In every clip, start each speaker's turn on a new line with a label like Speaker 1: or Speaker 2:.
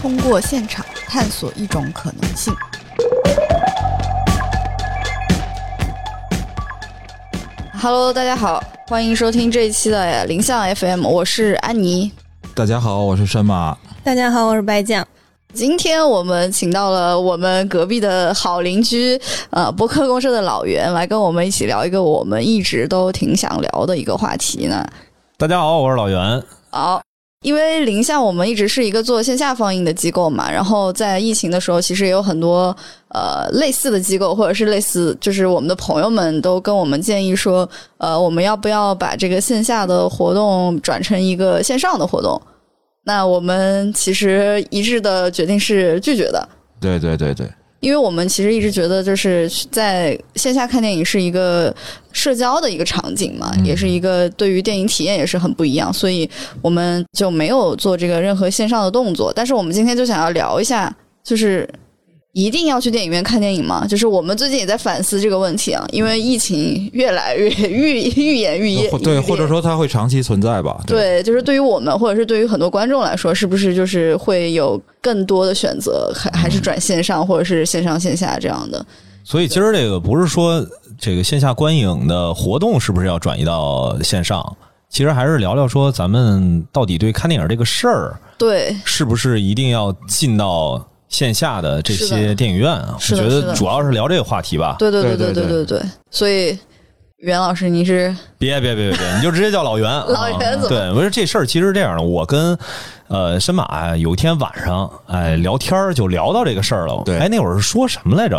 Speaker 1: 通过现场探索一种可能性。Hello，大家好，欢迎收听这一期的零项 FM，我是安妮。
Speaker 2: 大家好，我是申马。
Speaker 3: 大家好，我是白酱。
Speaker 1: 今天我们请到了我们隔壁的好邻居，呃，博客公社的老袁来跟我们一起聊一个我们一直都挺想聊的一个话题呢。
Speaker 4: 大家好，我是老袁。
Speaker 1: 好、因为零下我们一直是一个做线下放映的机构嘛，然后在疫情的时候，其实也有很多呃类似的机构，或者是类似就是我们的朋友们都跟我们建议说，呃，我们要不要把这个线下的活动转成一个线上的活动？那我们其实一致的决定是拒绝的，
Speaker 2: 对对对对，
Speaker 1: 因为我们其实一直觉得，就是在线下看电影是一个社交的一个场景嘛，
Speaker 2: 嗯
Speaker 1: 也是一个对于电影体验也是很不一样，所以我们就没有做这个任何线上的动作。但是我们今天就想要聊一下，就是一定要去电影院看电影吗？就是我们最近也在反思这个问题啊，因为疫情越来越 愈愈演愈烈
Speaker 2: 或，对，
Speaker 1: 愈烈
Speaker 2: 或者说它会长期存在吧？对，
Speaker 1: 对，就是对于我们，或者是对于很多观众来说，是不是就是会有更多的选择，还还是转线上，或者是线上线下这样的？
Speaker 4: 所以今儿这个不是说这个线下观影的活动是不是要转移到线上，其实还是聊聊说咱们到底对看电影这个事儿
Speaker 1: 对，
Speaker 4: 是不是一定要进到线下的这
Speaker 1: 是的
Speaker 4: 些电影院啊？
Speaker 1: 是
Speaker 4: 我
Speaker 1: 的
Speaker 4: 觉
Speaker 1: 是
Speaker 4: 得
Speaker 1: 的
Speaker 4: 主要是聊这个话题吧。
Speaker 1: 对对对
Speaker 2: 对
Speaker 1: 对
Speaker 2: 对
Speaker 1: 对对，所以袁老师，你是
Speaker 4: 别别别别别，你就直接叫 老袁。
Speaker 1: 老袁怎么
Speaker 4: 啊对，我说这事儿其实这样的，我跟呃申马啊有一天晚上哎聊天儿就聊到这个事儿了。
Speaker 2: 对
Speaker 4: 哎那会儿是说什么来着？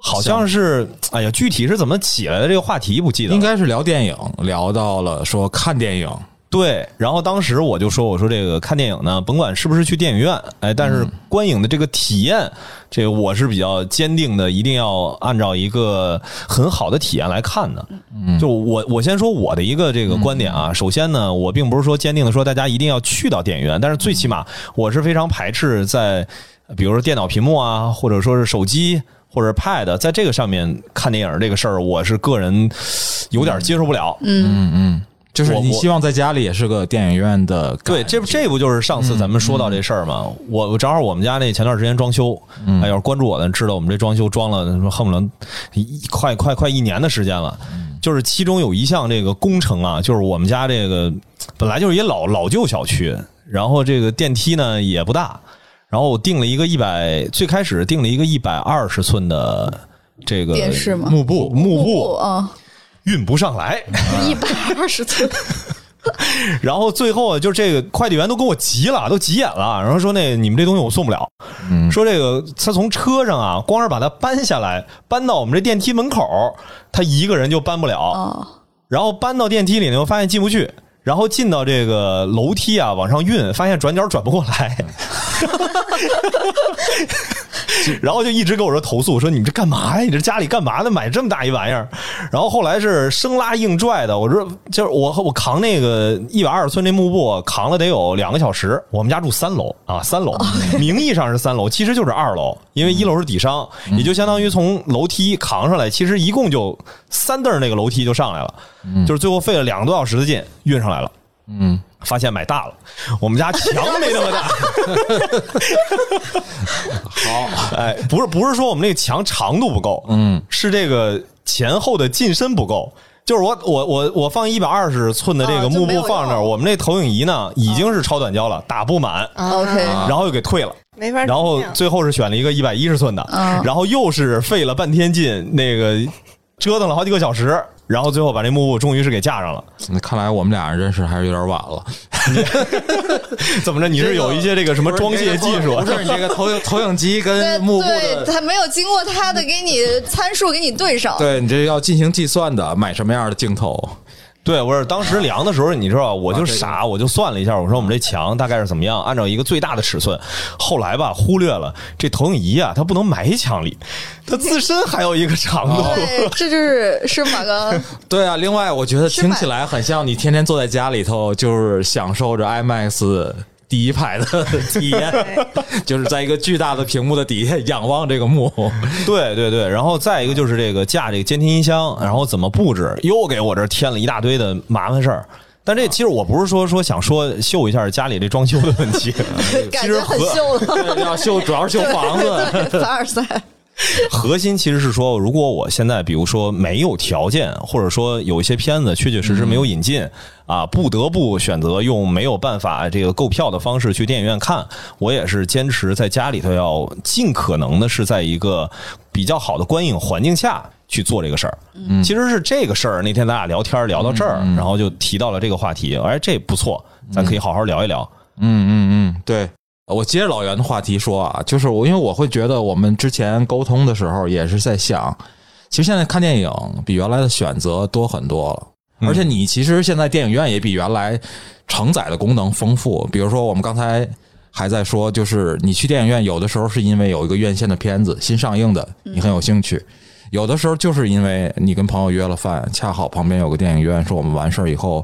Speaker 4: 好像是哎呀，具体是怎么起来的这个话题不记得了。
Speaker 2: 应该是聊电影，聊到了说看电影，
Speaker 4: 对，然后当时我就说，我说这个看电影呢，甭管是不是去电影院，哎，但是观影的这个体验，这个我是比较坚定的，一定要按照一个很好的体验来看的。就我我先说我的一个这个观点啊，首先呢，我并不是说坚定的说大家一定要去到电影院，但是最起码我是非常排斥在比如说电脑屏幕啊，或者说是手机。或者 Pad 在这个上面看电影这个事儿，我是个人有点接受不了。
Speaker 1: 嗯
Speaker 2: 就是
Speaker 4: 我
Speaker 2: 你
Speaker 4: 我
Speaker 2: 希望在家里也是个电影院的感
Speaker 4: 对，这不这不就是上次咱们说到这事儿吗？我我正好我们家那前段时间装修，哎，要是关注我的知道，我们这装修装了说恨不得一快快快一年的时间了。就是其中有一项这个工程啊，就是我们家这个本来就是一老老旧小区，然后这个电梯呢也不大，然后我定了一个一百，最开始定了一个一百二十寸的这个
Speaker 1: 电视吗
Speaker 4: 幕布幕
Speaker 1: 不
Speaker 4: 布
Speaker 1: 啊，
Speaker 4: 运不上来，
Speaker 1: 一百二十寸，
Speaker 4: 然后最后啊，就这个快递员都跟我急了，都急眼了，然后说那你们这东西我送不了，说这个他从车上啊，光是把它搬下来，搬到我们这电梯门口，他一个人就搬不 了，
Speaker 1: 哦，
Speaker 4: 然后搬到电梯里呢，又发现进不去。然后进到这个楼梯啊，往上运，发现转角转不过来，然后就一直跟我说投诉，说你这干嘛呀？你这家里干嘛呢？买这么大一玩意儿？然后后来是生拉硬拽的，我说就是我我扛那个一百二十寸那幕布扛了得有两个小时。我们家住三楼啊，三楼名义上是三楼，其实就是二楼，因为一楼是底商，也就相当于从楼梯扛上来，其实一共就三凳儿那个楼梯就上来了，就是最后费了两个多小时的劲运上来了。
Speaker 2: 嗯，
Speaker 4: 发现买大了，我们家墙没那么大。好，哎，不是不是说我们那个墙长度不够，嗯，是这个前后的进深不够。就是我我我我放一百二十寸的这
Speaker 1: 啊
Speaker 4: 个
Speaker 1: 就
Speaker 4: 幕
Speaker 1: 没有
Speaker 4: 布放那儿，
Speaker 1: 用嗯
Speaker 4: 我们那投影仪呢已经是超短焦了，打不满，
Speaker 2: 啊
Speaker 1: OK
Speaker 4: 然后又给退了。
Speaker 3: 没法。
Speaker 4: 然后最后是选了一个一百一十寸的，
Speaker 1: 嗯
Speaker 4: 然后又是费了半天劲，那个折腾了好几个小时，然后最后把这幕布终于是给架上了。
Speaker 2: 那看来我们俩认识还是有点晚了。
Speaker 4: 怎么着？你是有一些这个什么装卸技术？啊
Speaker 2: 不是你这个投影投影机跟幕布
Speaker 1: 对，
Speaker 2: 的，
Speaker 1: 他没有经过他的给你参数给你对上，
Speaker 2: 对你这要进行计算的，买什么样的镜头？
Speaker 4: 对，我是当时量的时候，你知道，我就傻，我就算了一下，我说我们这墙大概是怎么样，按照一个最大的尺寸。后来吧，忽略了这投影仪啊，它不能埋墙里，它自身还有一个长度。
Speaker 1: 对，这就是是马哥，
Speaker 2: 对啊，另外我觉得
Speaker 1: 是买
Speaker 2: 听起来很像你天天坐在家里头，就是享受着 IMAX 第一排的体验，就是在一个巨大的屏幕的底下仰望这个幕。
Speaker 4: 对对对，然后再一个就是这个架这个监听音箱，然后怎么布置，又给我这儿添了一大堆的麻烦事儿。但这其实我不是说说想说秀一下家里这装修的问题，
Speaker 1: 感
Speaker 4: 其实
Speaker 1: 觉很
Speaker 4: 和
Speaker 1: 秀 了。
Speaker 2: 要修主要是修房子，
Speaker 1: 凡尔赛，
Speaker 4: 核心其实是说，如果我现在比如说没有条件，或者说有一些片子确确实实没有引进、啊，不得不选择用没有办法这个购票的方式去电影院看，我也是坚持在家里头要尽可能的是在一个比较好的观影环境下。去做这个事儿，
Speaker 2: 嗯
Speaker 4: 其实是这个事儿。那天咱俩聊天聊到这儿，然后就提到了这个话题，哎，这不错，咱可以好好聊一聊。
Speaker 2: 嗯嗯嗯，对。我接着老袁的话题说啊，就是我因为我会觉得我们之前沟通的时候也是在想，其实现在看电影比原来的选择多很多了，
Speaker 4: 嗯
Speaker 2: 嗯而且你其实现在电影院也比原来承载的功能丰富。比如说我们刚才还在说，就是你去电影院有的时候是因为有一个院线的片子新上映的，
Speaker 4: 嗯
Speaker 2: 你很有兴趣。有的时候就是因为你跟朋友约了饭，恰好旁边有个电影院，说我们完事儿以后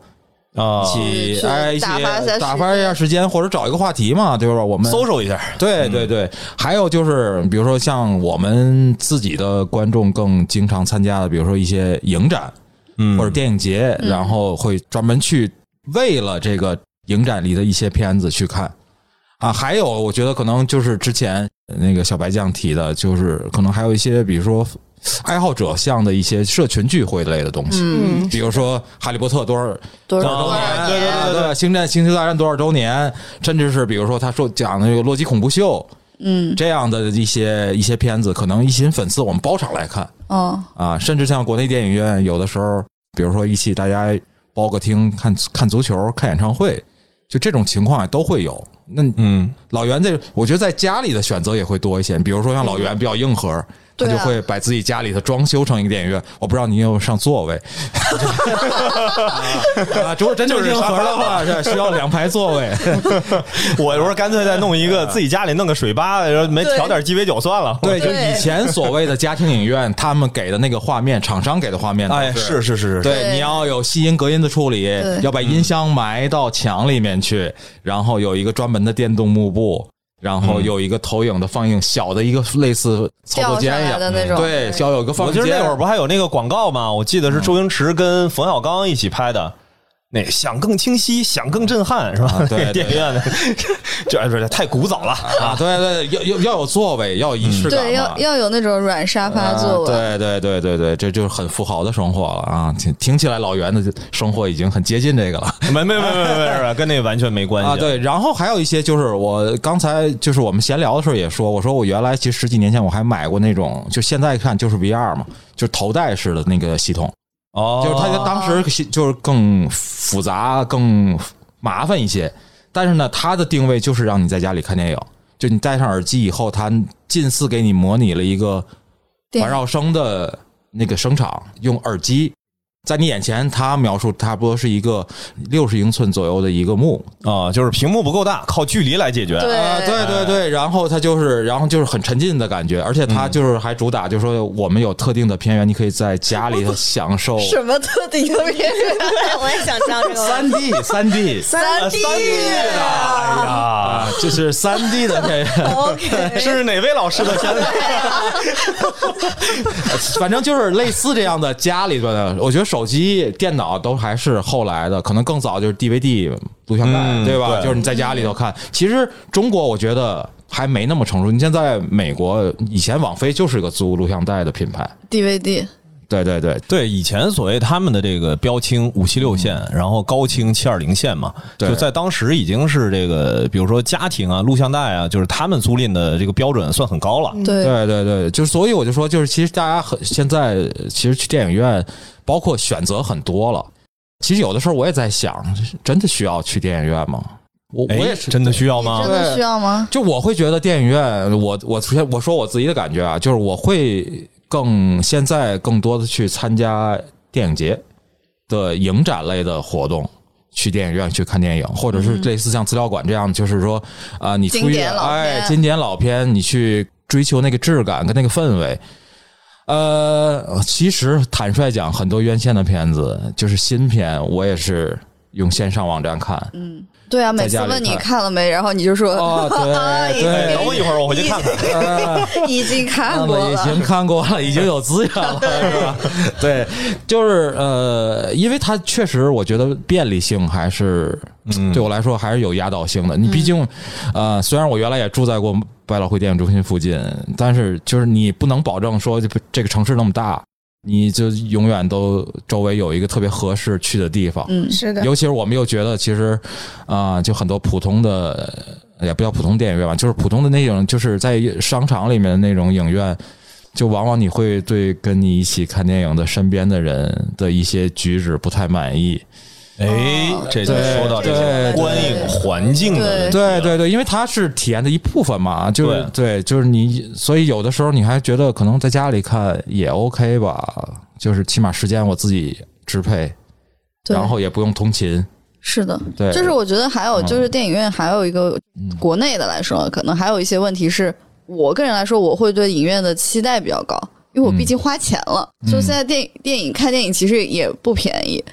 Speaker 4: 啊，
Speaker 2: 一起
Speaker 1: 去
Speaker 2: 哎一起
Speaker 1: 打发一下时间
Speaker 2: 打发一下时间，或者找一个话题嘛，对吧？我们
Speaker 4: 搜搜嗯一下，
Speaker 2: 对对对，还有就是，比如说像我们自己的观众更经常参加的，比如说一些影展
Speaker 4: 嗯，
Speaker 2: 或者电影节，
Speaker 1: 嗯
Speaker 2: 然后会专门去为了这个影展里的一些片子去看啊。还有，我觉得可能就是之前那个小白酱提的，就是可能还有一些，比如说爱好者向的一些社群聚会类的东西，
Speaker 1: 嗯，
Speaker 2: 比如说《哈利波特》多少
Speaker 1: 多
Speaker 2: 多
Speaker 1: 少
Speaker 2: 少
Speaker 1: 多
Speaker 2: 周
Speaker 1: 少
Speaker 2: 年，
Speaker 1: 年？
Speaker 2: 哦对对，《星战》《星球大战》多少周年，甚至是比如说他说讲的这个《洛基恐怖秀》
Speaker 1: 嗯
Speaker 2: 这样的一些一些片子，可能一群粉丝我们包场来看
Speaker 1: 哦，
Speaker 2: 啊，甚至像国内电影院有的时候，比如说一起大家包个厅看看足球、看演唱会，就这种情况也都会有。那
Speaker 4: 嗯，
Speaker 2: 老袁这，我觉得在家里的选择也会多一些，比如说像老袁比较硬核。他
Speaker 1: 对
Speaker 2: 就
Speaker 1: 啊
Speaker 2: 会把自己家里头装修成一个电影院，我不知道你有没有上座 位啊，如果真正
Speaker 4: 就是
Speaker 2: 硬
Speaker 4: 沙
Speaker 2: 核
Speaker 4: 发
Speaker 2: 的话，是需要两排座 位。
Speaker 4: 我说干脆再弄一个自己家里弄个水吧，然后没
Speaker 1: 对
Speaker 4: 调点鸡尾酒算了。
Speaker 2: 嗯对，就
Speaker 1: 对
Speaker 2: 以前所谓的家庭影院，他们给的那个画面，厂商给的画面，
Speaker 4: 哎，是是是是，
Speaker 2: 对，
Speaker 1: 对
Speaker 2: 你要有吸音隔音的处理
Speaker 1: 对，
Speaker 2: 要把音箱埋到墙里面去，然后有一个专门的电动幕布，然后
Speaker 4: 嗯
Speaker 2: 有一个投影的放映，小的一个类似操
Speaker 1: 掉下
Speaker 2: 作间一
Speaker 1: 来
Speaker 2: 样
Speaker 1: 的那种，
Speaker 2: 对，小有一个放嗯
Speaker 4: 我
Speaker 2: 映
Speaker 4: 记
Speaker 2: 间。
Speaker 4: 得那会儿不还有那个广告吗？我记得是周星驰跟冯小刚一起拍的。那想更清晰，想更震撼，是吧？
Speaker 2: 啊对
Speaker 4: 那个
Speaker 2: 对
Speaker 4: 电影院的， 这哎不是太古早了
Speaker 2: 啊，
Speaker 4: 啊！
Speaker 2: 对对，对要要要有座位，要有仪式感嘛。
Speaker 1: 对，要要有那种软沙发座位。
Speaker 2: 啊对对对对对，这就是很富豪的生活了啊！听听起来老袁的生活已经很接近这个了。
Speaker 4: 没没没没没没，跟那完全没关系
Speaker 2: 啊，对，然后还有一些就是我刚才就是我们闲聊的时候也说，我说我原来其实十几年前我还买过那种，就现在看就是 VR 嘛，就是头戴式的那个系统，
Speaker 4: 哦，
Speaker 2: 就是它就当时系就是更复杂、更麻烦一些，但是呢，它的定位就是让你在家里看电影，就你戴上耳机以后，它近似给你模拟了一个
Speaker 1: 电
Speaker 2: 环绕声的那个声场，用耳机。在你眼前，它描述差不多是一个六十英寸左右的一个幕，
Speaker 4: 啊，就是屏幕不够大，靠距离来解决。
Speaker 1: 对
Speaker 2: 啊，对对
Speaker 4: 哎
Speaker 2: 对，然后它就是，然后就是很沉浸的感觉，而且
Speaker 4: 嗯
Speaker 2: 它就是还主打，就是说我们有特定的片源，你可以在家里头享受
Speaker 1: 什么特定的片源？
Speaker 3: 对， 我也想知道这个问题。
Speaker 2: 三 D 三 D
Speaker 1: 嗯三 D
Speaker 4: 哎呀，
Speaker 2: 啊，这是三 D 的片源，
Speaker 3: OK，
Speaker 4: 是哪位老师的片子？
Speaker 2: 反正就是类似这样的家里边的。我觉得手机、电脑都还是后来的，可能更早就是 DVD 录像带，
Speaker 4: 嗯
Speaker 2: 对吧？
Speaker 4: 对
Speaker 2: 就是你在家里头看。其实中国我觉得还没那么成熟。你像在美国，以前网飞就是个租录像带的品牌，
Speaker 1: DVD，
Speaker 2: 对对对，
Speaker 4: 对，以前所谓他们的这个标清五七六线，然后高清七二零线嘛，
Speaker 2: 嗯对
Speaker 4: 就在当时已经是这个，比如说家庭啊、录像带啊，就是他们租赁的这个标准算很高了。
Speaker 1: 嗯对
Speaker 2: 对对对，就是所以我就说，就是其实大家很现在呃其实去电影院，包括选择很多了。其实有的时候我也在想，真的需要去电影院吗？我我
Speaker 4: 哎
Speaker 2: 也是
Speaker 4: 真的需要吗
Speaker 1: 真？的需要吗？
Speaker 2: 就我会觉得电影院，我我首先我说我自己的感觉啊，就是我会更现在更多的去参加电影节的影展类的活动。去电影院去看电影，或者是类似像资料馆这样，就是说，啊、你出
Speaker 1: 经
Speaker 2: 于
Speaker 1: 典老
Speaker 2: 哎
Speaker 1: 片
Speaker 2: 经典老片，你去追求那个质感跟那个氛围。呃，其实坦率讲，很多院线的片子就是新片，我也是用线上网站看。
Speaker 1: 嗯，对啊，每次
Speaker 2: 家里
Speaker 1: 问你
Speaker 2: 看
Speaker 1: 看了没，然后你就说
Speaker 2: 哦对对
Speaker 4: 哎等我一会儿，我回去看看。
Speaker 2: 呃
Speaker 1: 已经看
Speaker 2: 看
Speaker 1: 过
Speaker 2: 了已
Speaker 1: 了，
Speaker 2: 经看过了，已经有资源 了，是吧？对，就是呃，因为它确实，我觉得便利性还是、
Speaker 4: 嗯
Speaker 2: 对我来说还是有压倒性的。你毕竟，呃，虽然我原来也住在过百老汇电影中心附近，但是就是你不能保证说这这个城市那么大，你就永远都周围有一个特别合适去的地方。
Speaker 1: 嗯，
Speaker 3: 是的，
Speaker 2: 尤其是我们又觉得，其实，啊、就很多普通的，也不叫普通电影院吧，就是普通的那种，就是在商场里面的那种影院，就往往你会对跟你一起看电影的身边的人的一些举止不太满意。
Speaker 4: 哎，这就
Speaker 2: 对
Speaker 4: 说到这
Speaker 2: 对
Speaker 4: 个观影环境的问题
Speaker 2: 对对对，因为它是体验的一部分嘛，就是对就是你，所以有的时候你还觉得可能在家里看也 OK 吧，就是起码时间我自己支配，
Speaker 1: 对
Speaker 2: 然后也不用通勤。
Speaker 1: 是的，
Speaker 2: 对，嗯
Speaker 1: 就是我觉得还有就是电影院还有一个国内的来说，可能还有一些问题是我个人来说，我会对影院的期待比较高，因为我毕竟花钱了，
Speaker 2: 嗯
Speaker 1: 就现在电影电影看电影其实也不便宜，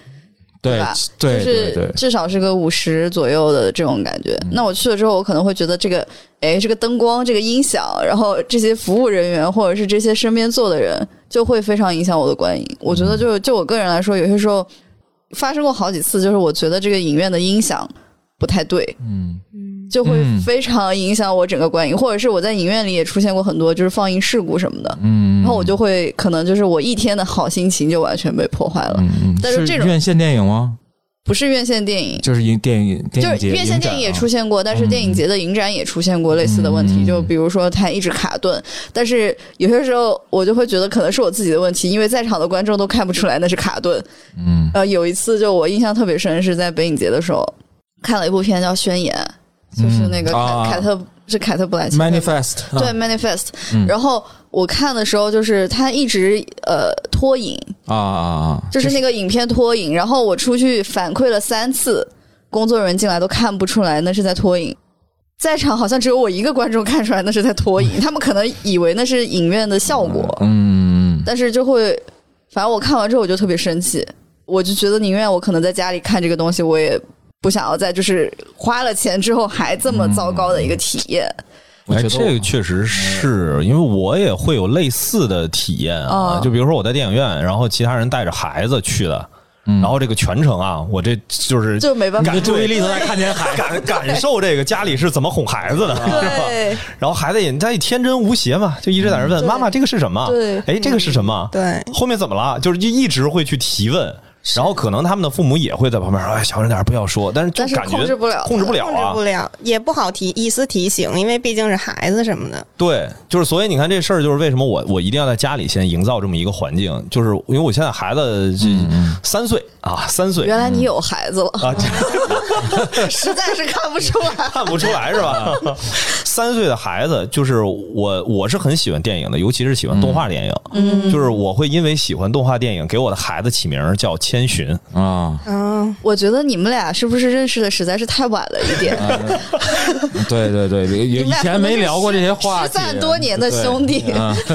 Speaker 2: 对
Speaker 1: 吧
Speaker 2: 对对
Speaker 1: 就是
Speaker 2: 对，嗯
Speaker 1: 至少是个五十左右的这种感觉。那我去了之后，我可能会觉得这个，哎，这个灯光、这个音响，然后这些服务人员或者是这些身边坐的人，就会非常影响我的观影。
Speaker 2: 嗯
Speaker 1: 我觉得就就我个人来说，有些时候发生过好几次，就是我觉得这个影院的音响不太对，
Speaker 2: 嗯。
Speaker 1: 就会
Speaker 2: 嗯
Speaker 1: 非常影响我整个观影，或者是我在影院里也出现过很多就是放映事故什么的，嗯，然后我就会可能就是我一天的好心情就完全被破坏了。
Speaker 2: 嗯，嗯
Speaker 1: 但是这种
Speaker 2: 院线电影吗？
Speaker 1: 不是院线电影，
Speaker 2: 就是影电影
Speaker 1: 就
Speaker 2: 电影
Speaker 1: 是
Speaker 2: 节，
Speaker 1: 院线电影也出
Speaker 2: 现
Speaker 1: 现过，但是电影节的影展也出现过类似的问题，
Speaker 2: 嗯
Speaker 1: 就比如说它一直卡顿，但是有些时候我就会觉得可能是我自己的问题，因为在场的观众都看不出来那是卡顿。
Speaker 2: 嗯，
Speaker 1: 呃，有一次就我印象特别深，是在北影节的时候看了一部片叫《宣言》，就是那个
Speaker 2: 嗯
Speaker 1: 凯、
Speaker 2: 啊
Speaker 1: 凯特是凯特布莱奇特吗
Speaker 2: manifest
Speaker 1: 嗯对《
Speaker 2: 啊
Speaker 1: Manifest》
Speaker 2: 嗯
Speaker 1: 然后我看的时候，就是他一直呃拖影，
Speaker 2: 啊啊啊，
Speaker 1: 就是那个影片拖影。然后我出去反馈了三次，工作人员进来都看不出来那是在拖影。在场好像只有我一个观众看出来那是在拖 影，他们可能以为那是影院的效果，
Speaker 2: 嗯，
Speaker 1: 但是就会，反正我看完之后我就特别生气，我就觉得宁愿我可能在家里看这个东西，我也不想要在就是花了钱之后还这么糟糕的一个体验。
Speaker 2: 我
Speaker 4: 哎，
Speaker 2: 觉得
Speaker 4: 这个确实是因为我也会有类似的体验啊，
Speaker 1: 哦
Speaker 2: 嗯
Speaker 4: 就比如说我在电影院，然后其他人带着孩子去的，
Speaker 2: 嗯
Speaker 4: 然后这个全程啊，我这就是
Speaker 1: 就没办法
Speaker 4: 感注意力都在看见孩，感感受这个家里是怎么哄孩子的，是吧？
Speaker 1: 对，
Speaker 4: 然后孩子也他也天真无邪嘛，就一直在那问
Speaker 1: 嗯对
Speaker 4: 妈妈这个是什么？
Speaker 1: 对嗯
Speaker 4: 哎，这个是什么？
Speaker 3: 对
Speaker 4: 后面怎么了？就是就一直会去提问。然后可能他们的父母也会在旁边说：“哎，小声点，不要说。”但是就
Speaker 1: 但是
Speaker 4: 感觉
Speaker 1: 控制不了
Speaker 4: 控制不了
Speaker 3: 控制
Speaker 4: 啊，
Speaker 3: 不了，也不好提一丝提醒，因为毕竟是孩子什么的。
Speaker 4: 对，就是所以你看这事儿，就是为什么我我一定要在家里先营造这么一个环境，就是因为我现在孩子这
Speaker 2: 嗯
Speaker 1: 嗯
Speaker 4: 三岁啊，三岁
Speaker 1: 原来你有孩子了，
Speaker 4: 啊，这
Speaker 1: 实在是看不出来。
Speaker 4: 看不出来是吧？三岁的孩子，就是我我是很喜欢电影的，尤其是喜欢动画电影，
Speaker 1: 嗯，
Speaker 4: 就是我会因为喜欢动画电影，给我的孩子起名儿叫千寻。
Speaker 2: 啊，
Speaker 3: 嗯，
Speaker 1: 我觉得你们俩是不是认识的实在是太晚了一点？
Speaker 4: 啊
Speaker 2: 对对对，
Speaker 1: 你
Speaker 2: 以
Speaker 1: 们俩
Speaker 2: 前没聊过这些话
Speaker 1: 失
Speaker 2: 题，啊
Speaker 1: 散多年的兄弟，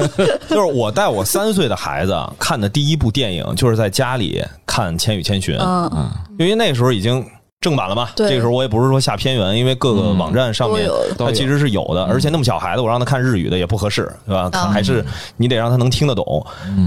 Speaker 4: 就是我带我三岁的孩子看的第一部电影，就是在家里看《千与千寻》，
Speaker 1: 嗯，
Speaker 4: 因为那时候已经正版了嘛。
Speaker 1: 对
Speaker 4: 这个时候我也不是说下片源，因为各个网站上面
Speaker 1: 都有
Speaker 2: 都有
Speaker 4: 它其实是有的，而且那么小孩子，我让他看日语的也不合适，对吧？
Speaker 1: 嗯
Speaker 4: 还是你得让他能听得懂。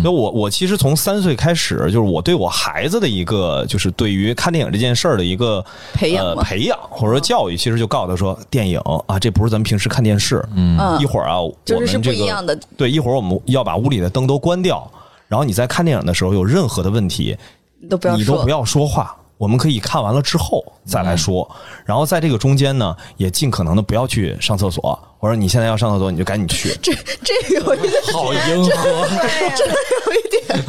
Speaker 4: 所以我我其实从三岁开始，就是我对我孩子的一个，就是对于看电影这件事儿的一个
Speaker 1: 培养
Speaker 4: 呃、
Speaker 1: 嘛嗯
Speaker 4: 培养或者说教育，其实就告诉他说，电影啊，这不是咱们平时看电视，
Speaker 1: 嗯
Speaker 4: 一会儿啊，我
Speaker 1: 就是
Speaker 4: 们
Speaker 1: 是
Speaker 4: 这
Speaker 1: 不
Speaker 4: 个
Speaker 1: 一样的
Speaker 4: 对，一会儿我们要把屋里的灯都关掉，然后你在看电影的时候有任何的问题，
Speaker 1: 你都不要
Speaker 4: 你都
Speaker 1: 说
Speaker 4: 不，要说话。我们可以看完了之后再来说，然后在这个中间呢，也尽可能的不要去上厕所。我说你现在要上厕所，你就赶紧去。
Speaker 1: 这 这有一点，
Speaker 2: 好迎 合，
Speaker 1: 真的有一点，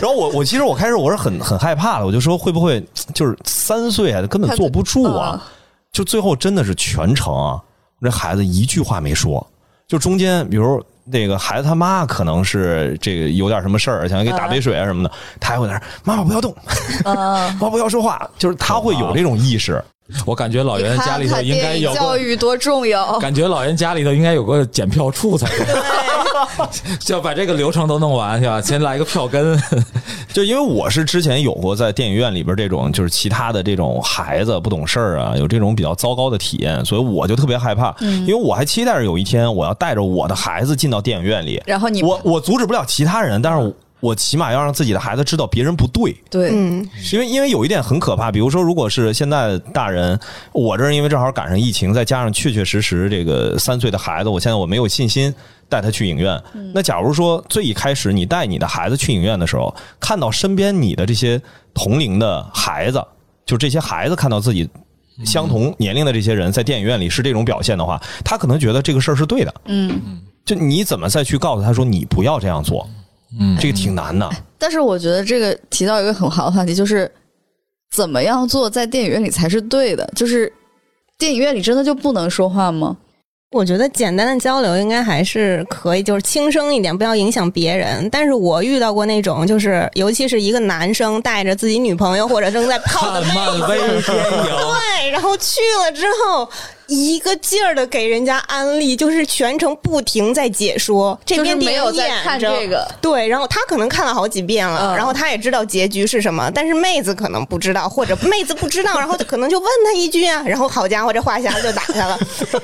Speaker 4: 然后我我其实我开始我是很很害怕的，我就说会不会就是三岁啊，根本坐不住啊，就最后真的是全程啊，这孩子一句话没说，就中间比如。那个孩子他妈可能是这个有点什么事儿，想给打杯水啊什么的，他还会在那儿妈妈不要动，
Speaker 1: 嗯，
Speaker 4: 妈妈不要说话，就是他会有这种意识。
Speaker 2: 我感觉老袁
Speaker 1: 你
Speaker 2: 家
Speaker 1: 看
Speaker 2: 里头
Speaker 1: 看
Speaker 2: 应该
Speaker 1: 电
Speaker 2: 有
Speaker 1: 影教
Speaker 2: 个。
Speaker 1: 育多重要，
Speaker 2: 感觉老袁家里头应该有个检 票 处才对，就要把这个流程都弄完，是吧？先来一个票根，
Speaker 4: 就因为我是之前有过在电影院里边这种，就是其他的这种孩子不懂事儿啊，有这种比较糟糕的体验，所以我就特别害怕，
Speaker 1: 嗯
Speaker 4: 因为我还期待着有一天我要带着我的孩子进到电影院里，
Speaker 1: 然后你
Speaker 4: 我我阻止不了其他人，但是我我起码要让自己的孩子知道别人不对，
Speaker 1: 对，
Speaker 3: 嗯，
Speaker 4: 因为因为有一点很可怕，比如说，如果是现在大人，我这儿因为正好赶上疫情，再加上确确实实这个三岁的孩子，我现在我没有信心带他去影院。那假如说最一开始你带你的孩子去影院的时候，看到身边你的这些同龄的孩子，就这些孩子看到自己。相同年龄的这些人在电影院里是这种表现的话，他可能觉得这个事儿是对的。
Speaker 1: 嗯，
Speaker 4: 就你怎么再去告诉他说你不要这样做？
Speaker 2: 嗯
Speaker 4: 这个挺难的。
Speaker 1: 但是我觉得这个提到一个很好的话题，就是怎么样做在电影院里才是对的，就是电影院里真的就不能说话吗？
Speaker 3: 我觉得简单的交流应该还是可以，就是轻声一点，不要影响别人。但是我遇到过那种，就是尤其是一个男生带着自己女朋友或者正在泡的
Speaker 2: 看漫威电影，
Speaker 3: 对，然后去了之后，一个劲儿的给人家安利，就是全程不停在解说，这
Speaker 1: 就是
Speaker 3: 边
Speaker 1: 没
Speaker 3: 电
Speaker 1: 有
Speaker 3: 影
Speaker 1: 在
Speaker 3: 演
Speaker 1: 看
Speaker 3: 着。
Speaker 1: 这个，
Speaker 3: 对，然后他可能看了好几遍了，
Speaker 1: 嗯
Speaker 3: 然后他也知道结局是什么，但是妹子可能不知道，或者妹子不知 道，然后就可能就问他一句啊，然后好家伙，这话匣子就打 开了，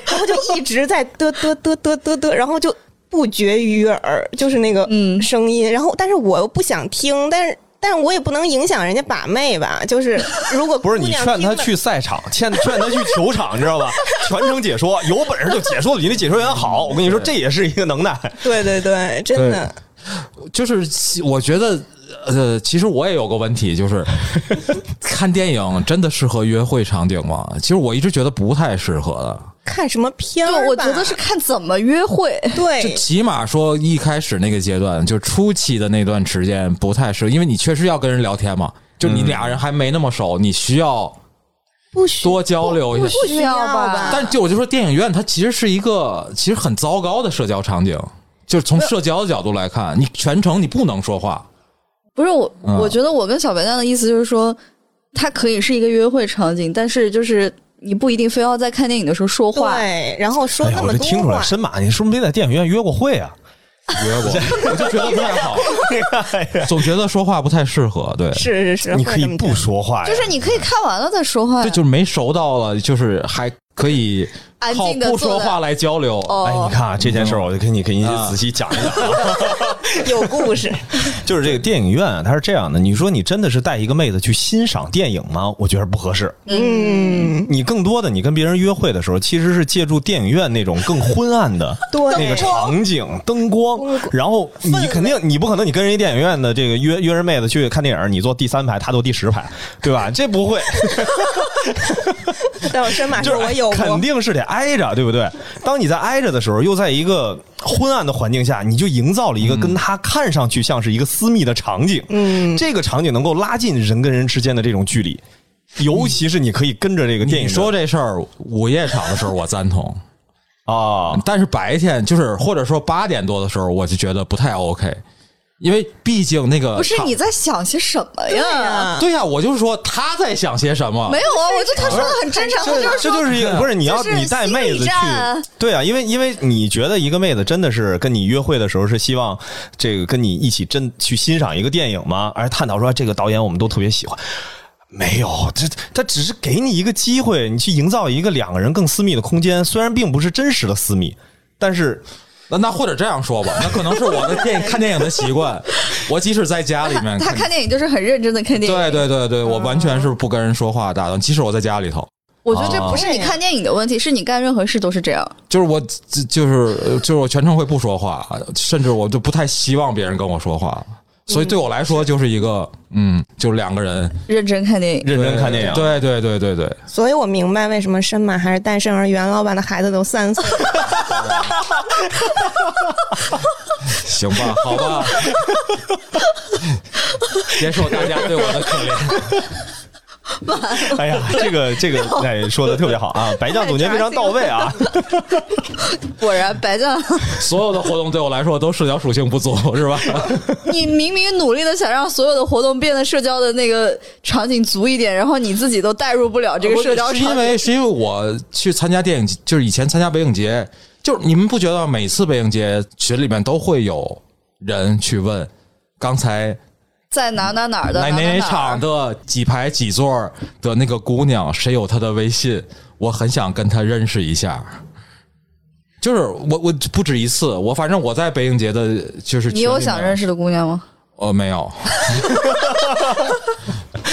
Speaker 3: 然后就一直在嘚嘚嘚嘚嘚嘚，然后就不绝于耳，就是那个
Speaker 1: 嗯
Speaker 3: 声音，然后但是我又不想听，但是。但是我也不能影响人家把妹吧，就是如果
Speaker 4: 不是
Speaker 3: 姑
Speaker 4: 你
Speaker 3: 娘
Speaker 4: 劝他
Speaker 3: 听了
Speaker 4: 去赛场， 劝劝他去球场，你知道吧？ 全程解说，有本事就解说比那解说员好。我跟你说，这也是一个能耐。
Speaker 3: 对对对，真的，
Speaker 2: 就是我觉得，呃，其实我也有个问题，就是 看电影真的适合约会场景吗？其实我一直觉得不太适合的。
Speaker 3: 看什么片儿吧？
Speaker 1: 对，我觉得是看怎么约会。
Speaker 2: 就
Speaker 3: 对，
Speaker 2: 起码说一开始那个阶段，就初期的那段时间不太适合，因为你确实要跟人聊天嘛，就你俩人还没那么熟，你需要
Speaker 3: 不需
Speaker 2: 多交流一下。
Speaker 1: 不需要吧
Speaker 2: 但就我就说，电影院它其实是一个其实很糟糕的社交场景，就是从社交的角度来看，你全程你不能 说话。
Speaker 1: 不是我，
Speaker 2: 嗯
Speaker 1: 我觉得我跟小白酱的意思就是说，它可以是一个约会场景，但是就是你不一定非要在看电影的时候说话。
Speaker 3: 对，然后说
Speaker 4: 哎呀，
Speaker 3: 那
Speaker 4: 我
Speaker 3: 么
Speaker 4: 这
Speaker 3: 多
Speaker 4: 听出来，
Speaker 3: 话，
Speaker 4: 申马，你是不是没在电影院约过会啊？
Speaker 2: 约 过，我就觉得不太好，总觉得说话不太适合。对，
Speaker 3: 是是是，
Speaker 4: 你
Speaker 3: 会
Speaker 4: 可以
Speaker 3: 这么
Speaker 4: 不
Speaker 3: 讲
Speaker 4: 说话呀，
Speaker 1: 就是你可以看完了再说话
Speaker 2: 这
Speaker 1: 呀，
Speaker 2: 就是没熟到了，就是还可以
Speaker 1: 安
Speaker 2: 靠
Speaker 1: 静的
Speaker 2: 不说话来交流。
Speaker 4: 哎，你
Speaker 1: 哦，
Speaker 4: 看啊，这件事儿，我就给你给你仔细讲一讲啊。
Speaker 3: 有故 事，
Speaker 4: 就是这个电影院啊，它是这样的，你说你真的是带一个妹子去欣赏电影吗？我觉得不合适。
Speaker 3: 嗯，
Speaker 4: 你更多的，你跟别人约会的时候，其实是借助电影院那种更昏暗的
Speaker 3: 对
Speaker 4: 那个场景、灯光，然后你肯定你不可能你跟人家电影院的这个约约人妹子去看电影，你坐第三排，她坐第十排，对吧？这不会，
Speaker 3: 但我申马
Speaker 4: 就
Speaker 3: 说
Speaker 4: 是
Speaker 3: 我有过
Speaker 4: 肯，定是得挨着，对不对？当你在挨着的时候，又在一个昏暗的环境下，你就营造了一个跟他看上去像是一个私密的场景。
Speaker 3: 嗯
Speaker 4: 这个场景能够拉近人跟人之间的这种距离，尤其是你可以跟着这个电影
Speaker 2: 你
Speaker 4: 的
Speaker 2: 说这事儿，午夜场的时候我赞同，
Speaker 4: 啊，
Speaker 2: 但是白天就是或者说八点多的时候，我就觉得不太 OK，因为毕竟那个
Speaker 1: 不是
Speaker 2: 场
Speaker 1: 你在想些什么
Speaker 3: 对
Speaker 1: 呀？
Speaker 3: 呀，
Speaker 2: 对呀、我就是说他在想些什么
Speaker 1: 没。有啊，我就他说的很正常，他就
Speaker 4: 这
Speaker 1: 是
Speaker 4: 这
Speaker 1: 说
Speaker 4: 就是一个不是你要
Speaker 1: 就是
Speaker 4: 你带妹
Speaker 1: 心理
Speaker 4: 子去
Speaker 1: 战啊，
Speaker 4: 对啊，因为因为你觉得一个妹子真的是跟你约会的时候是希望这个跟你一起真去欣赏一个电影吗？而探讨说这个导演我们都特别喜欢。没有，这他只是给你一个机会，你去营造一个两个人更私密的空间，虽然并不是真实的私密，但是
Speaker 2: 那那或者这 样说吧，那可能是我的电看电影的习惯。我即使在家里面
Speaker 1: 他看电影就是很认真的看电影。
Speaker 2: 对对对对，我完全是不跟人说话的，打断。即使我在家里头，
Speaker 1: 我觉得这不是你看电影的问题，是你干任何事都是这样。
Speaker 2: 就是我就就是就是我全程会不说话，甚至我就不太希望别人跟我说话。所以对我来说就是一个，嗯，就是两个人
Speaker 1: 认真看电影，
Speaker 4: 认真看电影。
Speaker 2: 对对对对对，对
Speaker 3: 所以我明白为什么申马还是单身，而袁老板的孩子都三 岁，
Speaker 2: 行吧，好吧，别说大家对我的可怜。
Speaker 4: 哎呀，这个 这个，哎，说的特别好啊！白酱总结非常到位啊！
Speaker 1: 果然白 酱，
Speaker 2: 所有的活动对我来说都社交属性不足，是吧？
Speaker 1: 你明明努力的想让所有的活动变得社交的那个场景足一点，然后你自己都带入不了这个社交
Speaker 2: 是因
Speaker 1: 场景。
Speaker 2: 为是因为我去参加电影节，就是以前参加北影节，就是你们不觉得每次北影节群里面都会有人去问刚才
Speaker 1: 在哪哪哪儿的
Speaker 2: 哪
Speaker 1: 哪哪
Speaker 2: 哪
Speaker 1: 哪儿
Speaker 2: 场的几排几座儿的那个姑娘，谁有她的微信？我很想跟她认识一下。就是我我不止一次，我反正我在北影节的，就是
Speaker 1: 你有想认
Speaker 2: 识？
Speaker 1: 识的姑娘 吗？
Speaker 2: 呃，没有。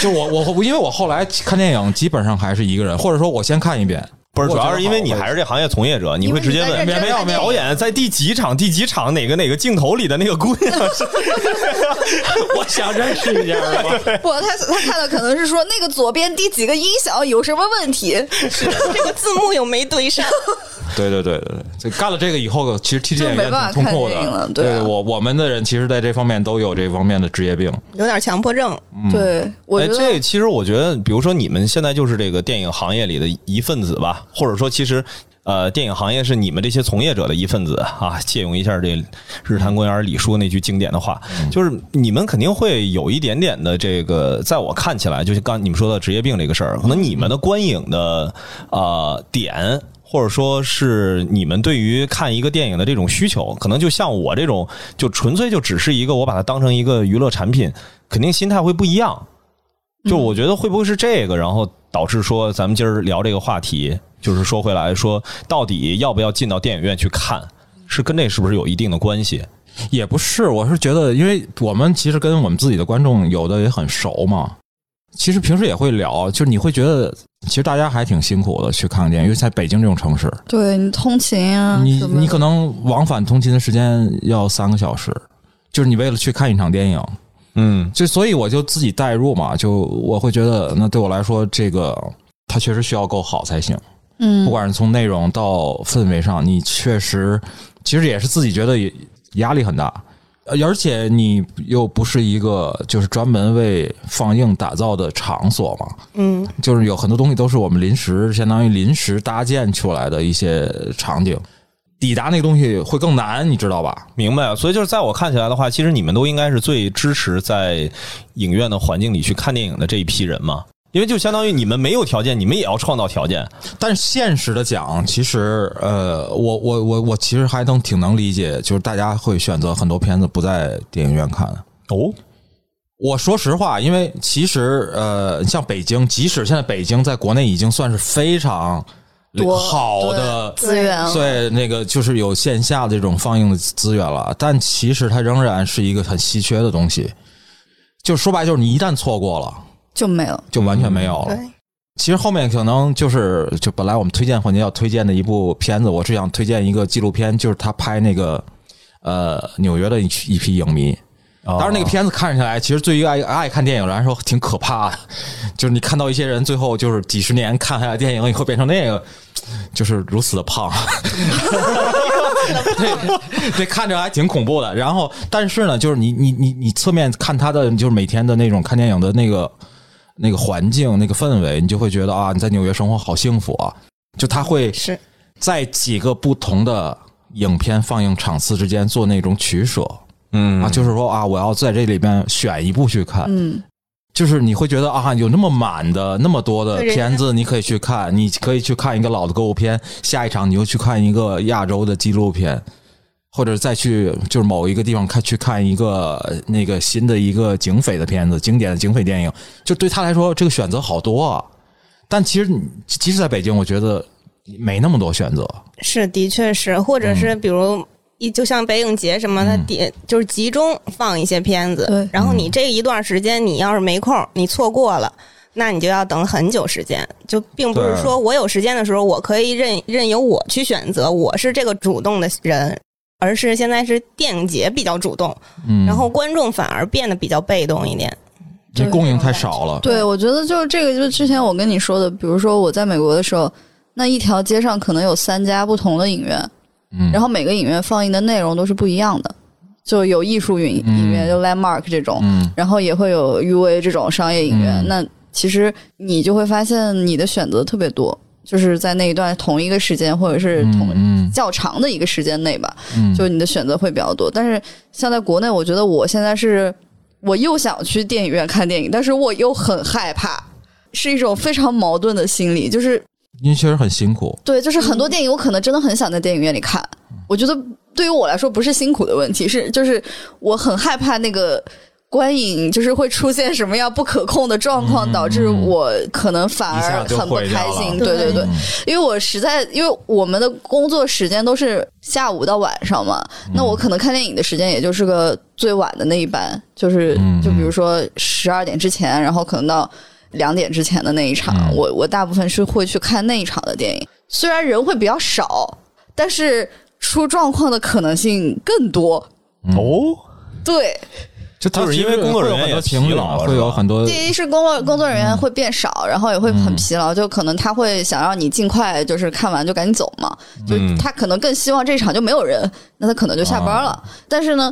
Speaker 2: 就我我我因为我后来看电影基本上还是一个人，或者说我先看一遍，
Speaker 4: 不是，
Speaker 2: 我
Speaker 4: 主
Speaker 2: 觉得
Speaker 4: 要是因为你还是这行业从业者，你会直接
Speaker 3: 因为
Speaker 4: 问
Speaker 3: 你在认真
Speaker 4: 没有
Speaker 3: 看
Speaker 4: 没
Speaker 3: 电
Speaker 4: 有
Speaker 3: 影
Speaker 4: 导演在第几场第几场哪个哪个镜头里的那个姑 娘是，
Speaker 2: 我想认识一
Speaker 4: 啊
Speaker 2: 下是吧
Speaker 1: 不，他他看的可能是说那个左边第几个音响有什么问题？
Speaker 3: 这个字幕又没对 上，
Speaker 2: 对对对对对，这干了这个以后，其实替这
Speaker 1: 就
Speaker 2: 演
Speaker 1: 没
Speaker 2: 员
Speaker 1: 办
Speaker 2: 挺
Speaker 1: 法
Speaker 2: 痛
Speaker 1: 看
Speaker 2: 苦的
Speaker 1: 电影了。对
Speaker 2: 对
Speaker 1: 啊
Speaker 2: 我我们的人其实在这方面都有这方面的职业病。
Speaker 3: 有点强迫症。
Speaker 2: 嗯
Speaker 1: 对，我
Speaker 4: 哎，
Speaker 1: 觉得
Speaker 4: 这其实我觉得，比如说你们现在就是这个电影行业里的一份子吧，或者说其实。呃，电影行业是你们这些从业者的一份子啊。借用一下这日坛公园李叔那句经典的话，就是你们肯定会有一点点的这个，在我看起来，就是刚你们说到职业病这个事儿，可能你们的观影的呃点或者说是你们对于看一个电影的这种需求，可能就像我这种，就纯粹就只是一个我把它当成一个娱乐产品，肯定心态会不一样。就我觉得会不会是这个，然后导致说咱们今儿聊这个话题，就是说回来说到底要不要进到电影院去看，是跟这是不是有一定的关系？
Speaker 2: 也不是，我是觉得，因为我们其实跟我们自己的观众有的也很熟嘛，其实平时也会聊，就是你会觉得，其实大家还挺辛苦的去看个电影，因为在北京这种城市，
Speaker 1: 对你通勤啊，
Speaker 2: 你
Speaker 1: 什么
Speaker 2: 你可能往返通勤的时间要三个小时，就是你为了去看一场电影，
Speaker 4: 嗯
Speaker 2: 就所以我就自己代入嘛，就我会觉得，那对我来说，这个它确实需要够好才行。
Speaker 1: 嗯，
Speaker 2: 不管是从内容到氛围上，你确实其实也是自己觉得也压力很大，呃而且你又不是一个就是专门为放映打造的场所嘛，
Speaker 3: 嗯，
Speaker 2: 就是有很多东西都是我们临时相当于临时搭建出来的一些场景，抵达那个东西会更难，你知道吧？
Speaker 4: 明白。所以就是在我看起来的话，其实你们都应该是最支持在影院的环境里去看电影的这一批人嘛，因为就相当于你们没有条件，你们也要创造条件。
Speaker 2: 但是现实的讲，其实呃，我我我我其实还能挺能理解，就是大家会选择很多片子不在电影院看。
Speaker 4: 哦，
Speaker 2: 我说实话，因为其实呃，像北京，即使现在北京在国内已经算是非常
Speaker 1: 多
Speaker 2: 好的
Speaker 1: 对资源了啊
Speaker 2: 对那个就是有线下这种放映的资源了，但其实它仍然是一个很稀缺的东西。就说白了，就是你一旦错过了，
Speaker 1: 就没了。
Speaker 2: 就完全没有了。
Speaker 1: 嗯
Speaker 3: 对，
Speaker 2: 其实后面可能就是，就本来我们推荐环节要推荐的一部片子，我是想推荐一个纪录片，就是他拍那个呃纽约的一一批影迷。
Speaker 4: 哦
Speaker 2: 当然，那个片子看起来，其实对于爱爱看电影人来说挺可怕的，就是你看到一些人最后就是几十年看下来电影以后变成那个，就是如此的胖，对，这看着还挺恐怖的。然后，但是呢，就是你你你你侧面看他的，就是每天的那种看电影的那个那个环境、那个氛围，你就会觉得啊，你在纽约生活好幸福啊！就他会
Speaker 3: 是
Speaker 2: 在几个不同的影片放映场次之间做那种取舍
Speaker 4: 嗯
Speaker 2: 啊，就是说啊，我要在这里边选一部去看，
Speaker 1: 嗯，
Speaker 2: 就是你会觉得啊，有那么满的那么多的
Speaker 3: 对人家
Speaker 2: 片子，你可以去看，你可以去看一个老的歌舞片，下一场你又去看一个亚洲的纪录片，或者再去就是某一个地方看去看一个呃那个新的一个警匪的片子，经典的警匪电影，就对他来说这个选择好多啊。但其实你即使在北京，我觉得没那么多选择。
Speaker 3: 是，的确是，或者是比如。一就像北影节什么，它
Speaker 2: 嗯
Speaker 3: 点就是集中放一些片子，
Speaker 1: 对
Speaker 3: 然后你这一段时间你要是没空，你错过了，那你就要等很久时间。就并不是
Speaker 2: 对
Speaker 3: 说我有时间的时候，我可以任任由我去选择，我是这个主动的人，而是现在是电影节比较主动，
Speaker 2: 嗯，
Speaker 3: 然后观众反而变得比较被动一点。
Speaker 2: 这供应太少了。
Speaker 1: 对，我觉得就是这个，就是之前我跟你说的，比如说我在美国的时候，那一条街上可能有三家不同的影院，
Speaker 2: 嗯，
Speaker 1: 然后每个影院放映的内容都是不一样的，就有艺术影
Speaker 2: 嗯
Speaker 1: 影院，就 Landmark 这种，
Speaker 2: 嗯
Speaker 1: 然后也会有 UA 这种商业影院。
Speaker 2: 嗯
Speaker 1: 那其实你就会发现你的选择特别多，就是在那一段同一个时间或者是同。
Speaker 2: 嗯
Speaker 1: 较长的一个时间内吧，
Speaker 2: 嗯，
Speaker 1: 就你的选择会比较多。但是像在国内，我觉得我现在是我又想去电影院看电影，但是我又很害怕，是一种非常矛盾的心理。就是
Speaker 2: 因为确实很辛苦。
Speaker 1: 对，就是很
Speaker 2: 嗯
Speaker 1: 多电影我可能真的很想在电影院里看，我觉得对于我来说不是辛苦的问题，是就是我很害怕那个。观影就是会出现什么样不可控的状况，导致我可能反
Speaker 2: 嗯一下
Speaker 1: 而
Speaker 2: 就
Speaker 1: 很不
Speaker 2: 毁掉
Speaker 1: 开
Speaker 2: 了
Speaker 1: 心。
Speaker 3: 对
Speaker 1: 对对对，
Speaker 2: 嗯
Speaker 1: 因为我实在因为我们的工作时间都是下午到晚上嘛，那
Speaker 2: 嗯
Speaker 1: 我可能看电影的时间也就是个最晚的那一班，就是
Speaker 2: 嗯
Speaker 1: 就比如说十二点之前，然后可能到两点之前的那一场，
Speaker 2: 嗯
Speaker 1: 我我大部分是会去看那一场的电影，虽然人会比较少，但是出状况的可能性更多。
Speaker 4: 哦，
Speaker 1: 对，
Speaker 2: 就
Speaker 4: 就是因为工作人员
Speaker 2: 很多
Speaker 4: 也
Speaker 2: 疲
Speaker 4: 疲
Speaker 2: 劳，
Speaker 4: 劳
Speaker 2: 会有很多
Speaker 1: 第一是工作工作人员会变少，然后也会很疲劳，就可能他会想让你尽快就是看完就赶紧走嘛，就
Speaker 4: 嗯
Speaker 1: 他可能更希望这场就没有人，那他可能就下班了。但是呢，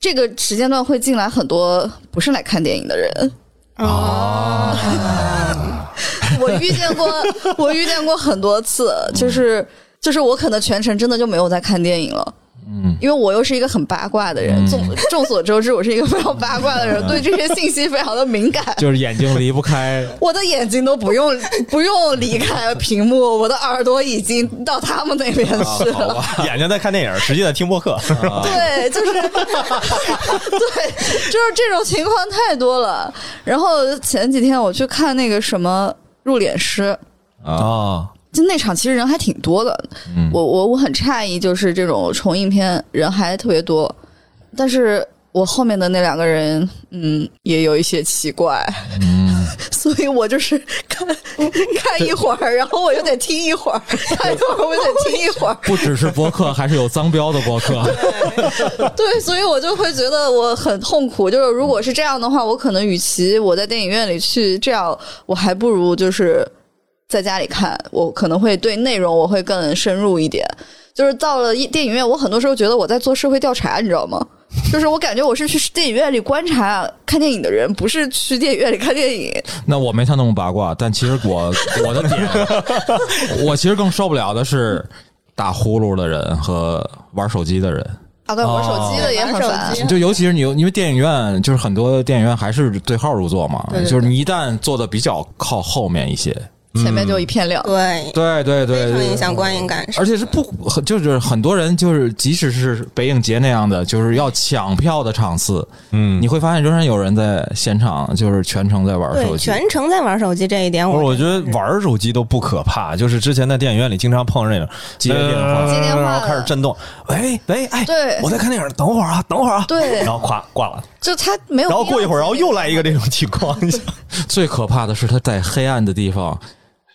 Speaker 1: 这个时间段会进来很多不是来看电影的人，
Speaker 2: 啊，
Speaker 1: 我遇见过，我遇见过很多次，就是。就是我可能全程真的就没有在看电影了，
Speaker 2: 嗯，
Speaker 1: 因为我又是一个很八卦的人。众众所周知，我是一个非常八卦的人，对这些信息非常的敏感。
Speaker 2: 就是眼睛离不开。
Speaker 1: 我的眼睛都不 用不用离开屏幕，我的耳朵已经到他们那边去
Speaker 2: 啊好
Speaker 1: 了。
Speaker 2: 吧，
Speaker 4: 眼睛在看电影，实际在听播客。
Speaker 1: 对，就是对，就是这种情况太多了。然后前几天我去看那个什么《入殓师》，
Speaker 4: 啊，
Speaker 1: 就那场其实人还挺多的，
Speaker 2: 嗯
Speaker 1: 我我我很诧异，就是这种重映片人还特别多，但是我后面的那两个人，嗯，也有一些奇怪， 所以我就是看看一会儿，然后我又得听一会儿，看一会儿我又得听一会儿，
Speaker 2: 不只是博客，还是有脏标的博 客。
Speaker 1: 对，所以我就会觉得我很痛苦。就是如果是这样的话，我可能与其我在电影院里去这样，我还不如就是在家里看。我可能会对内容我会更深入一点。就是到了一电影院，我很多时候觉得我在做社会调查，你知道吗？就是我感觉我是去电影院里观察看电影的人，不是去电影院里看电影。
Speaker 2: 那我没他那么八卦，但其实我我的点，我其实更受不了的是打呼噜的人和玩手机的人。
Speaker 1: 啊，对，玩
Speaker 4: 哦
Speaker 1: 手机的也很
Speaker 3: 玩
Speaker 1: 烦
Speaker 3: 手机。
Speaker 2: 就尤其是你，因为电影院就是很多电影院还是对号入座嘛，
Speaker 1: 对对
Speaker 2: 就是你一旦坐的比较靠后面一些，
Speaker 1: 前面
Speaker 4: 嗯
Speaker 1: 就一片亮，
Speaker 3: 对，
Speaker 2: 对对对
Speaker 3: 非常
Speaker 2: 对，
Speaker 3: 影响观影感受
Speaker 2: 而。且是不很就是很多人就是即使是北影节那样的，就是要抢票的场次，
Speaker 4: 嗯，
Speaker 2: 你会发现仍然有人在现场就是全程在玩手
Speaker 3: 对，
Speaker 2: 机。
Speaker 3: 全程在玩手机这一
Speaker 2: 哦
Speaker 3: 点，
Speaker 4: 不是，
Speaker 3: 我
Speaker 4: 我觉得玩手机都不可怕，就是之前在电影院里经常碰上那种
Speaker 2: 接电话
Speaker 4: 呃
Speaker 1: 接电话
Speaker 4: 然后开始震动，喂喂，哎，
Speaker 1: 对
Speaker 4: 我在看电影，等会儿啊，等会儿啊，
Speaker 1: 对
Speaker 4: 然后咵挂了，
Speaker 1: 就他没有。
Speaker 4: 然后过一会儿，然后又来一个这种情 况， 你想
Speaker 2: 最可怕的是他在黑暗的地方，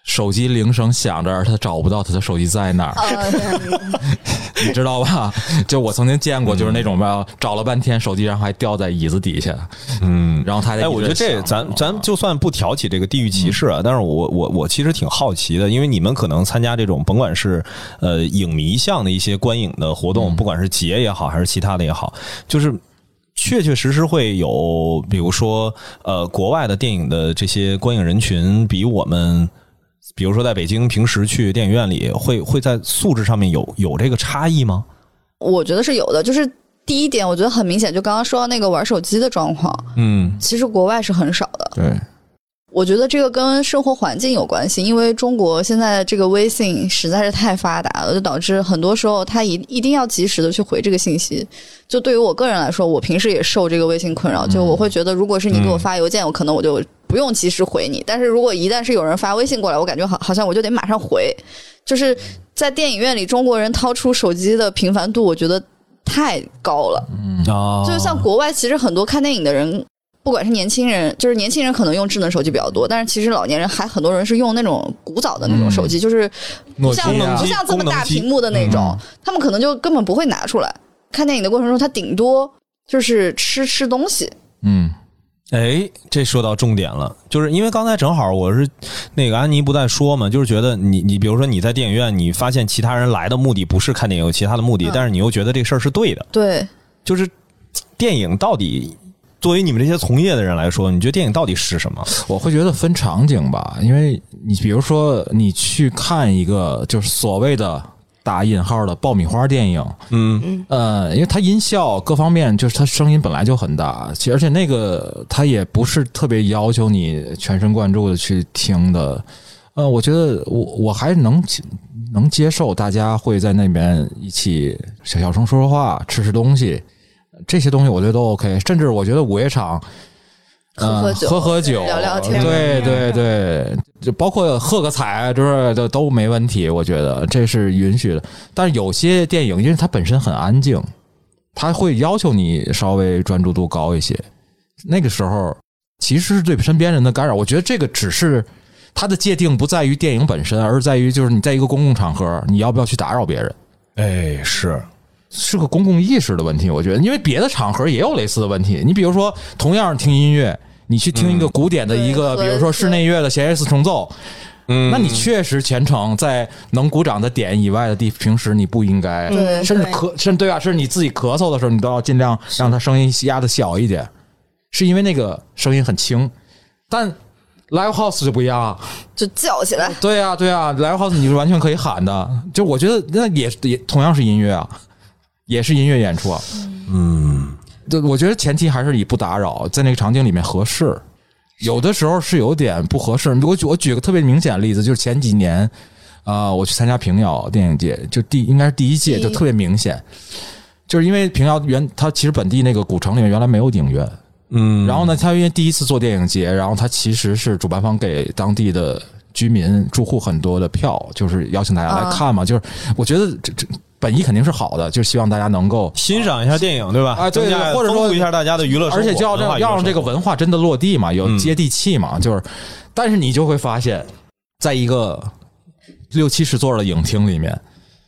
Speaker 2: 手机铃声响着，而他找不到他的手机在哪儿。
Speaker 1: 呃，
Speaker 2: 你知道吧？ 就我曾经见过，就是那种吧，找了半天手机，然后还掉在椅子底下，嗯，然后他还在
Speaker 4: 哎，我觉得这咱
Speaker 2: 啊
Speaker 4: 咱就算不挑起这个地域歧视啊，但是我我我其实挺好奇的，因为你们可能参加这种甭管是呃影迷向的一些观影的活动，不管是节也好，还是其他的也好，就是。确确实实会有，比如说，呃，国外的电影的这些观影人群，比我们，比如说在北京平时去电影院里，会会在素质上面有有这个差异吗？
Speaker 1: 我觉得是有的，就是第一点，我觉得很明显，就刚刚说到那个玩手机的状况，
Speaker 4: 嗯
Speaker 1: 其实国外是很少的。
Speaker 2: 对，
Speaker 1: 我觉得这个跟生活环境有关系，因为中国现在这个微信实在是太发达了，就导致很多时候他一一定要及时的去回这个信息。就对于我个人来说，我平时也受这个微信困扰，就我会觉得，如果是你给我发邮件，我可能我就不用及时回你，但是如果一旦是有人发微信过来，我感觉好好像我就得马上回。就是在电影院里，中国人掏出手机的频繁度，我觉得太高了。
Speaker 4: 啊
Speaker 1: 就是像国外，其实很多看电影的人，不管是年轻人，就是年轻人可能用智能手机比较多，但是其实老年人还很多人是用那种古早的那种手机，就是不
Speaker 2: 诺
Speaker 1: 像
Speaker 2: 基亚
Speaker 1: 不像这么
Speaker 4: 功能
Speaker 1: 大
Speaker 4: 机
Speaker 1: 屏幕的那种，他们可能就根本不会拿出来。看电影的过程中，他顶多就是吃吃东西，
Speaker 2: 嗯，
Speaker 4: 哎，这说到重点了，就是因为刚才正好我是那个安妮不在说嘛，就是觉得你你比如说你在电影院，你发现其他人来的目的不是看电影，有其他的目的，但是你又觉得这事儿是对的，
Speaker 1: 对，
Speaker 4: 就是嘖电影到底作为你们这些从业的人来说，你觉得电影到底是什么？
Speaker 2: 我会觉得分场景吧，因为你比如说你去看一个就是所谓的打引号的爆米花电影，
Speaker 4: 嗯
Speaker 2: 呃，因为它音效各方面就是它声音本来就很大，其而且那个它也不是特别要求你全神贯注的去听的。呃，我觉得我我还能能接受大家会在那边一起小小声说说话、吃吃东西，这些东西我觉得都 OK，甚至我觉得午夜场。
Speaker 1: 喝喝
Speaker 2: 嗯
Speaker 1: 酒
Speaker 2: 喝喝酒，
Speaker 1: 聊聊天嗯
Speaker 2: 对对对，就包括喝个彩，啊就是都都没问题，我觉得这是允许的。但是有些电影，因为它本身很安静，它会要求你稍微专注度高一些。那个时候其实是对身边人的干扰。我觉得这个只是它的界定不在于电影本身，而是在于就是你在一个公共场合，你要不要去打扰别人，
Speaker 4: 哎，是，
Speaker 2: 是个公共意识的问题。我觉得，因为别的场合也有类似的问题。你比如说，同样听音乐，你去听一个古典的一个，
Speaker 1: 嗯对
Speaker 2: 比如说室内乐的弦乐四重奏，
Speaker 4: 嗯
Speaker 2: 那你确实全程在能鼓掌的点以外的地，平时你不应该，
Speaker 3: 嗯
Speaker 2: 甚至
Speaker 3: 对
Speaker 2: 咳，甚至对吧？甚至你自己咳嗽的时候，你都要尽量让它声音压的小一点，是因为那个声音很轻。但 live house 就不一样啊，
Speaker 1: 就叫起来，
Speaker 2: 对啊，对啊，live house 你是完全可以喊的，就我觉得那也也同样是音乐啊，也是音乐演出啊。
Speaker 4: 嗯，
Speaker 2: 对，我觉得前提还是以不打扰，在那个场景里面合适。有的时候是有点不合适。我举我举个特别明显的例子，就是前几年啊、呃我去参加平遥电影节，就第应该是第一届，
Speaker 1: 第一
Speaker 2: 就特别明显，就是因为平遥原它其实本地那个古城里面原来没有影院，
Speaker 4: 嗯，
Speaker 2: 然后呢，它因为第一次做电影节，然后它其实是主办方给当地的居民住户很多的票，就是邀请大家来看嘛。就是我觉得这这本意肯定是好的，就是希望大家能够
Speaker 4: 欣赏一下电影，对吧？
Speaker 2: 啊对
Speaker 4: 增加
Speaker 2: 或者说
Speaker 4: 丰富一下大家的娱乐生活，
Speaker 2: 而且就要
Speaker 4: 文化
Speaker 2: 让
Speaker 4: 娱乐
Speaker 2: 要让这个
Speaker 4: 生活
Speaker 2: 文化真的落地嘛，有
Speaker 4: 嗯
Speaker 2: 接地气嘛，就是，但是你就会发现，在一个六七十座的影厅里面，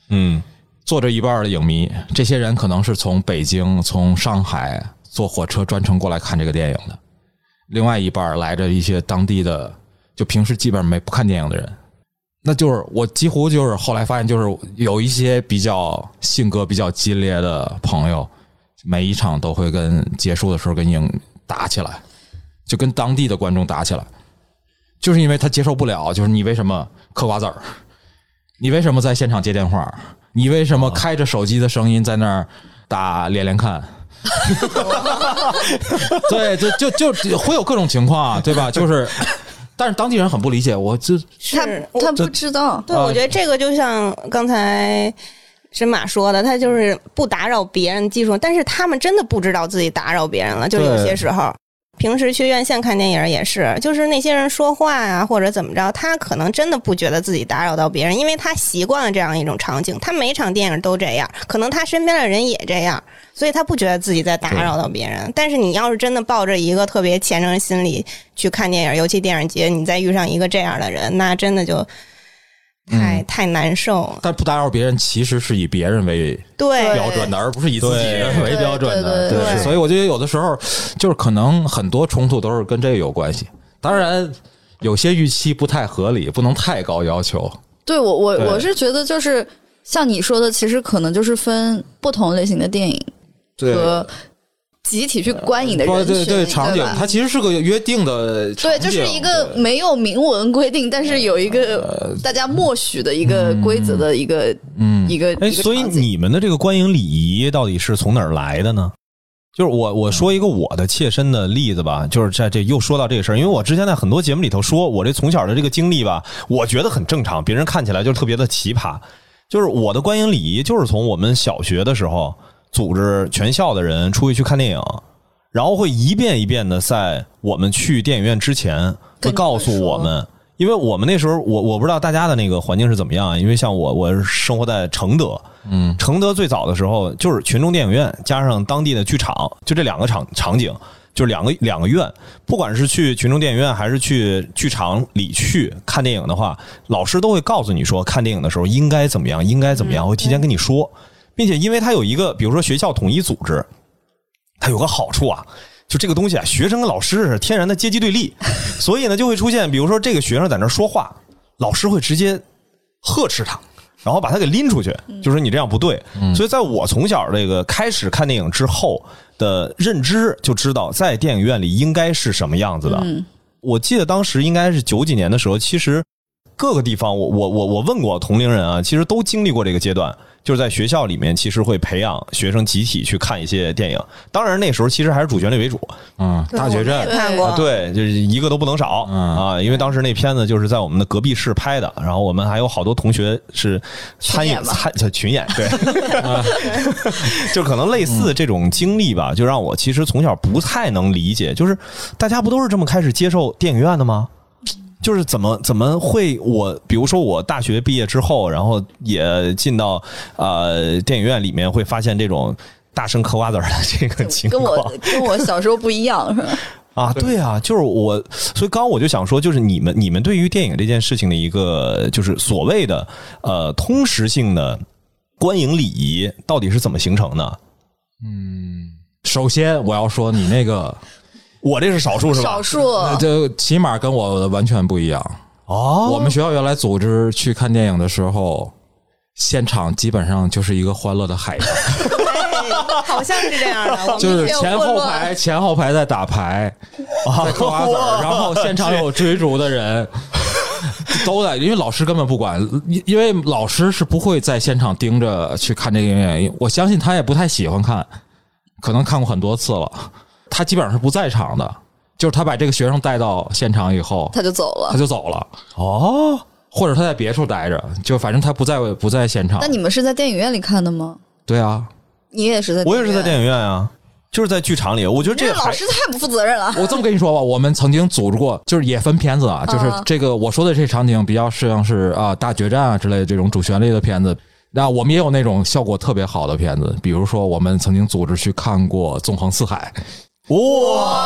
Speaker 4: 嗯
Speaker 2: 坐着一半的影迷，这些人可能是从北京、从上海坐火车专程过来看这个电影的，另外一半来着一些当地的，就平时基本上没不看电影的人。那就是我几乎就是后来发现，就是有一些比较性格比较激烈的朋友，每一场都会跟结束的时候跟影打起来，就跟当地的观众打起来，就是因为他接受不了，就是你为什么嗑瓜子儿，你为什么在现场接电话，你为
Speaker 1: 啊
Speaker 2: 什么开着手机的声音在那儿打连连看。 对，就就就就会有各种情况啊，对 吧？就是，但是当地人很不理解，我这
Speaker 1: 他
Speaker 3: 是
Speaker 1: 他
Speaker 2: 这
Speaker 1: 不知道，
Speaker 3: 对，
Speaker 2: 啊
Speaker 3: 我觉得这个就像刚才神马说的，他就是不打扰别人技术，但是他们真的不知道自己打扰别人了，就是有
Speaker 2: 对
Speaker 3: 些时候。平时去院线看电影也是，就是那些人说话呀、或者怎么着，他可能真的不觉得自己打扰到别人，因为他习惯了这样一种场景，他每场电影都这样，可能他身边的人也这样，所以他不觉得自己在打扰到别人。但是你要是真的抱着一个特别虔诚的心理去看电影，尤其电影节，你再遇上一个这样的人，那真的就太、
Speaker 4: 嗯
Speaker 3: 太难受了。
Speaker 2: 但不打扰别人，其实是以别人为
Speaker 3: 对，
Speaker 2: 标准的，而不是以自己
Speaker 4: 对
Speaker 2: 为标准
Speaker 1: 对
Speaker 2: 的。
Speaker 1: 对对
Speaker 3: 对
Speaker 2: 所以我觉得有的时候就是可能很多冲突都是跟这个有关系。当然，有些预期不太合理，不能太高要求。
Speaker 1: 对我我
Speaker 4: 对
Speaker 1: 我是觉得就是像你说的，其实可能就是分不同类型的电影和集体去观影的
Speaker 2: 对
Speaker 1: 人群，
Speaker 2: 对对，场景
Speaker 1: 吧
Speaker 2: 它其实是个约定的场景，
Speaker 1: 对，就是一个没有明文规定，但是有一个大家默许的一个规则的一个、
Speaker 2: 嗯
Speaker 1: 一个
Speaker 4: 哎，
Speaker 1: 一个
Speaker 4: 所以
Speaker 1: 场景
Speaker 4: 你们的这个观影礼仪到底是从哪儿来的呢？就是我我说一个我的切身的例子吧，就是在这又说到这个事儿，因为我之前在很多节目里头说，我这从小的这个经历吧，我觉得很正常，别人看起来就是特别的奇葩。就是我的观影礼仪，就是从我们小学的时候组织全校的人出去去看电影，然后会一遍一遍的在我们去电影院之前会
Speaker 1: 跟你们
Speaker 4: 告诉我们，嗯因为我们那时候我我不知道大家的那个环境是怎么样啊，因为像我我是生活在承德，
Speaker 2: 嗯，
Speaker 4: 承德最早的时候就是群众电影院加上当地的剧场，就这两个场场景，就是两个两个院。不管是去群众电影院还是去剧场里去看电影的话，老师都会告诉你说看电影的时候应该怎么样，应该怎么样，会提前跟你说，并且因为它有一个，比如说学校统一组织，它有个好处啊。就这个东西啊，学生跟老师是天然的阶级对立，所以呢，就会出现，比如说这个学生在那儿说话，老师会直接呵斥他，然后把他给拎出去，就说你这样不对。所以在我从小这个开始看电影之后的认知，就知道在
Speaker 1: 嗯
Speaker 4: 电影院里应该是什么样子的。我记得当时应该是九几年的时候，其实。各个地方，我我我我问过同龄人啊，其实都经历过这个阶段，就是在学校里面，其实会培养学生集体去看一些电影。当然那时候其实还是主旋律为主，
Speaker 2: 嗯，
Speaker 3: 对
Speaker 2: 大决
Speaker 3: 我们也
Speaker 2: 战，
Speaker 3: 看过，
Speaker 4: 啊对，就是一个都不能少、
Speaker 2: 嗯
Speaker 4: 啊！因为当时那片子就是在我们的隔壁室拍的，然后我们还有好多同学是参与
Speaker 1: 群演吧
Speaker 4: 参就群演，对， 就可能类似这种经历吧，就让我其实从小不太能理解，就是大家不都是这么开始接受电影院的吗？就是怎么怎么会我，比如说我大学毕业之后，然后也进到呃电影院里面，会发现这种大声嗑瓜子儿的这个情
Speaker 1: 跟
Speaker 4: 况，
Speaker 1: 我跟我小时候不一样，是吧？
Speaker 4: 啊，对啊，就是我，所以刚刚我就想说，就是你们你们对于电影这件事情的一个就是所谓的呃通识性的观影礼仪到底是怎么形成的？
Speaker 2: 首先我要说你那个，
Speaker 4: 我这是少数是吧？
Speaker 1: 少数
Speaker 2: 呃这起码跟我的完全不一样。
Speaker 4: 哦，
Speaker 2: 我们学校原来组织去看电影的时候，现场基本上就是一个欢乐的海洋，
Speaker 3: 哎好像是这样的。我们
Speaker 2: 就是
Speaker 3: 也有
Speaker 2: 前
Speaker 3: 哦混
Speaker 2: 后
Speaker 3: 乱
Speaker 2: 排前后排在打牌，在嗑瓜子儿，然后现场有追逐的人。都在，因为老师根本不管，因因为老师是不会在现场盯着去看这个电影，我相信他也不太喜欢看，可能看过很多次了。他基本上是不在场的，就是他把这个学生带到现场以后，
Speaker 1: 他就走
Speaker 2: 他
Speaker 1: 了。
Speaker 2: 就走了，
Speaker 4: 哦，
Speaker 2: 或者他在别处待着，就反正他不在不在现场
Speaker 1: 那。你们是在电影院里看的吗？
Speaker 2: 对啊，
Speaker 1: 你也是在，
Speaker 4: 我也是在电影院啊，就是在剧场里，我觉得
Speaker 1: 这
Speaker 4: 这
Speaker 1: 个老
Speaker 4: 还
Speaker 1: 师太不负责任了。
Speaker 2: 我这么跟你说吧，我们曾经组织过，就是也分片子啊，就是
Speaker 1: 嗯
Speaker 2: 这个我说的这场景比较像是啊大决战啊之类的这种主旋律的片子。那我们也有那种效果特别好的片子，比如说我们曾经组织去看过《纵横四海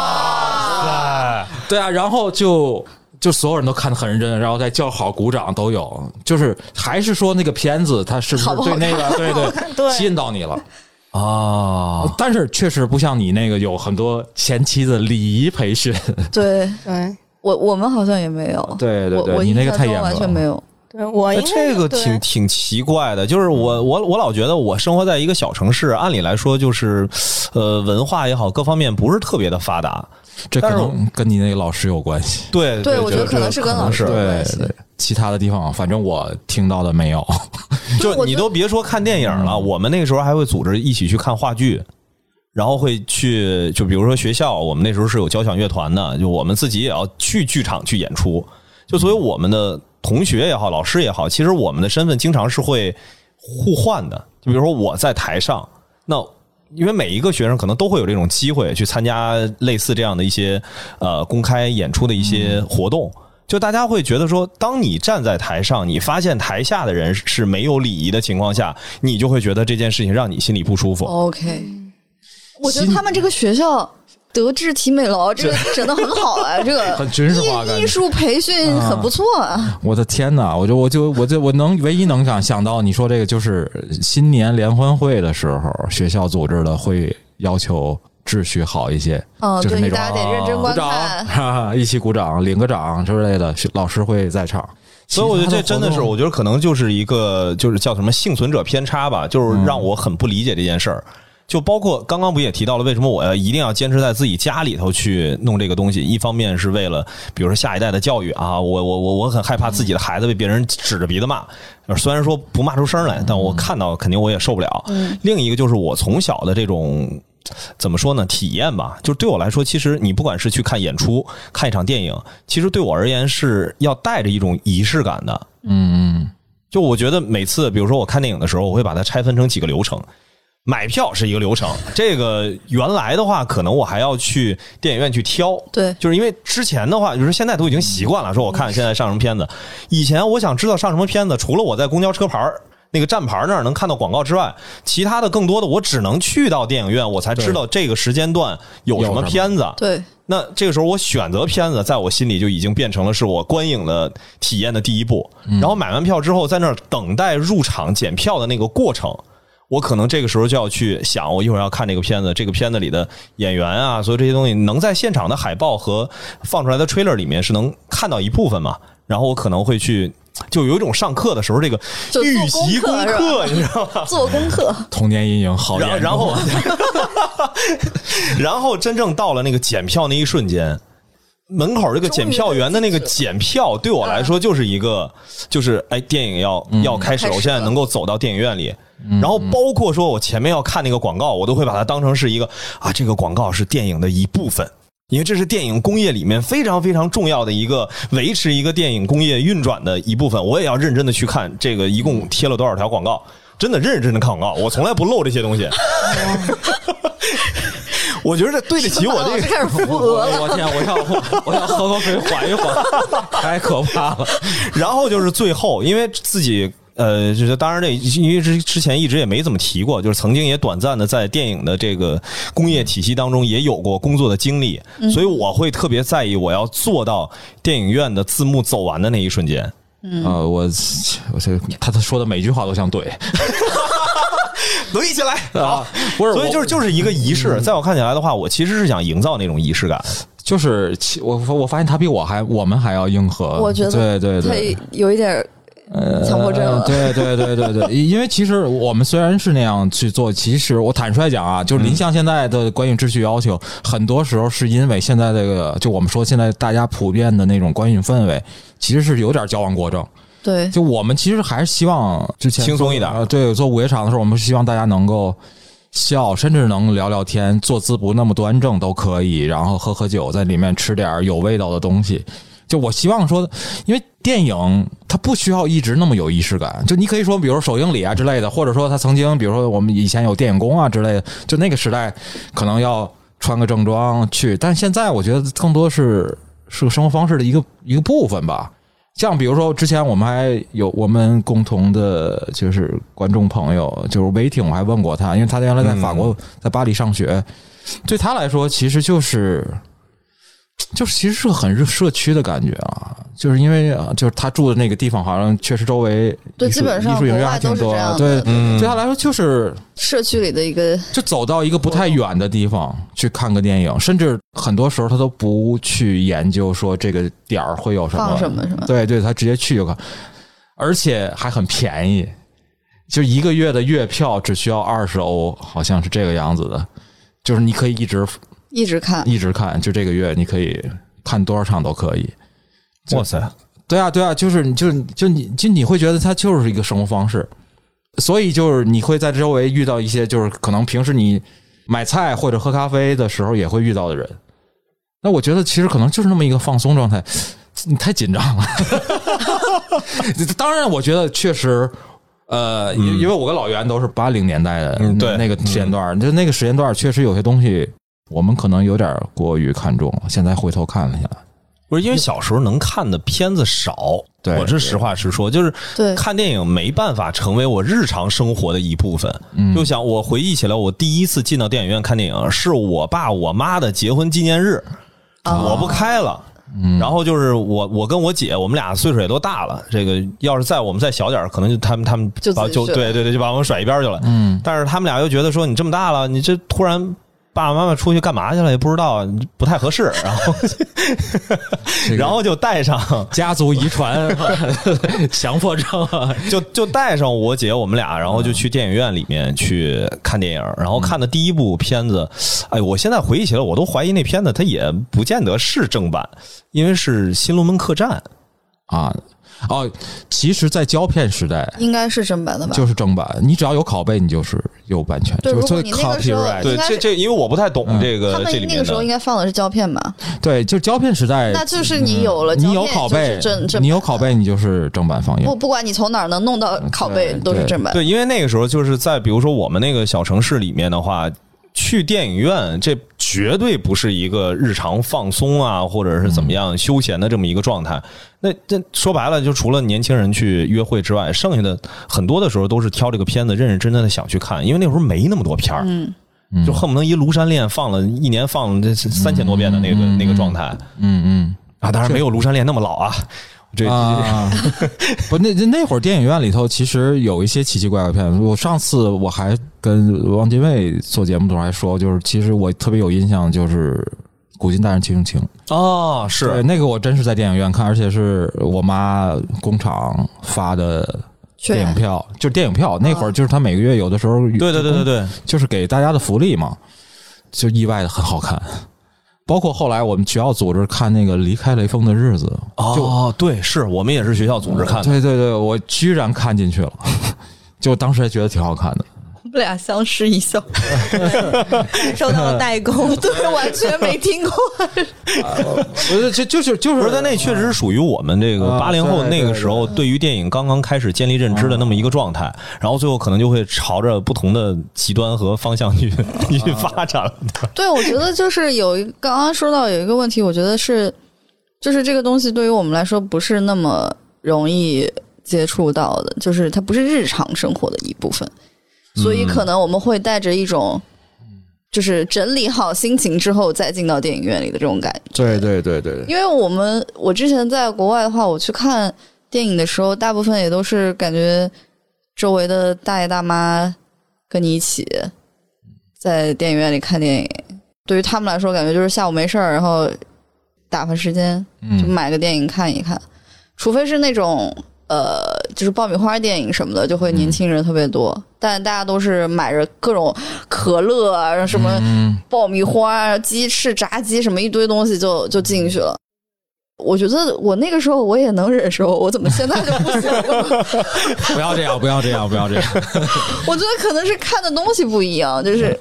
Speaker 4: 哇塞，》，
Speaker 2: 对啊，然后就就所有人都看得很认真，然后再叫好、鼓掌都有，就是还是说那个片子它是不是
Speaker 1: 好不好
Speaker 2: 对那个 对对
Speaker 3: 对
Speaker 2: 吸引到你了？
Speaker 1: 哦
Speaker 4: 啊，
Speaker 2: 但是确实不像你那个有很多前期的礼仪培训，
Speaker 1: 对
Speaker 3: 对
Speaker 1: 我，我们好像也没有。
Speaker 2: 对对对
Speaker 1: 我我
Speaker 2: 你那
Speaker 1: 印
Speaker 2: 个
Speaker 1: 象
Speaker 2: 太
Speaker 1: 中
Speaker 2: 严格
Speaker 1: 完全
Speaker 2: 了
Speaker 1: 没有。
Speaker 3: 对，我应
Speaker 4: 那
Speaker 3: 该
Speaker 4: 哎这个挺
Speaker 3: 对
Speaker 4: 挺奇怪的，就是我我我老觉得我生活在一个小城市，按理来说就是，呃，文化也好，各方面不是特别的发达。
Speaker 2: 这可
Speaker 4: 但是啊
Speaker 2: 能跟你那个老师有关系。
Speaker 4: 对
Speaker 1: 对我觉得可能是跟老师有
Speaker 2: 对
Speaker 1: 关系
Speaker 2: 对，其他的地方反正我听到的没有。
Speaker 4: 就你都别说看电影了，我们那个时候还会组织一起去看话剧，然后会去，就比如说学校，我们那时候是有交响乐团的，就我们自己也要去剧场去演出。就所以我们的同学也好，老师也好，其实我们的身份经常是会互换的。就比如说我在台上，那因为每一个学生可能都会有这种机会去参加类似这样的一些呃公开演出的一些活动。就大家会觉得说，当你站在台上，你发现台下的人是没有礼仪的情况下，你就会觉得这件事情让你心里不舒服。
Speaker 1: OK，我觉得他们这个学校。德智体美劳，这个整的很好啊，这个
Speaker 2: 很军事化感觉
Speaker 1: 艺艺术培训很不错啊。
Speaker 2: 我的天哪！我就我就我就我能唯一能想想到你说这个就是新年联欢会的时候，学校组织的会要求秩序好一些，
Speaker 1: 嗯，
Speaker 2: 就是
Speaker 1: 对，
Speaker 2: 那种啊
Speaker 1: 大家得认真观
Speaker 2: 鼓掌
Speaker 1: 看。
Speaker 2: 哈哈， 一起鼓掌、领个掌之类的，学老师会在场。
Speaker 4: 所以我觉得这真的
Speaker 2: 其
Speaker 4: 是，
Speaker 2: 他活
Speaker 4: 我
Speaker 2: 动
Speaker 4: 觉得可能就是一个就是叫什么幸存者偏差吧，就是让我很不理解这件事儿。就包括刚刚不也提到了，为什么我要一定要坚持在自己家里头去弄这个东西？一方面是为了，比如说下一代的教育啊，我我我我很害怕自己的孩子被别人指着鼻子骂，呃虽然说不骂出声来，
Speaker 2: 嗯
Speaker 4: 但我看到肯定我也受不了。另一个就是我从小的这种怎么说呢？体验吧，就是对我来说，其实你不管是去看演出、看一场电影，其实对我而言是要带着一种仪式感的。
Speaker 2: 嗯，
Speaker 4: 就我觉得每次，比如说我看电影的时候，我会把它拆分成几个流程。买票是一个流 程，这个原来的话，可能我还要去电影院去挑，
Speaker 1: 对
Speaker 4: 就是因为之前的话，就是现在都已经习惯了，说我看现在上什么片子。以前我想知道上什么片子，除了我在公交车牌儿那个站牌儿那儿能看到广告之外，其他的更多的我只能去到电影院，我才知道这个时间段有什么片子。
Speaker 1: 对，
Speaker 4: 那这个时候我选择片子，在我心里就已经变成了是我观影的体验的第一步。
Speaker 1: 嗯
Speaker 4: 然后买完票之后，在那儿等待入场检票的那个过程。我可能这个时候就要去想，我一会儿要看这个片子，这个片子里的演员啊，所有这些东西能在现场的海报和放出来的 trailer 里面是能看到一部分嘛？然后我可能会去，就有一种上课的时候这个
Speaker 1: 就做
Speaker 4: 预习
Speaker 1: 功
Speaker 4: 功
Speaker 1: 课是吧
Speaker 4: 课，你知道吗？
Speaker 1: 做功课。
Speaker 2: 童年阴影好
Speaker 4: 然后
Speaker 2: 严重。
Speaker 4: 然后然后真正到了那个检票那一瞬间，门口这个检票员的那个检票，对我来说就是一个，就是哎，电影要要开始了，
Speaker 1: 开始
Speaker 4: 我现在能够走到电影院里。然后包括说我前面要看那个广告，我都会把它当成是一个啊，这个广告是电影的一部分。因为这是电影工业里面非常非常重要的一个维持一个电影工业运转的一部分，我也要认真的去看这个一共贴了多少条广告，真的认认真真地看广告，我从来不漏这些东西。 我觉得这对得 起我这
Speaker 1: 就
Speaker 4: 个
Speaker 1: 开始扶额了。
Speaker 2: 我我天，我要我我要喝口水缓一缓，太可怕了。
Speaker 4: 然后就是最后，因为自己呃，就是当然这因为之之前一直也没怎么提过，就是曾经也短暂的在电影的这个工业体系当中也有过工作的经历，所以我会特别在意我要做到电影院的字幕走完的那一瞬间。
Speaker 2: 啊，我我这他他说的每句话都想怼
Speaker 4: 轮一起来
Speaker 2: 啊，不是，
Speaker 4: 所以
Speaker 2: 我
Speaker 4: 就是嗯就是一个仪式，在我看起来的话，我其实是想营造那种仪式感。
Speaker 2: 就是其我我发现他比我还我们还要硬核，
Speaker 1: 我觉得
Speaker 2: 对对
Speaker 1: 他
Speaker 2: 对，
Speaker 1: 有一点儿强迫症
Speaker 2: 呃
Speaker 1: 了。
Speaker 2: 对对对对对，因为其实我们虽然是那样去做，其实我坦率讲啊，就是林像现在的观影秩序要求，很多时候是因为现在这个，就我们说现在大家普遍的那种观影氛围，其实是有点矫枉过正。
Speaker 1: 对，
Speaker 2: 就我们其实还是希望之前
Speaker 4: 轻松一点
Speaker 2: 呃，对，做午夜场的时候，我们是希望大家能够笑，甚至能聊聊天，坐姿不那么端正都可以，然后喝喝酒，在里面吃点儿有味道的东西。就我希望说，因为电影它不需要一直那么有仪式感，就你可以说，比如首映礼啊之类的，或者说它曾经，比如说我们以前有电影宫啊之类的，就那个时代可能要穿个正装去，但现在我觉得更多是是个生活方式的一个一个部分吧。像比如说，之前我们还有我们共同的，就是观众朋友，就是威挺，我还问过他，因为他原来在法国，在巴黎上学，对他来说，其实就是，就是其实是个很社区的感觉啊，就是因为啊就是他住的那个地方，好像确实周围
Speaker 1: 对
Speaker 2: 艺术
Speaker 1: 基本上
Speaker 2: 艺术影院还挺
Speaker 1: 国
Speaker 2: 多
Speaker 1: 外
Speaker 2: 啊，
Speaker 1: 都是这
Speaker 2: 对
Speaker 1: 样的，
Speaker 4: 嗯
Speaker 2: 对他来说就是
Speaker 1: 社区里的一个
Speaker 2: 就走到一个不太远的地方去看个电影，甚至很多时候他都不去研究说这个点儿会有什么
Speaker 1: 放什么什么，
Speaker 2: 对对，他直接去就看，而且还很便宜，就一个月的月票只需要二十欧，好像是这个样子的，就是你可以一直
Speaker 1: 一直看。
Speaker 2: 一直看，就这个月你可以看多少场都可以。
Speaker 4: 哇塞，
Speaker 2: 对啊，对啊，就是你就是就你就你会觉得它就是一个生活方式，所以就是你会在周围遇到一些就是可能平时你买菜或者喝咖啡的时候也会遇到的人。那我觉得其实可能就是那么一个放松状态，你太紧张了。 当然，我觉得确实，呃，因因为我跟老袁都是八零年代的
Speaker 4: 嗯对
Speaker 2: 呃那个时间段儿，就那个时间段儿确实有些东西我们可能有点过于看重了。现在回头看了一下，
Speaker 4: 不是因为小时候能看的片子少，
Speaker 2: 对
Speaker 4: 我是实话实说，就是
Speaker 2: 呃
Speaker 1: 对
Speaker 4: 看电影没办法成为我日常生活的一部分。
Speaker 2: 嗯
Speaker 4: 就想我回忆起来，我第一次进到电影院看电影是我爸我妈的结婚纪念日，
Speaker 2: 啊
Speaker 1: 啊
Speaker 4: 我不开了。
Speaker 2: 嗯
Speaker 4: 然后就是我，我跟我姐，我们俩岁数也都大了。这个要是再我们再小点儿可能就他们他们
Speaker 1: 就自己
Speaker 4: 把就
Speaker 1: 去了
Speaker 4: 对对对，就把我们甩一边儿去了。
Speaker 2: 嗯，
Speaker 4: 但是他们俩又觉得说你这么大了，你这突然爸爸妈妈出去干嘛去了也不知道，不太合适。然后
Speaker 2: 这个
Speaker 4: 然后就带上，
Speaker 2: 家族遗传 强迫症啊，
Speaker 4: 就就带上我姐我们俩，然后就去电影院里面去看电影，然后看的第一部片子，哎，我现在回忆起来，我都怀疑那片子它也不见得是正版，因为是《新龙门客栈
Speaker 2: 啊哦，其实，在胶片时代
Speaker 1: 应该是正版的吧？
Speaker 2: 就是正版，你只要有拷贝，你就是有版权，
Speaker 1: 对
Speaker 2: 就
Speaker 1: 如
Speaker 2: 是
Speaker 1: 果
Speaker 2: 所以
Speaker 1: 你那个时候
Speaker 2: copyright，》。
Speaker 1: 哎应
Speaker 4: 对，
Speaker 1: 该是嗯
Speaker 4: 这这因为我不太懂这个
Speaker 1: 他
Speaker 4: 这里
Speaker 1: 们那
Speaker 4: 面
Speaker 1: 个时候应
Speaker 4: 的。
Speaker 1: 该放的是胶片吧？
Speaker 2: 对，就胶片时代，
Speaker 1: 那就是你有了胶
Speaker 2: 哎嗯你
Speaker 1: 片
Speaker 2: 有拷贝
Speaker 1: 就是正，正哦
Speaker 2: 你有拷贝，你就是正版放映
Speaker 1: 不。不管你从哪儿能弄到拷贝
Speaker 2: 对
Speaker 1: 都是正版。
Speaker 4: 对，因为那个时候就是在比如说我们那个小城市里面的话，去电影院这绝对不是一个日常放松啊，或者是怎么样休闲的这么一个状态。那这说白了，就除了年轻人去约会之外，剩下的很多的时候都是挑这个片子认认真真的想去看，因为那时候没那么多片儿，
Speaker 1: 嗯，
Speaker 4: 就恨不得一《庐山恋》放了一年放了这三千多遍的那个、那个状态
Speaker 2: 嗯
Speaker 4: 啊，当然没有《庐山恋》那么老啊。这
Speaker 2: 嗯啊， 不，那那会儿电影院里头其实有一些奇奇怪怪的片子。我上次我还跟汪精卫做节目的时候还说，就是其实我特别有印象，就是《古今大人秦俑情》。
Speaker 4: 哦，
Speaker 2: 对，
Speaker 4: 是
Speaker 2: 那个我真是在电影院看，而且是我妈工厂发的
Speaker 1: 确
Speaker 2: 电影票，就是电影票。那会儿就是她每个月有的时候，
Speaker 4: 对对对对，对，
Speaker 2: 就是给大家的福利嘛，就意外的很好看。包括后来我们学校组织看那个《离开雷锋的日子》，
Speaker 4: 哦，对，是我们也是学校组织看的，
Speaker 2: 对对对，我居然看进去了， 就当时还觉得挺好看的。
Speaker 1: 我们俩相视一 笑，
Speaker 3: 感受到
Speaker 4: 嗯
Speaker 3: 了代沟，对，
Speaker 1: 完全没听过。
Speaker 2: 不呃是，就就是就
Speaker 4: 不
Speaker 2: 是
Speaker 4: 是，但那确实是属于我们这个
Speaker 2: 啊
Speaker 4: 八零后
Speaker 2: 对
Speaker 4: 那个时候嗯对于电影刚刚开始建立认知的那么一个状态，然后最后可能就会朝着不同的极端和方向去 去发展了。
Speaker 1: 对，我觉得就是有一刚刚说到有一个问题，我觉得是就是这个东西对于我们来说不是那么容易接触到的，就是它不是日常生活的一部分，所以可能我们会带着一种。就是整理好心情之后再进到电影院里的这种感觉。
Speaker 2: 对对对对对
Speaker 1: 因为我们我之前在国外的话，我去看电影的时候，大部分也都是感觉周围的大爷大妈跟你一起在电影院里看电影。对于他们来说，感觉就是下午没事儿，然后打发时间，就
Speaker 2: 嗯，
Speaker 1: 买个电影看一看。除非是那种呃，就是爆米花电影什么的，就会年轻人特别多，但大家都是买着各种可乐啊，什么
Speaker 2: 嗯
Speaker 1: 爆米花、鸡翅、炸鸡什么一堆东西就就进去了。我觉得我那个时候我也能忍受，我怎么现在就不行 了？
Speaker 2: 不要这样，不要这样，不要这样。
Speaker 1: 我觉得可能是看的东西不一样，就是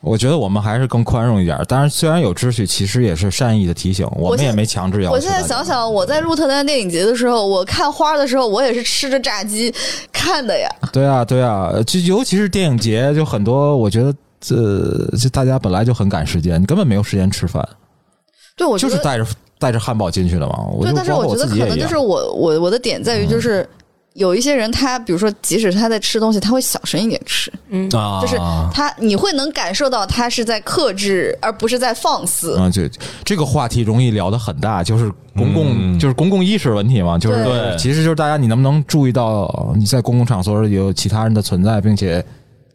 Speaker 2: 我觉得我们还是更宽容一点儿。当然，虽然有秩序，其实也是善意的提醒，我
Speaker 1: 我
Speaker 2: 们
Speaker 1: 现
Speaker 2: 也没强制要求。
Speaker 1: 我现在想，想，我在鹿特丹电影节的时候，我看花的时候，我也是吃着炸鸡看的呀。
Speaker 2: 对啊，对啊，就尤其是电影节，就很多，我觉得这就大家本来就很赶时间，你根本没有时间吃饭，
Speaker 1: 对，我觉
Speaker 2: 就
Speaker 1: 得
Speaker 2: 是带着带着汉堡进去的嘛。我
Speaker 1: 对，
Speaker 2: 就
Speaker 1: 但是
Speaker 2: 包括
Speaker 1: 觉得
Speaker 2: 自
Speaker 1: 可
Speaker 2: 己也
Speaker 1: 能
Speaker 2: 一
Speaker 1: 就
Speaker 2: 样嗯
Speaker 1: 是我我我的点在于就是。有一些人他，比如说，即使他在吃东西，他会小声一点吃，
Speaker 3: 嗯，
Speaker 4: 啊
Speaker 1: 就是他你会能感受到他是在克制，而不是在放肆。
Speaker 2: 啊，这这个话题容易聊得很大，就是公共、
Speaker 4: 嗯
Speaker 2: 就是公共意识问题嘛，就是
Speaker 4: 对
Speaker 2: 其实就是大家你能不能注意到你在公共场所有其他人的存在，并且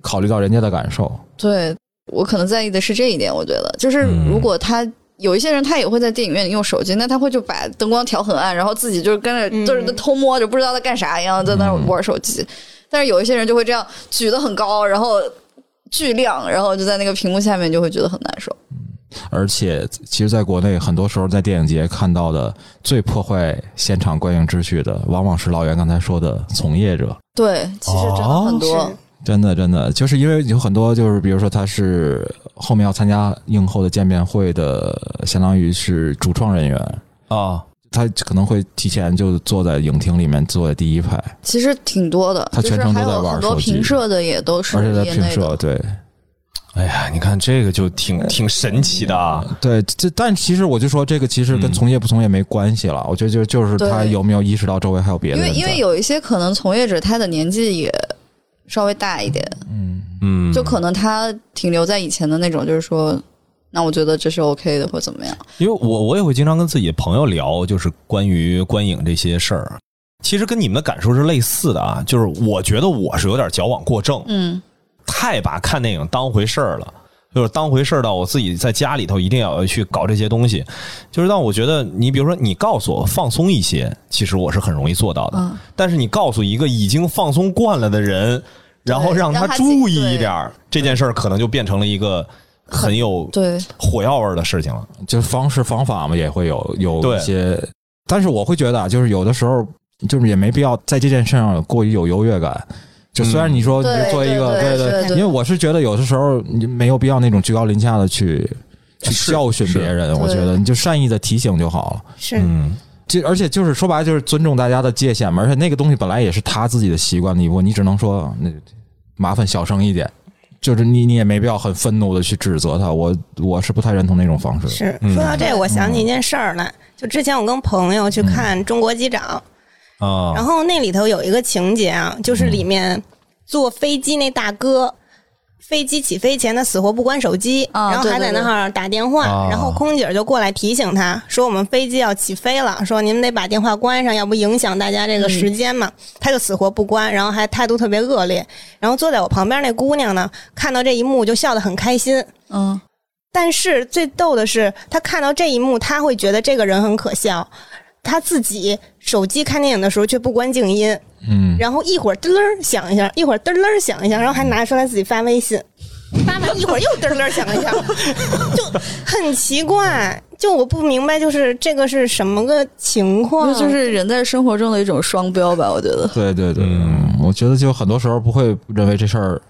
Speaker 2: 考虑到人家的感受。
Speaker 1: 对我可能在意的是这一点，我觉得就是
Speaker 2: 嗯
Speaker 1: 如果他、有一些人，他也会在电影院里用手机，那他会就把灯光调很暗，然后自己就是跟着
Speaker 3: 嗯
Speaker 1: 就是偷摸着不知道在干啥一样，在那
Speaker 2: 嗯
Speaker 1: 儿玩手机。但是有一些人就会这样举得很高，然后巨亮，然后就在那个屏幕下面就会觉得很难受。
Speaker 2: 而且，其实在国内很多时候在电影节看到的最破坏现场观影秩序的，往往是老袁刚才说的从业者。
Speaker 1: 对，其实真的很多。
Speaker 3: 是
Speaker 2: 真的，真的，就是因为有很多，就是比如说他是后面要参加映后的见面会的，相当于是主创人员，
Speaker 4: 啊，
Speaker 2: 他可能会提前就坐在影厅里面坐在第一排，
Speaker 1: 其实挺多的，
Speaker 2: 他
Speaker 1: 就是
Speaker 2: 全程
Speaker 1: 还
Speaker 2: 都在
Speaker 1: 有
Speaker 2: 玩
Speaker 1: 很多
Speaker 2: 手机
Speaker 1: 评社的也都是
Speaker 2: 而且在
Speaker 1: 业
Speaker 2: 评
Speaker 1: 内
Speaker 2: 社，
Speaker 1: 的，
Speaker 2: 对
Speaker 4: 哎呀，你看这个就挺挺神奇的啊。
Speaker 2: 对，这但其实我就说这个其实跟
Speaker 4: 嗯
Speaker 2: 从业不从业没关系了，我觉得就就是
Speaker 1: 对
Speaker 2: 他有没有意识到周围还有别的
Speaker 1: 因为
Speaker 2: 人在，
Speaker 1: 因为有一些可能从业者他的年纪也稍微大一点，
Speaker 2: 嗯
Speaker 4: 嗯，
Speaker 1: 就可能他停留在以前的那种，就是说，那我觉得这是 OK 的，或怎么样？
Speaker 4: 因为我我也会经常跟自己的朋友聊，就是关于观影这些事儿。其实跟你们的感受是类似的啊，就是我觉得我是有点矫枉过正，
Speaker 1: 嗯，
Speaker 4: 太把看电影当回事儿了，就是当回事儿到我自己在家里头一定要去搞这些东西。就是让我觉得，你比如说你告诉我放松一些，其实我是很容易做到的。
Speaker 1: 嗯
Speaker 4: 但是你告诉一个已经放松惯了的人，然后让
Speaker 1: 让他
Speaker 4: 注意
Speaker 1: 自己
Speaker 4: 一点儿，这件事儿可能就变成了一个很有
Speaker 1: 对，嗯
Speaker 4: 火药味儿的事情了。
Speaker 2: 就是方式方法嘛也会有有
Speaker 4: 对
Speaker 2: 一些，但是我会觉得啊，就是有的时候就是也没必要在这件事上过于有优越感。就虽然
Speaker 4: 嗯
Speaker 2: 你说你
Speaker 1: 对
Speaker 2: 就做一个，
Speaker 1: 对对
Speaker 2: 对
Speaker 1: 对对
Speaker 2: 因为我是觉得有的时候你没有必要那种居高临下的去去
Speaker 4: 是
Speaker 2: 教训
Speaker 4: 是
Speaker 2: 别人，我
Speaker 1: 对
Speaker 2: 觉得你就善意的提醒就好了。
Speaker 3: 是，
Speaker 4: 嗯，
Speaker 2: 这而且就是说白了就是尊重大家的界限嘛，而且那个东西本来也是他自己的习惯的一部分，你只能说那麻烦小声一点，就是你你也没必要很愤怒的去指责他，我我是不太认同那种方式。
Speaker 3: 是
Speaker 4: 嗯
Speaker 3: 说到这，我想起一件事儿来，就之前我跟朋友
Speaker 4: 嗯
Speaker 3: 去看《中国机长》，
Speaker 4: 啊，
Speaker 3: 然后那里头有一个情节啊，就是里面坐飞机那大哥。飞机起飞前，他死活不关手机，
Speaker 1: 啊
Speaker 3: 然后还在那儿打电话，
Speaker 4: 对对对啊
Speaker 3: 然后空姐就过来提醒他说：“我们飞机要起飞了，说您得把电话关上，要不影响大家这个时间嘛。他就死活不关，然后还态度特别恶劣。然后坐在我旁边那姑娘呢，看到这一幕就笑得很开心，
Speaker 1: 嗯，
Speaker 3: 但是最逗的是，他看到这一幕，他会觉得这个人很可笑。他自己手机看电影的时候却不关静音，
Speaker 2: 嗯，
Speaker 3: 然后一会儿嘚儿响一下，一会儿嘚儿响一下，然后还拿出来自己发微信。发完一会儿又嘚儿嘚儿响一下， 就很奇怪。就我不明白，就是这个是什么个情况？
Speaker 1: 就是人在生活中的一种双标吧，我觉得。
Speaker 2: 对对对，
Speaker 4: 嗯
Speaker 2: 我觉得就很多时候不会认为这事儿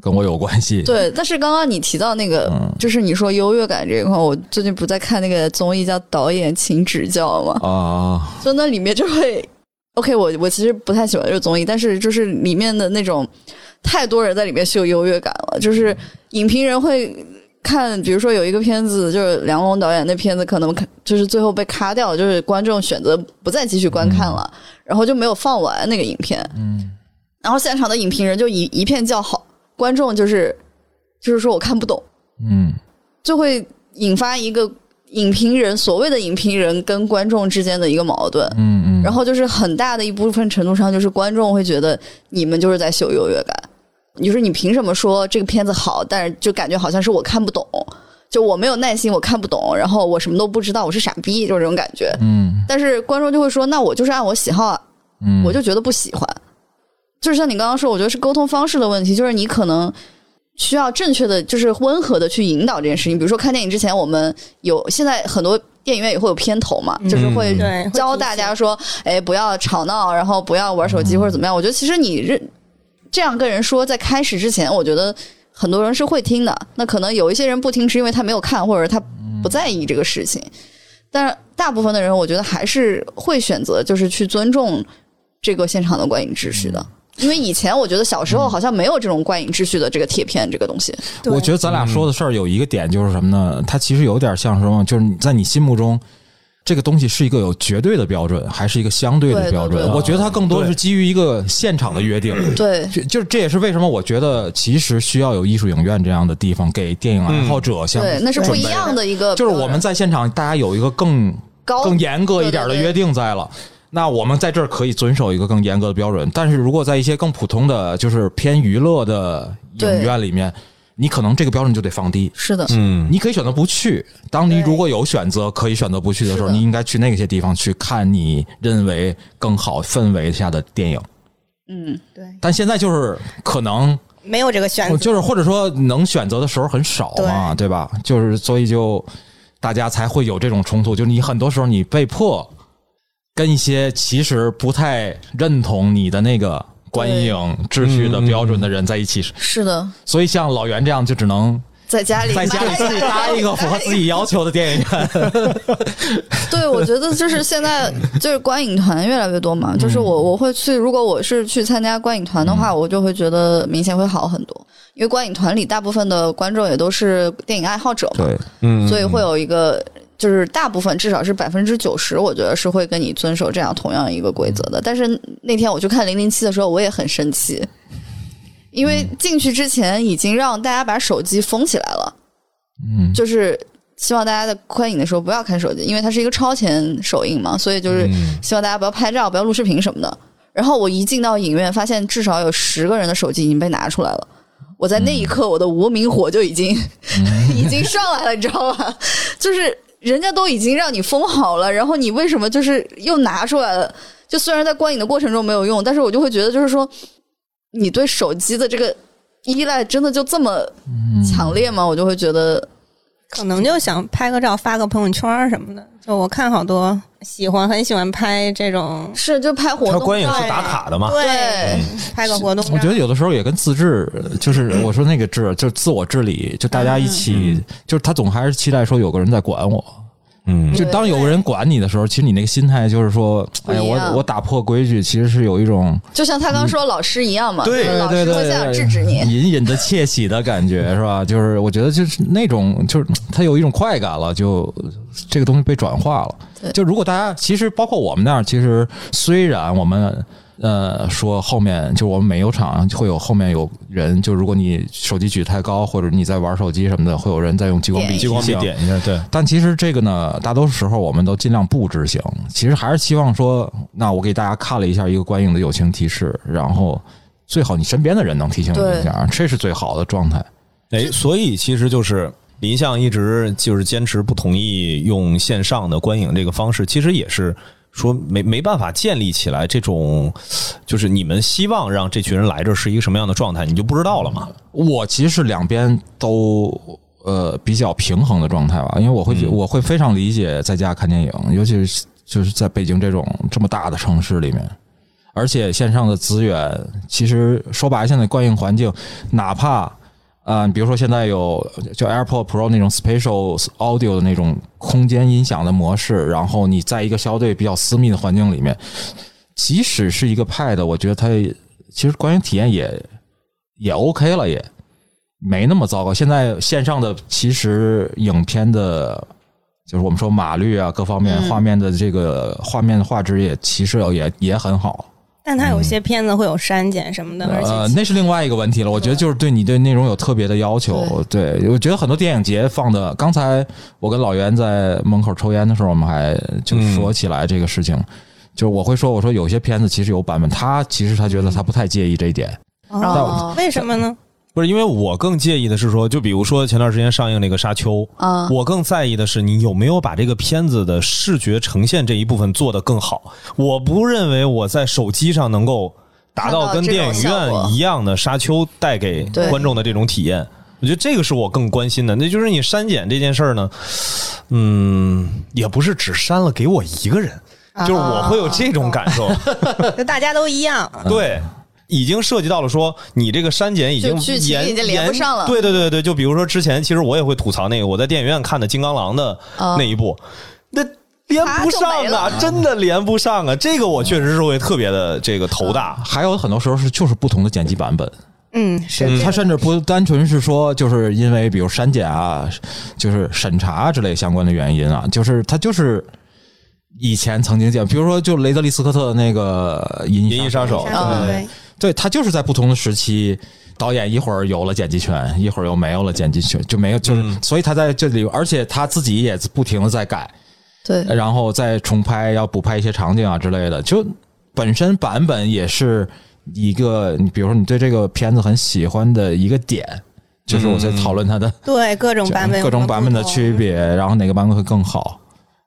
Speaker 2: 跟我有关系。
Speaker 1: 对，但是刚刚你提到那个，
Speaker 2: 嗯
Speaker 1: 就是你说优越感这一块，我最近不在看那个综艺叫《导演请指教》嘛，
Speaker 2: 啊，
Speaker 1: 就那里面就会，OK，我我其实不太喜欢这个综艺，但是就是里面的那种太多人在里面是有优越感了，就是影评人会看，比如说有一个片子就是梁龙导演那片子，可能看就是最后被咔掉，就是观众选择不再继续观看了，然后就没有放完那个影片，
Speaker 2: 嗯，
Speaker 1: 然后现场的影评人就一一片叫好，观众就是就是说我看不懂，
Speaker 2: 嗯，
Speaker 1: 就会引发一个影评人所谓的影评人跟观众之间的一个矛盾。
Speaker 2: 嗯嗯，
Speaker 1: 然后就是很大的一部分程度上，就是观众会觉得你们就是在秀优越感。你说你凭什么说这个片子好？但是就感觉好像是我看不懂，就我没有耐心，我看不懂，然后我什么都不知道，我是傻逼，就是这种感觉。
Speaker 2: 嗯
Speaker 1: 但是观众就会说，那我就是按我喜好啊，
Speaker 2: 嗯，
Speaker 1: 我就觉得不喜欢。就是像你刚刚说，我觉得是沟通方式的问题，就是你可能需要正确的，就是温和的去引导这件事情。比如说看电影之前，我们有现在很多电影院也会有片头嘛，就是会
Speaker 4: 嗯
Speaker 3: 对，会
Speaker 1: 教大家说，哎，不要吵闹，然后不要玩手机
Speaker 2: 嗯
Speaker 1: 或者怎么样。我觉得其实你认这样跟人说，在开始之前，我觉得很多人是会听的。那可能有一些人不听，是因为他没有看，或者他不在意这个事情。但是大部分的人，我觉得还是会选择就是去尊重这个现场的观影秩序的。
Speaker 2: 嗯
Speaker 1: 因为以前我觉得小时候好像没有这种观影秩序的这个贴片这个东西，
Speaker 3: 对
Speaker 2: 我觉得咱俩说的事儿有一个点就是什么呢？它其实有点像什么，就是你在你心目中。这个东西是一个有绝对的标准，还是一个相对的
Speaker 1: 对
Speaker 2: 标准？
Speaker 1: 对对
Speaker 2: 我觉得它更多
Speaker 4: 对
Speaker 2: 是基于一个现场的约定。
Speaker 1: 对
Speaker 2: 就就是这也是为什么我觉得其实需要有艺术影院这样的地方给电影爱好者像、
Speaker 1: 对，那是不一
Speaker 2: 准备
Speaker 1: 样的一个标
Speaker 2: 就
Speaker 1: 准，
Speaker 2: 是我们在现场大家有一个更
Speaker 1: 高
Speaker 2: 更严格一点的约定在了。那我们在这儿可以遵守一个更严格的标准，但是如果在一些更普通的就是偏娱乐的影
Speaker 1: 对
Speaker 2: 院里面，你可能这个标准就得放低。
Speaker 1: 是的，
Speaker 4: 嗯，
Speaker 2: 你可以选择不去。当你如果有选择可以选择不去的时候，
Speaker 1: 是的
Speaker 2: 你应该去那些地方去看你认为更好氛围下的电影。
Speaker 1: 嗯，
Speaker 3: 对
Speaker 2: 但现在就是可能
Speaker 3: 没有这个选择，
Speaker 2: 哦就是或者说能选择的时候很少嘛，对吧？就是所以就大家才会有这种冲突，就是你很多时候你被迫跟一些其实不太认同你的那个观影秩序的标准的人在一起，
Speaker 1: 是的，
Speaker 2: 所以像老袁这样就只能
Speaker 1: 在家里
Speaker 2: 在家里
Speaker 1: 买
Speaker 2: 自己搭一个符合自己要求的电 影院。
Speaker 1: 对，我觉得就是现在就是观影团越来越多
Speaker 2: 嗯
Speaker 1: 嘛，就是我我会去，如果我是去参加观影团的话，我就会觉得明显会好很多，因为观影团里大部分的观众也都是电影爱好者嘛，
Speaker 2: 对，
Speaker 4: 嗯
Speaker 1: 所以会有一个。就是大部分至少是百分之九十，我觉得是会跟你遵守这样同样一个规则
Speaker 2: 嗯
Speaker 1: 的。但是那天我去看《零零七》的时候，我也很生气，因为
Speaker 2: 嗯
Speaker 1: 进去之前已经让大家把手机封起来了，
Speaker 2: 嗯，
Speaker 1: 就是希望大家在观影的时候不要看手机，因为它是一个超前首映嘛，所以就是
Speaker 4: 嗯
Speaker 1: 希望大家不要拍照、不要录视频什么的。然后我一进到影院，发现至少有十个人的手机已经被拿出来了。我在那一刻，我的无名火就已经、 已经上来了，你知道吧？就是人家都已经让你封好了，然后你为什么就是又拿出来了？就虽然在观影的过程中没有用，但是我就会觉得，就是说，你对手机的这个依赖真的就这么
Speaker 2: 嗯
Speaker 1: 强烈吗？我就会觉得
Speaker 3: 可能就想拍个照发个朋友圈儿什么的。就我看好多喜欢很喜欢拍这种，
Speaker 1: 是就拍活动
Speaker 4: 他
Speaker 1: 照啊
Speaker 4: 观影
Speaker 1: 呀
Speaker 4: 是打卡的嘛？
Speaker 3: 对，
Speaker 2: 嗯
Speaker 3: 拍个活动啊照。
Speaker 2: 我觉得有的时候也跟自制，就是 我说那个治，就是自我治理，就大家一起，就是他总还是期待说有个人在管我。
Speaker 4: 嗯
Speaker 2: 就
Speaker 1: 对
Speaker 2: 当有个人管你的时候，其实你那个心态就是说，
Speaker 1: 不
Speaker 2: 哎
Speaker 1: 一
Speaker 2: 呀，
Speaker 1: 样
Speaker 2: 我我打破规矩，其实是有一种
Speaker 1: 就像他刚说老师一样嘛，哦
Speaker 4: 对
Speaker 1: 就是老
Speaker 2: 嗯
Speaker 1: 师
Speaker 2: 对对
Speaker 1: 会这样
Speaker 2: 对
Speaker 1: 制止你。
Speaker 2: 隐隐的窃喜的感觉，是吧？就是我觉得就是那种，就是他有一种快感了，就这个东西被转化了。
Speaker 1: 对
Speaker 2: 就如果大家其实包括我们那样，其实虽然我们。呃，说后面就我们每有场会有后面有人，就如果你手机举太高，或者你在玩手机什么的，会有人在用激光
Speaker 1: 点一
Speaker 2: 笔
Speaker 1: 下
Speaker 4: 激光笔
Speaker 2: 提醒
Speaker 4: 点一下，对，
Speaker 2: 但其实这个呢，大多数时候我们都尽量不执行。其实还是希望说，那我给大家看了一下一个观影的友情提示，然后最好你身边的人能提醒你一下，这是最好的状态。
Speaker 4: 哎，所以其实就是林相一直就是坚持不同意用线上的观影这个方式，其实也是说没没办法建立起来这种，就是你们希望让这群人来这是一个什么样的状态，你就不知道了嘛？
Speaker 2: 我其实是两边都呃比较平衡的状态吧，因为我会、我会非常理解在家看电影，尤其是就是在北京这种这么大的城市里面，而且线上的资源，其实说白了，现在观影环境，哪怕啊、呃比如说现在有就 AirPod Pro 那种 Spatial Audio 的那种空间音响的模式，然后你在一个相对比较私密的环境里面，即使是一个 Pad，我觉得它其实观影体验也也 OK 了也，没那么糟糕。现在线上的其实影片的，就是我们说码率啊，各方面
Speaker 1: 嗯
Speaker 2: 画面的这个画面的画质也其实也也很好。
Speaker 3: 但他有些片子会有删减什么的，嗯而
Speaker 2: 呃，
Speaker 3: 且
Speaker 2: 那是另外一个问题了。我觉得就是对你对内容有特别的要求。对，我觉得很多电影节放的，刚才我跟老袁在门口抽烟的时候，我们还就说起来这个事情。就是我会说，我说有些片子其实有版本，他其实他觉得他不太介意这一点。
Speaker 1: 然后
Speaker 3: 哦为什么呢？
Speaker 4: 不是，因为我更介意的是说，就比如说前段时间上映那个《沙丘》，
Speaker 1: 嗯，
Speaker 4: 我更在意的是你有没有把这个片子的视觉呈现这一部分做得更好。我不认为我在手机上能够达到跟电
Speaker 1: 看到这种
Speaker 4: 影
Speaker 1: 效
Speaker 4: 院
Speaker 1: 果
Speaker 4: 一样的《沙丘》带给
Speaker 1: 对
Speaker 4: 观众的这种体验。我觉得这个是我更关心的，那就是你删减这件事儿呢，嗯，也不是只删了给我一个人，
Speaker 1: 啊
Speaker 4: 就是我会有这种感 受，
Speaker 3: 就大家都一样，
Speaker 4: 对。已经涉及到了说你这个删减已经
Speaker 1: 就剧情
Speaker 4: 延
Speaker 1: 已经连不上了
Speaker 4: 延对对对对，就比如说之前其实我也会吐槽那个我在电影院看的《金刚狼》的
Speaker 1: 啊
Speaker 4: 那一部，那连
Speaker 1: 它
Speaker 4: 不上
Speaker 1: 就没
Speaker 4: 啊
Speaker 1: 了，
Speaker 4: 真的连不上啊！这个我确实是会特别的这个头大。
Speaker 2: 还有很多时候是就是不同的剪辑版本，
Speaker 3: 嗯，是
Speaker 4: 嗯
Speaker 2: 它甚至不单纯是说就是因为比如删减啊，就是审查之类相关的原因啊，就是它就是以前曾经见，比如说就雷德利·斯科特的那个《银
Speaker 4: 银
Speaker 2: 翼
Speaker 4: 翼杀手
Speaker 3: 这
Speaker 1: 手
Speaker 3: 样
Speaker 1: 嗯
Speaker 2: 对
Speaker 3: 对，
Speaker 2: 他就是在不同的时期，导演一会儿有了剪辑权，一会儿又没有了剪辑权，就没有就是，
Speaker 4: 嗯
Speaker 2: 所以他在这里，而且他自己也不停的在改，
Speaker 1: 对，
Speaker 2: 然后再重拍，要补拍一些场景啊之类的。就本身版本也是一个，你比如说你对这个片子很喜欢的一个点，就是我在讨论它的
Speaker 3: 对各种嗯版本有
Speaker 2: 各种版本的区别，然后哪个版本会更好。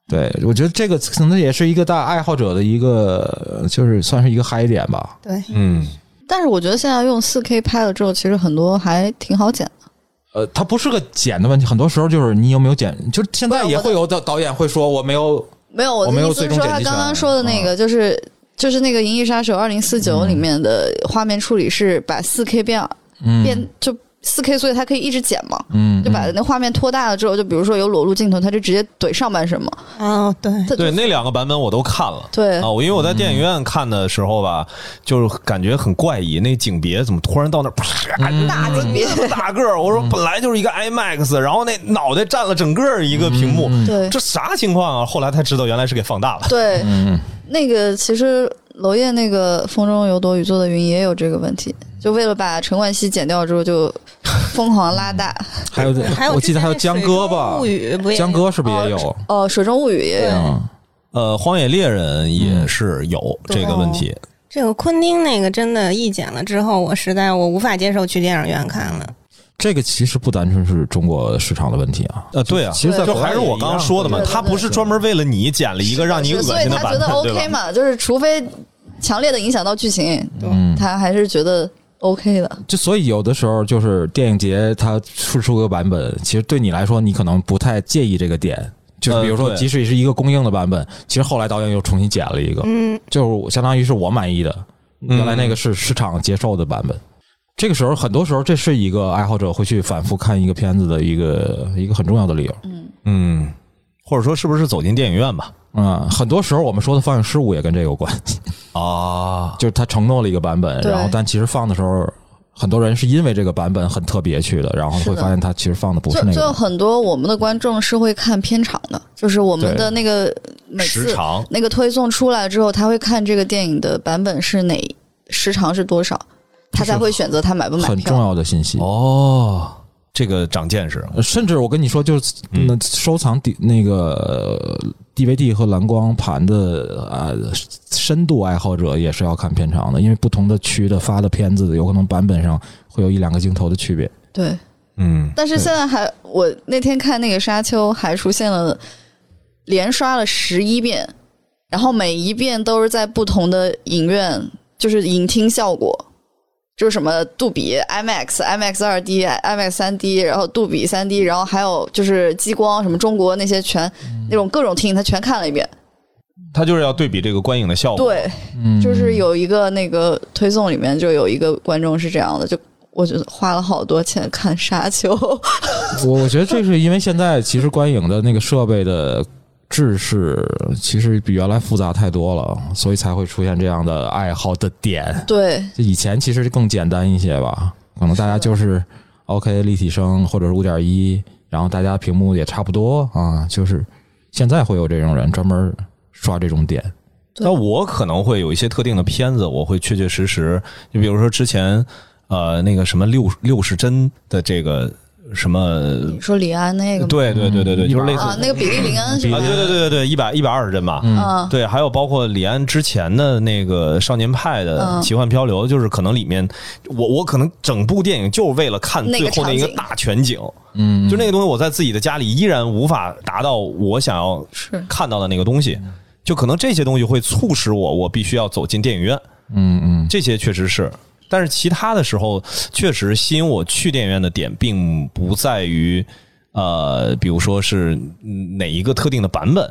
Speaker 2: 对，我觉得这个可能也是一个大爱好者的一个，就是算是一个嗨点吧。
Speaker 3: 不同，对，
Speaker 4: 嗯，
Speaker 1: 但是我觉得现在用四 K 拍了之后，其实很多还挺好剪的。
Speaker 2: 呃，它不是个剪的问题，很多时候就是你有没有剪，就是现在也会有导导演会说我没有，
Speaker 1: 没有，
Speaker 2: 我
Speaker 1: 我
Speaker 2: 没
Speaker 1: 的
Speaker 2: 有
Speaker 1: 意思是
Speaker 2: 最终
Speaker 1: 说，
Speaker 2: 剪
Speaker 1: 他
Speaker 2: 辑
Speaker 1: 刚
Speaker 2: 权啊
Speaker 1: 刚说的那个就是。就是那个《银翼杀手二零四九》里面的画面处理是把四 K 变
Speaker 2: 嗯
Speaker 1: 变就四 K，所以它可以一直剪嘛，
Speaker 2: 嗯，
Speaker 1: 就把那画面拖大了之后，就比如说有裸露镜头，它就直接怼上半身嘛。
Speaker 3: 哦， 对，
Speaker 1: 它
Speaker 4: 对，那两个版本我都看了。
Speaker 1: 对
Speaker 2: 哦
Speaker 4: 啊，我因为我在电影院看的时候吧，就是感觉很怪异，那景别怎么突然到那儿啪
Speaker 1: 大景别
Speaker 4: 这么大个儿？我说本来就是一个 IMAX，然后那脑袋占了整个一个屏幕，
Speaker 1: 嗯
Speaker 2: 嗯
Speaker 1: 对
Speaker 4: 这啥情况啊？后来才知道原来是给放大了。
Speaker 1: 对，
Speaker 2: 嗯
Speaker 1: 那个其实娄烨那个《风中有朵雨做的云》也有这个问题，就为了把陈冠希剪掉之后，就疯狂拉大。
Speaker 2: 还有
Speaker 3: 还有
Speaker 2: 我记得还有
Speaker 3: 之前
Speaker 2: 江
Speaker 3: 那
Speaker 2: 歌吧
Speaker 3: 水中物，语不也
Speaker 2: 江歌是不是也有？
Speaker 1: 哦，《水中物语》也有，
Speaker 2: 嗯，
Speaker 4: 呃，《荒野猎人》
Speaker 1: 嗯
Speaker 4: 也是有这个问题，
Speaker 3: 这个昆汀那个真的一剪了之后，我实在我无法接受去电影院看了。
Speaker 2: 这个其实不单纯是中国市场的问题啊，
Speaker 4: 呃，对啊，
Speaker 2: 其实在
Speaker 4: 就
Speaker 2: 国外
Speaker 4: 还是我刚刚说的嘛，
Speaker 1: 对对对
Speaker 4: 他不是专门为了你剪了一个让你恶
Speaker 1: 是所以
Speaker 4: 心的
Speaker 1: 他
Speaker 4: 版
Speaker 1: 觉
Speaker 4: 本
Speaker 1: 得，
Speaker 4: 对
Speaker 1: OK
Speaker 4: 吧？
Speaker 1: 嘛，就是除非强烈的影响到剧情，
Speaker 2: 嗯，
Speaker 1: 他还是觉得 OK 的。
Speaker 2: 就所以有的时候就是电影节它出出个版本，其实对你来说你可能不太介意这个点。就是比如
Speaker 4: 嗯
Speaker 2: 说，
Speaker 4: 对
Speaker 2: 即使是一个公映的版本，其实后来导演又重新剪了一个，
Speaker 3: 嗯，
Speaker 2: 就是相当于是我满意的，
Speaker 4: 嗯
Speaker 2: 原来那个是市场接受的版本。这个时候，很多时候这是一个爱好者会去反复看一个片子的一个一个很重要的理由。
Speaker 4: 嗯，或者说是不是走进电影院吧？
Speaker 2: 嗯，很多时候我们说的放映失误也跟这有关，
Speaker 4: 啊，
Speaker 2: 就是他承诺了一个版本，
Speaker 1: 对
Speaker 2: 然后但其实放的时候，很多人是因为这个版本很特别去的，然后会
Speaker 1: 是的
Speaker 2: 发现他其实放的不是
Speaker 1: 就
Speaker 2: 那个
Speaker 1: 就
Speaker 2: 版本。
Speaker 1: 很多我们的观众是会看片场的，就是我们
Speaker 2: 对
Speaker 1: 的那个每
Speaker 4: 时
Speaker 1: 次
Speaker 4: 长
Speaker 1: 那个推送出来之后，他会看这个电影的版本是哪时长是多少，他才会选择他买不买
Speaker 2: 很重
Speaker 1: 票。
Speaker 2: 要的信息。
Speaker 4: 哦，这个长见识，
Speaker 2: 呃甚至我跟你说，就是
Speaker 4: 嗯
Speaker 2: 那收藏 D 那个呃 DVD 和蓝光盘的啊深度爱好者也是要看片长的，因为不同的区的发的片子有可能版本上会有一两个镜头的区别。
Speaker 1: 对，
Speaker 4: 嗯，
Speaker 1: 但是现在还，我那天看那个《沙丘》还出现了连刷了十一遍然后每一遍都是在不同的影院，就是影厅效果。就是什么杜比 IMAX、IMAX 二 D、IMAX 三 D，然后杜比三 D，然后还有就是激光什么中国那些全那种各种厅，他全看了一遍。
Speaker 4: 他就是要对比这个观影的效果。
Speaker 1: 对，
Speaker 2: 嗯
Speaker 1: 就是有一个那个推送里面就有一个观众是这样的，就我觉得花了好多钱看《沙丘》，
Speaker 2: 我我觉得这是因为现在其实观影的那个设备的制式其实比原来复杂太多了，所以才会出现这样的爱好的点。
Speaker 1: 对，
Speaker 2: 就以前其实更简单一些吧，可能大家就是 OK 立体声或者是五点一，然后大家屏幕也差不多啊，就是现在会有这种人专门刷这种点。
Speaker 1: 对
Speaker 4: 那我可能会有一些特定的片子，我会确确实实，就比如说之前呃那个什么六六十帧的这个什么
Speaker 1: 你，说李安那个吗
Speaker 4: 对对对对对，
Speaker 2: 嗯
Speaker 4: 就是类似
Speaker 1: 啊，那个比利林恩是吧？
Speaker 4: 啊，对对对对对，一百一百二十帧吧。
Speaker 1: 嗯，
Speaker 4: 啊对，还有包括李安之前的那个《少年派的
Speaker 1: 嗯
Speaker 4: 奇幻漂流》，就是可能里面，我我可能整部电影就是为了看
Speaker 1: 那个
Speaker 4: 最后那一个
Speaker 1: 场景
Speaker 4: 大全景，
Speaker 2: 嗯，
Speaker 4: 就那个东西，我在自己的家里依然无法达到我想要
Speaker 1: 是
Speaker 4: 看到的那个东西，就可能这些东西会促使我，我必须要走进电影院，
Speaker 2: 嗯嗯
Speaker 4: 这些确实是。但是其他的时候，确实吸引我去电影院的点，并不在于呃，比如说是哪一个特定的版本，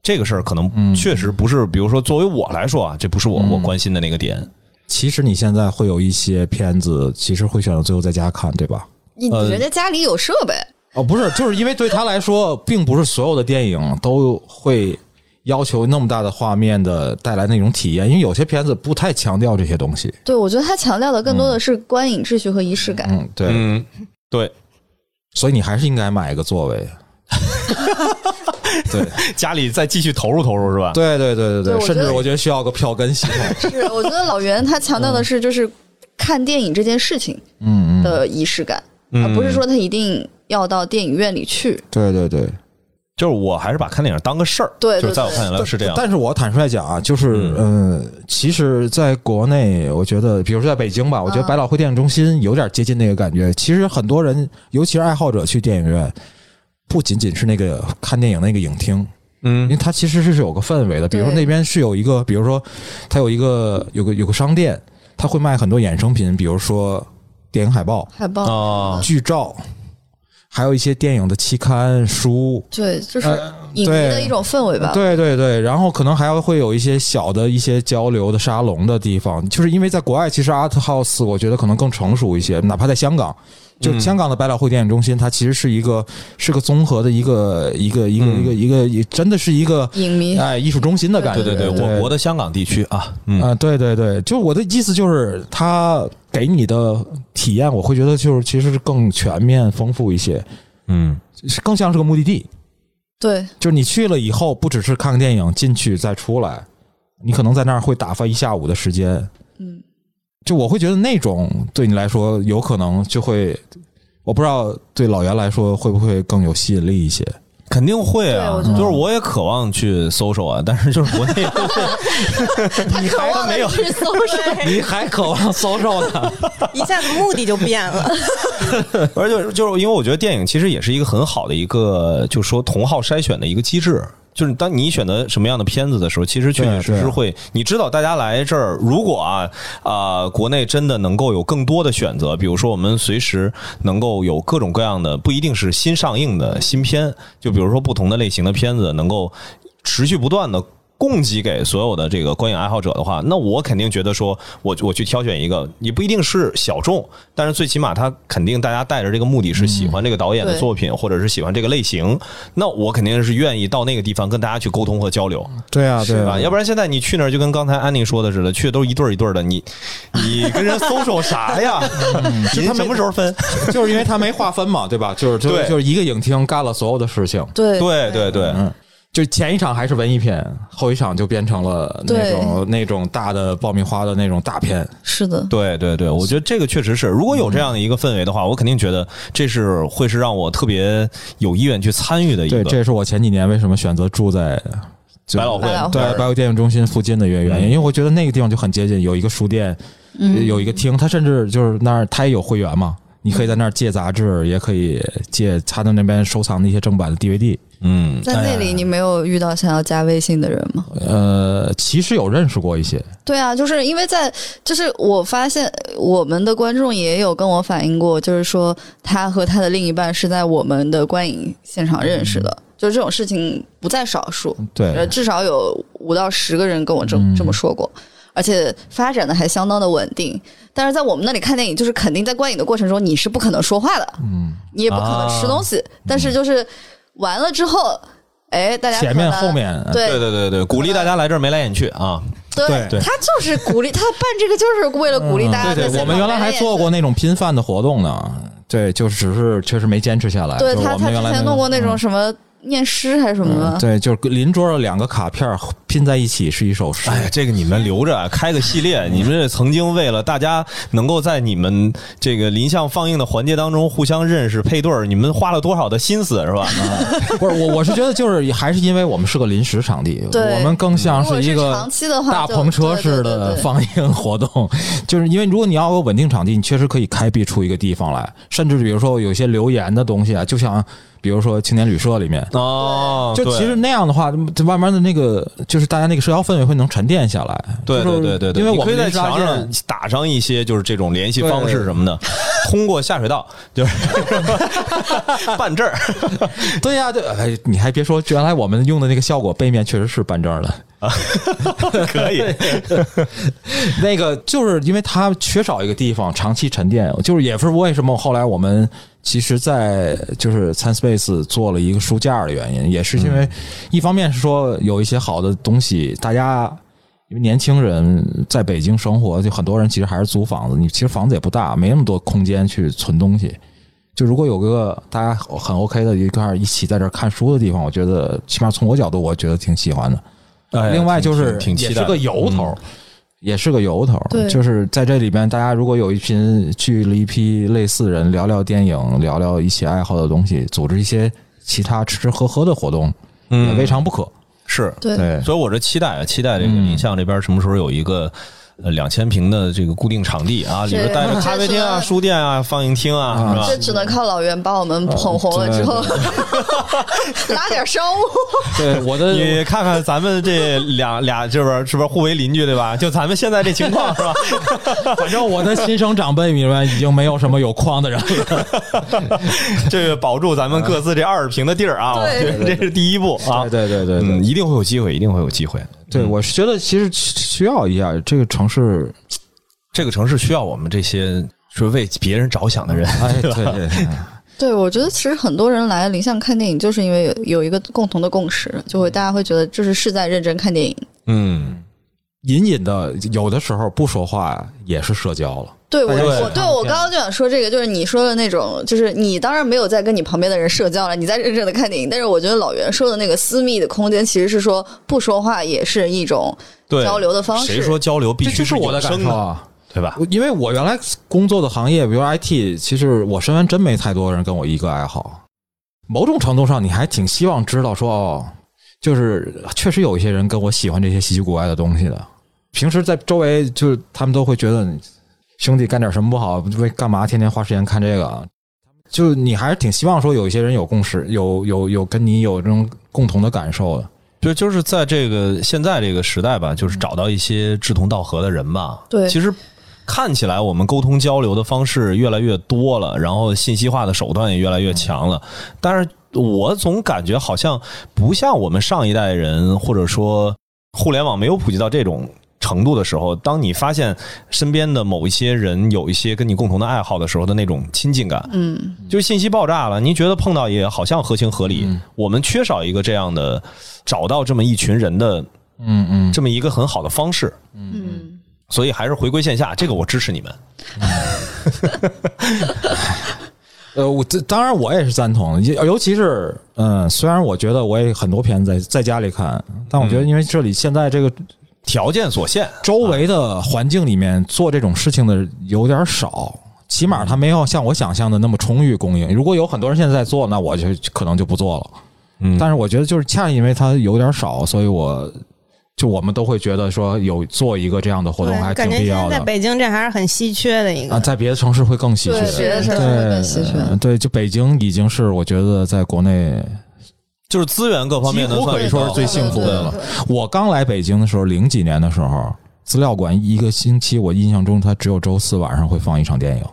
Speaker 4: 这个事儿可能确实不是，比如说作为我来说啊，这不是我我关心的那个点。
Speaker 2: 其实你现在会有一些片子，其实会选择最后在家看，对吧？
Speaker 1: 你
Speaker 4: 呃
Speaker 1: 人家家里有设备，
Speaker 2: 哦，不是，就是因为对他来说，并不是所有的电影都会要求那么大的画面的带来那种体验，因为有些片子不太强调这些东西。
Speaker 1: 对我觉得他强调的更多的是观影秩序和仪式感。
Speaker 2: 嗯，对，
Speaker 4: 嗯，对，
Speaker 2: 所以你还是应该买一个座位。 对，
Speaker 4: 家里再继续投入投入是吧？
Speaker 2: 对，对，对，对，
Speaker 1: 对我
Speaker 2: 对，
Speaker 1: 觉
Speaker 2: 甚
Speaker 1: 得
Speaker 2: 至我觉得需要个票根系 统。
Speaker 1: 是，我觉得老袁他强调的是就是看电影这件事情
Speaker 2: 嗯嗯，
Speaker 1: 的仪式感，
Speaker 4: 嗯
Speaker 1: 啊而不是说他一定要到电影院里去。
Speaker 2: 对对对，
Speaker 4: 就是我还是把看电影当个事儿，
Speaker 1: 对对
Speaker 4: 就是在我
Speaker 1: 对
Speaker 4: 看呃来是这样。
Speaker 2: 但是我坦率讲啊，就是嗯，其实在国内，我觉得，比如说在北京吧，我觉得
Speaker 1: 啊
Speaker 2: 百老汇电影中心有点接近那个感觉。其实很多人，尤其是爱好者去电影院，不仅仅是那个看电影那个影厅，因为
Speaker 4: 嗯
Speaker 2: 它其实是有个氛围的。比如说
Speaker 1: 对
Speaker 2: 那边是有一个，比如说它有一个有个有个商店，它会卖很多衍生品，比如说电影海报、
Speaker 1: 海报，
Speaker 4: 啊，
Speaker 2: 剧照，还有一些电影的期刊、书。
Speaker 1: 对，就是
Speaker 2: 呃
Speaker 1: 影迷的一种氛围吧。
Speaker 2: 对对对，然后可能还会有一些小的一些交流的沙龙的地方，就是因为在国外，其实 art house 我觉得可能更成熟一些，哪怕在香港，就
Speaker 4: 嗯
Speaker 2: 香港的百老汇电影中心，它其实是一个是个综合的一个一个一个一个一个，也真的是一个
Speaker 1: 影迷，
Speaker 2: 哎艺术中心的感觉。
Speaker 4: 对对对，我国的香港地区啊，嗯
Speaker 2: 啊、对对对，就我的意思就是，它给你的体验，我会觉得就是其实是更全面、丰富一些，
Speaker 4: 嗯，
Speaker 2: 是更像是个目的地。
Speaker 1: 对
Speaker 2: 就是你去了以后，不只是看个电影进去再出来，你可能在那儿会打发一下午的时间。
Speaker 1: 嗯，
Speaker 2: 就我会觉得那种对你来说，有可能就会，我不知道对老袁来说会不会更有吸引力一些。
Speaker 4: 肯定会啊，
Speaker 1: 对我觉得
Speaker 4: 就是我也渴望去 social 啊， 但是就是国内
Speaker 1: 他渴望 的是搜水，
Speaker 2: 你还渴望搜售呢？
Speaker 3: 一下子目的就变了。
Speaker 4: 而且就是因为我觉得电影其实也是一个很好的一个，就是说同好筛选的一个机制。就是当你选择什么样的片子的时候，其实确确实
Speaker 2: 对
Speaker 4: 实
Speaker 2: 对
Speaker 4: 会，你知道大家来这儿，如果啊啊、国内真的能够有更多的选择，比如说我们随时能够有各种各样的，不一定是新上映的新片，就比如说不同的类型的片子能够持续不断的。供给给所有的这个观影爱好者的话，那我肯定觉得说，我我去挑选一个，也不一定是小众，但是最起码他肯定大家带着这个目的是喜欢这个导演的
Speaker 1: 对
Speaker 4: 作品，或者是喜欢这个类型，那我肯定是愿意到那个地方跟大家去沟通和交流，
Speaker 2: 对啊，对
Speaker 4: 对吧？
Speaker 2: 啊，
Speaker 4: 要不然现在你去那儿就跟刚才安妮说的似的，去的都是一对儿一对儿的，你你跟人搜手啥呀？你什么时候分？
Speaker 2: 就是因为他没划分嘛，对吧？就是就是
Speaker 4: 对
Speaker 2: 就是一个影厅干了所有的事情。
Speaker 1: 对
Speaker 4: 对对对，
Speaker 2: 嗯，就前一场还是文艺片，后一场就变成了那种那种大的爆米花的那种大片。
Speaker 1: 是的，
Speaker 4: 对对对，我觉得这个确实是，如果有这样的一个氛围的话，我肯定觉得这是会是让我特别有意愿去参与的一
Speaker 2: 对，
Speaker 4: 个。
Speaker 2: 这也是我前几年为什么选择住在就
Speaker 4: 百老汇嗯
Speaker 1: 百老汇
Speaker 2: 对百老汇电影中心附近的原因，因为我觉得那个地方就很接近，有一个书店，
Speaker 1: 嗯
Speaker 2: 有一个厅，它甚至就是那儿它也有会员嘛，你可以在那儿借杂志，也可以借他的那边收藏的一些正版的 DVD。
Speaker 4: 嗯，
Speaker 1: 在那里你没有遇到想要加微信的人吗？
Speaker 2: 呃，其实有认识过一些，
Speaker 1: 对啊，就是因为在，就是我发现我们的观众也有跟我反映过，就是说他和他的另一半是在我们的观影现场认识的，就是这种事情不在少数，呃，
Speaker 2: 嗯对，
Speaker 1: 至少有五到十个人跟我这么、
Speaker 2: 嗯
Speaker 1: 这么说过，而且发展的还相当的稳定。但是在我们那里看电影，就是肯定在观影的过程中你是不可能说话的，
Speaker 2: 嗯，啊
Speaker 1: 你也不可能吃东西，但是就是完了之后，哎，大家
Speaker 2: 前
Speaker 1: 可
Speaker 2: 面
Speaker 1: 能
Speaker 2: 后面啊
Speaker 1: 对
Speaker 4: 哎对对对对，鼓励大家来这儿眉来眼去啊，
Speaker 1: 对
Speaker 2: 对
Speaker 1: 他就是鼓励他办这个，就是为了鼓励大家
Speaker 2: 嗯对
Speaker 1: 在现
Speaker 2: 对，
Speaker 1: 场
Speaker 2: 我们原来还做过那种拼饭的活动呢，对，就只是确实没坚持下来。
Speaker 1: 表演。对
Speaker 2: 就是
Speaker 1: 他，
Speaker 2: 我
Speaker 1: 他
Speaker 2: 们
Speaker 1: 之
Speaker 2: 原来
Speaker 1: 前弄过那种什么念诗还是什么
Speaker 2: 嗯
Speaker 1: 的，
Speaker 2: 对，就是邻桌的两个卡片拼在一起是一首诗。
Speaker 4: 哎，这个你们留着开个系列。你们曾经为了大家能够在你们这个临向放映的环节当中互相认识配对儿，你们花了多少的心思是吧？
Speaker 2: 不是我，我是觉得就是还是因为我们是个临时场地，
Speaker 1: 对
Speaker 2: 我们更像
Speaker 1: 如果
Speaker 2: 一个
Speaker 1: 长期的话，
Speaker 2: 大
Speaker 1: 就
Speaker 2: 篷车式的。放映活动，就是因为如果你要有稳定场地，你确实可以开辟出一个地方来，甚至比如说有些留言的东西啊，就像比如说青年旅社里面，
Speaker 4: 哦，
Speaker 2: 就其
Speaker 4: 对
Speaker 2: 实那样的话，这慢慢的那个就是大家那个社交氛围会能沉淀下来。
Speaker 4: 对
Speaker 2: 就是
Speaker 4: 对对对对，
Speaker 2: 因为
Speaker 4: 你
Speaker 2: 我
Speaker 4: 可以
Speaker 2: 们临时
Speaker 4: 在
Speaker 2: 搭
Speaker 4: 墙上
Speaker 2: 建
Speaker 4: 打上一些就是这种联系方式什么的，通过下水道就是 办证儿。
Speaker 2: 对呀、对，哎，你还别说，原来我们用的那个效果背面确实是办证的，
Speaker 4: 可以，
Speaker 2: 那个就是因为它缺少一个地方长期沉淀，就是也是为什么后来我们其实，在就是餐 space 做了一个书架的原因，也是因为一方面是说有一些好的东西，大家因为年轻人在北京生活，就很多人其实还是租房子，你其实房子也不大，没那么多空间去存东西。就如果有个大家很 OK 的一块儿一起在这儿看书的地方，我觉得起码从我角度，我觉得挺喜欢的。
Speaker 4: 哎呀
Speaker 2: 另外就是
Speaker 4: 挺挺
Speaker 2: 也是
Speaker 4: 挺期待嗯
Speaker 2: 个由头，嗯也是个由头。
Speaker 1: 对
Speaker 2: 就是在这里边，大家如果有一群聚了一批类似人，聊聊电影，聊聊一起爱好的东西，组织一些其他吃吃喝喝的活动，也
Speaker 4: 嗯，
Speaker 2: 未尝不可。
Speaker 4: 是。
Speaker 1: 对对，
Speaker 2: 对，
Speaker 4: 所以我这期待啊，期待这个
Speaker 2: 嗯
Speaker 4: 宁夏这边什么时候有一个。呃，两千平的这个固定场地啊，里
Speaker 1: 是
Speaker 4: 边带着咖啡厅啊、
Speaker 1: 这是
Speaker 4: 书店啊、放映厅啊，
Speaker 2: 啊
Speaker 4: 是吧？
Speaker 1: 这只能靠老袁把我们
Speaker 2: 嗯
Speaker 1: 捧红了之后， 拉点商务。
Speaker 2: 对我的
Speaker 4: 你看看咱们这俩俩这边是不是互为邻居对吧？就咱们现在这情况是吧？
Speaker 2: 反正我的亲生长辈里面已经没有什么有矿的 人了。
Speaker 4: 这个保住咱们各自这二十平的地儿啊，我
Speaker 1: 对
Speaker 4: 觉得这是第一步啊。
Speaker 2: 对对对对
Speaker 4: 嗯，一定会有机会，一定会有机会。
Speaker 2: 对，我是觉得其实需要一下这个城市，
Speaker 4: 这个城市需要我们这些是为别人着想的人。
Speaker 2: 哎， 对对对，
Speaker 1: 对，我觉得其实很多人来林相看电影，就是因为有有一个共同的共识，就
Speaker 2: 嗯
Speaker 1: 会大家会觉得这是是在认真看电影。
Speaker 4: 嗯，
Speaker 2: 隐隐的有的时候不说话也是社交了。
Speaker 1: 对我
Speaker 2: 大家一
Speaker 1: 我
Speaker 2: 起
Speaker 1: 对
Speaker 2: 看片
Speaker 1: 我刚刚就想说这个，就是你说的那种，就是你当然没有在跟你旁边的人社交了，你在认真的看电影。但是我觉得老袁说的那个私密的空间，其实是说不说话也是一种
Speaker 4: 对，
Speaker 1: 交流的方式。
Speaker 4: 谁说交流必
Speaker 2: 这
Speaker 4: 须
Speaker 2: 就是我的感
Speaker 4: 有声
Speaker 2: 受
Speaker 4: 的，
Speaker 2: 啊。
Speaker 4: 对吧？
Speaker 2: 我因为我原来工作的行业，比如 IT，其实我身边真没太多人跟我一个爱好。某种程度上，你还挺希望知道说，哦，就是确实有一些人跟我喜欢这些稀奇古怪的东西的。平时在周围，就是他们都会觉得你兄弟干点什么不好，为干嘛天天花时间看这个？就你还是挺希望说有一些人有共识，有有有跟你有这种共同的感受的。
Speaker 4: 就就是在这个现在这个时代吧，就是找到一些志同道合的人吧。
Speaker 1: 对
Speaker 4: 其实。看起来我们沟通交流的方式越来越多了，然后信息化的手段也越来越强了，但是我总感觉好像不像我们上一代人，或者说互联网没有普及到这种程度的时候，当你发现身边的某一些人有一些跟你共同的爱好的时候的那种亲近感，
Speaker 1: 嗯，
Speaker 4: 就是信息爆炸了，您觉得碰到也好像合情合理。我们缺少一个这样的找到这么一群人的
Speaker 2: 嗯嗯，
Speaker 4: 这么一个很好的方式，
Speaker 1: 嗯，
Speaker 4: 所以还是回归线下，这个我支持你们。
Speaker 2: 呃，我这当然我也是赞同的，尤尤其是嗯，虽然我觉得我也很多片子在在家里看，但我觉得因为这里现在这个
Speaker 4: 条件所限，
Speaker 2: 周围的环境里面做这种事情的有点少，起码它没有像我想象的那么充裕供应。如果有很多人现在在做，那我就可能就不做了。
Speaker 4: 嗯
Speaker 2: 但是我觉得就是恰因为它有点少，所以我就我们都会觉得说有做一个这样的 活动还挺
Speaker 3: 感觉
Speaker 2: 必
Speaker 3: 现
Speaker 2: 要
Speaker 3: 在在
Speaker 2: 的。
Speaker 3: 北京这还是很稀缺的一个。
Speaker 2: 啊，在别的城市会更稀
Speaker 1: 对
Speaker 2: 缺，，呃
Speaker 1: 别的城市会更稀缺。
Speaker 2: 对，就北京已经是我觉得在国内
Speaker 4: 就是资源各方面
Speaker 2: 几
Speaker 4: 都
Speaker 2: 乎
Speaker 4: 算
Speaker 2: 可以
Speaker 4: 是
Speaker 2: 说是
Speaker 4: 高
Speaker 2: 最幸福的了
Speaker 1: 对对。
Speaker 2: 我刚来北京的时候，零几年的时候，资料馆一个星期，我印象中它只有周四晚上会放一场电影。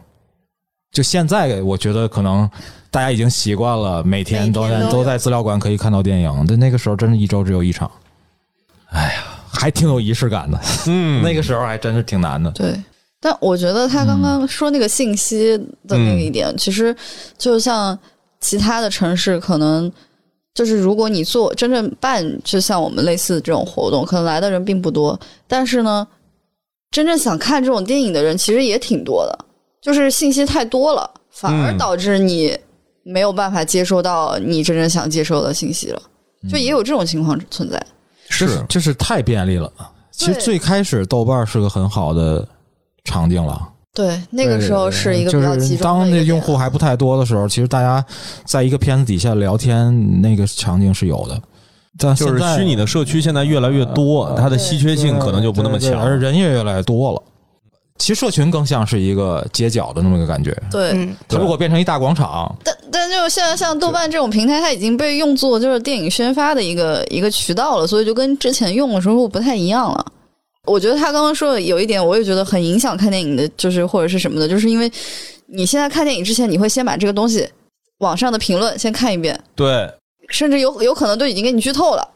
Speaker 2: 就现在，我觉得可能大家已经习惯了，每天都
Speaker 3: 每天
Speaker 2: 在
Speaker 3: 都有
Speaker 2: 都在资料馆可以看到电影。但那个时候，真是一周只有一场。哎呀，还挺有仪式感的。
Speaker 4: 嗯，
Speaker 2: 那个时候还真是挺难的。
Speaker 1: 对，但我觉得他刚
Speaker 2: 嗯
Speaker 1: 刚说那个信息的那个一点，其实就像其他的城市，可能就是如果你做真正办，就像我们类似这种活动，可能来的人并不多，但是呢，真正想看这种电影的人其实也挺多的，就是信息太多了，反而
Speaker 4: 嗯
Speaker 1: 导致你没有办法接收到你真正想接收的信息了，就也有这种情况存在。
Speaker 2: 就是就是太便利了。其实
Speaker 1: 对
Speaker 2: 最开始豆瓣是个很好的场景了。
Speaker 1: 对，那个时候是一个比较
Speaker 2: 就
Speaker 1: 集中
Speaker 2: 是
Speaker 1: 的
Speaker 2: 当
Speaker 1: 一个
Speaker 2: 那
Speaker 1: 点
Speaker 2: 用户还不太多的时候，其实大家在一个片子底下聊天，那个场景是有的。但
Speaker 4: 就是
Speaker 2: 现在
Speaker 4: 虚拟的社区现在越来越多，它的稀缺性可能就不那么
Speaker 2: 对对
Speaker 4: 强
Speaker 2: 而。人也越来越多了。其实社群更像是一个街角的那么一个感觉。
Speaker 1: 对。
Speaker 3: 嗯，
Speaker 2: 它如果变成一大广场，
Speaker 1: 但但就是现在像豆瓣这种平台，它已经被用作就是电影宣发的一个一个渠道了，所以就跟之前用的时候不太一样了。我觉得他刚刚说的有一点，我也觉得很影响看电影的，就是或者是什么的，就是因为你现在看电影之前，你会先把这个东西网上的评论先看一遍，
Speaker 4: 对，
Speaker 1: 甚至有有可能都已经给你剧透了，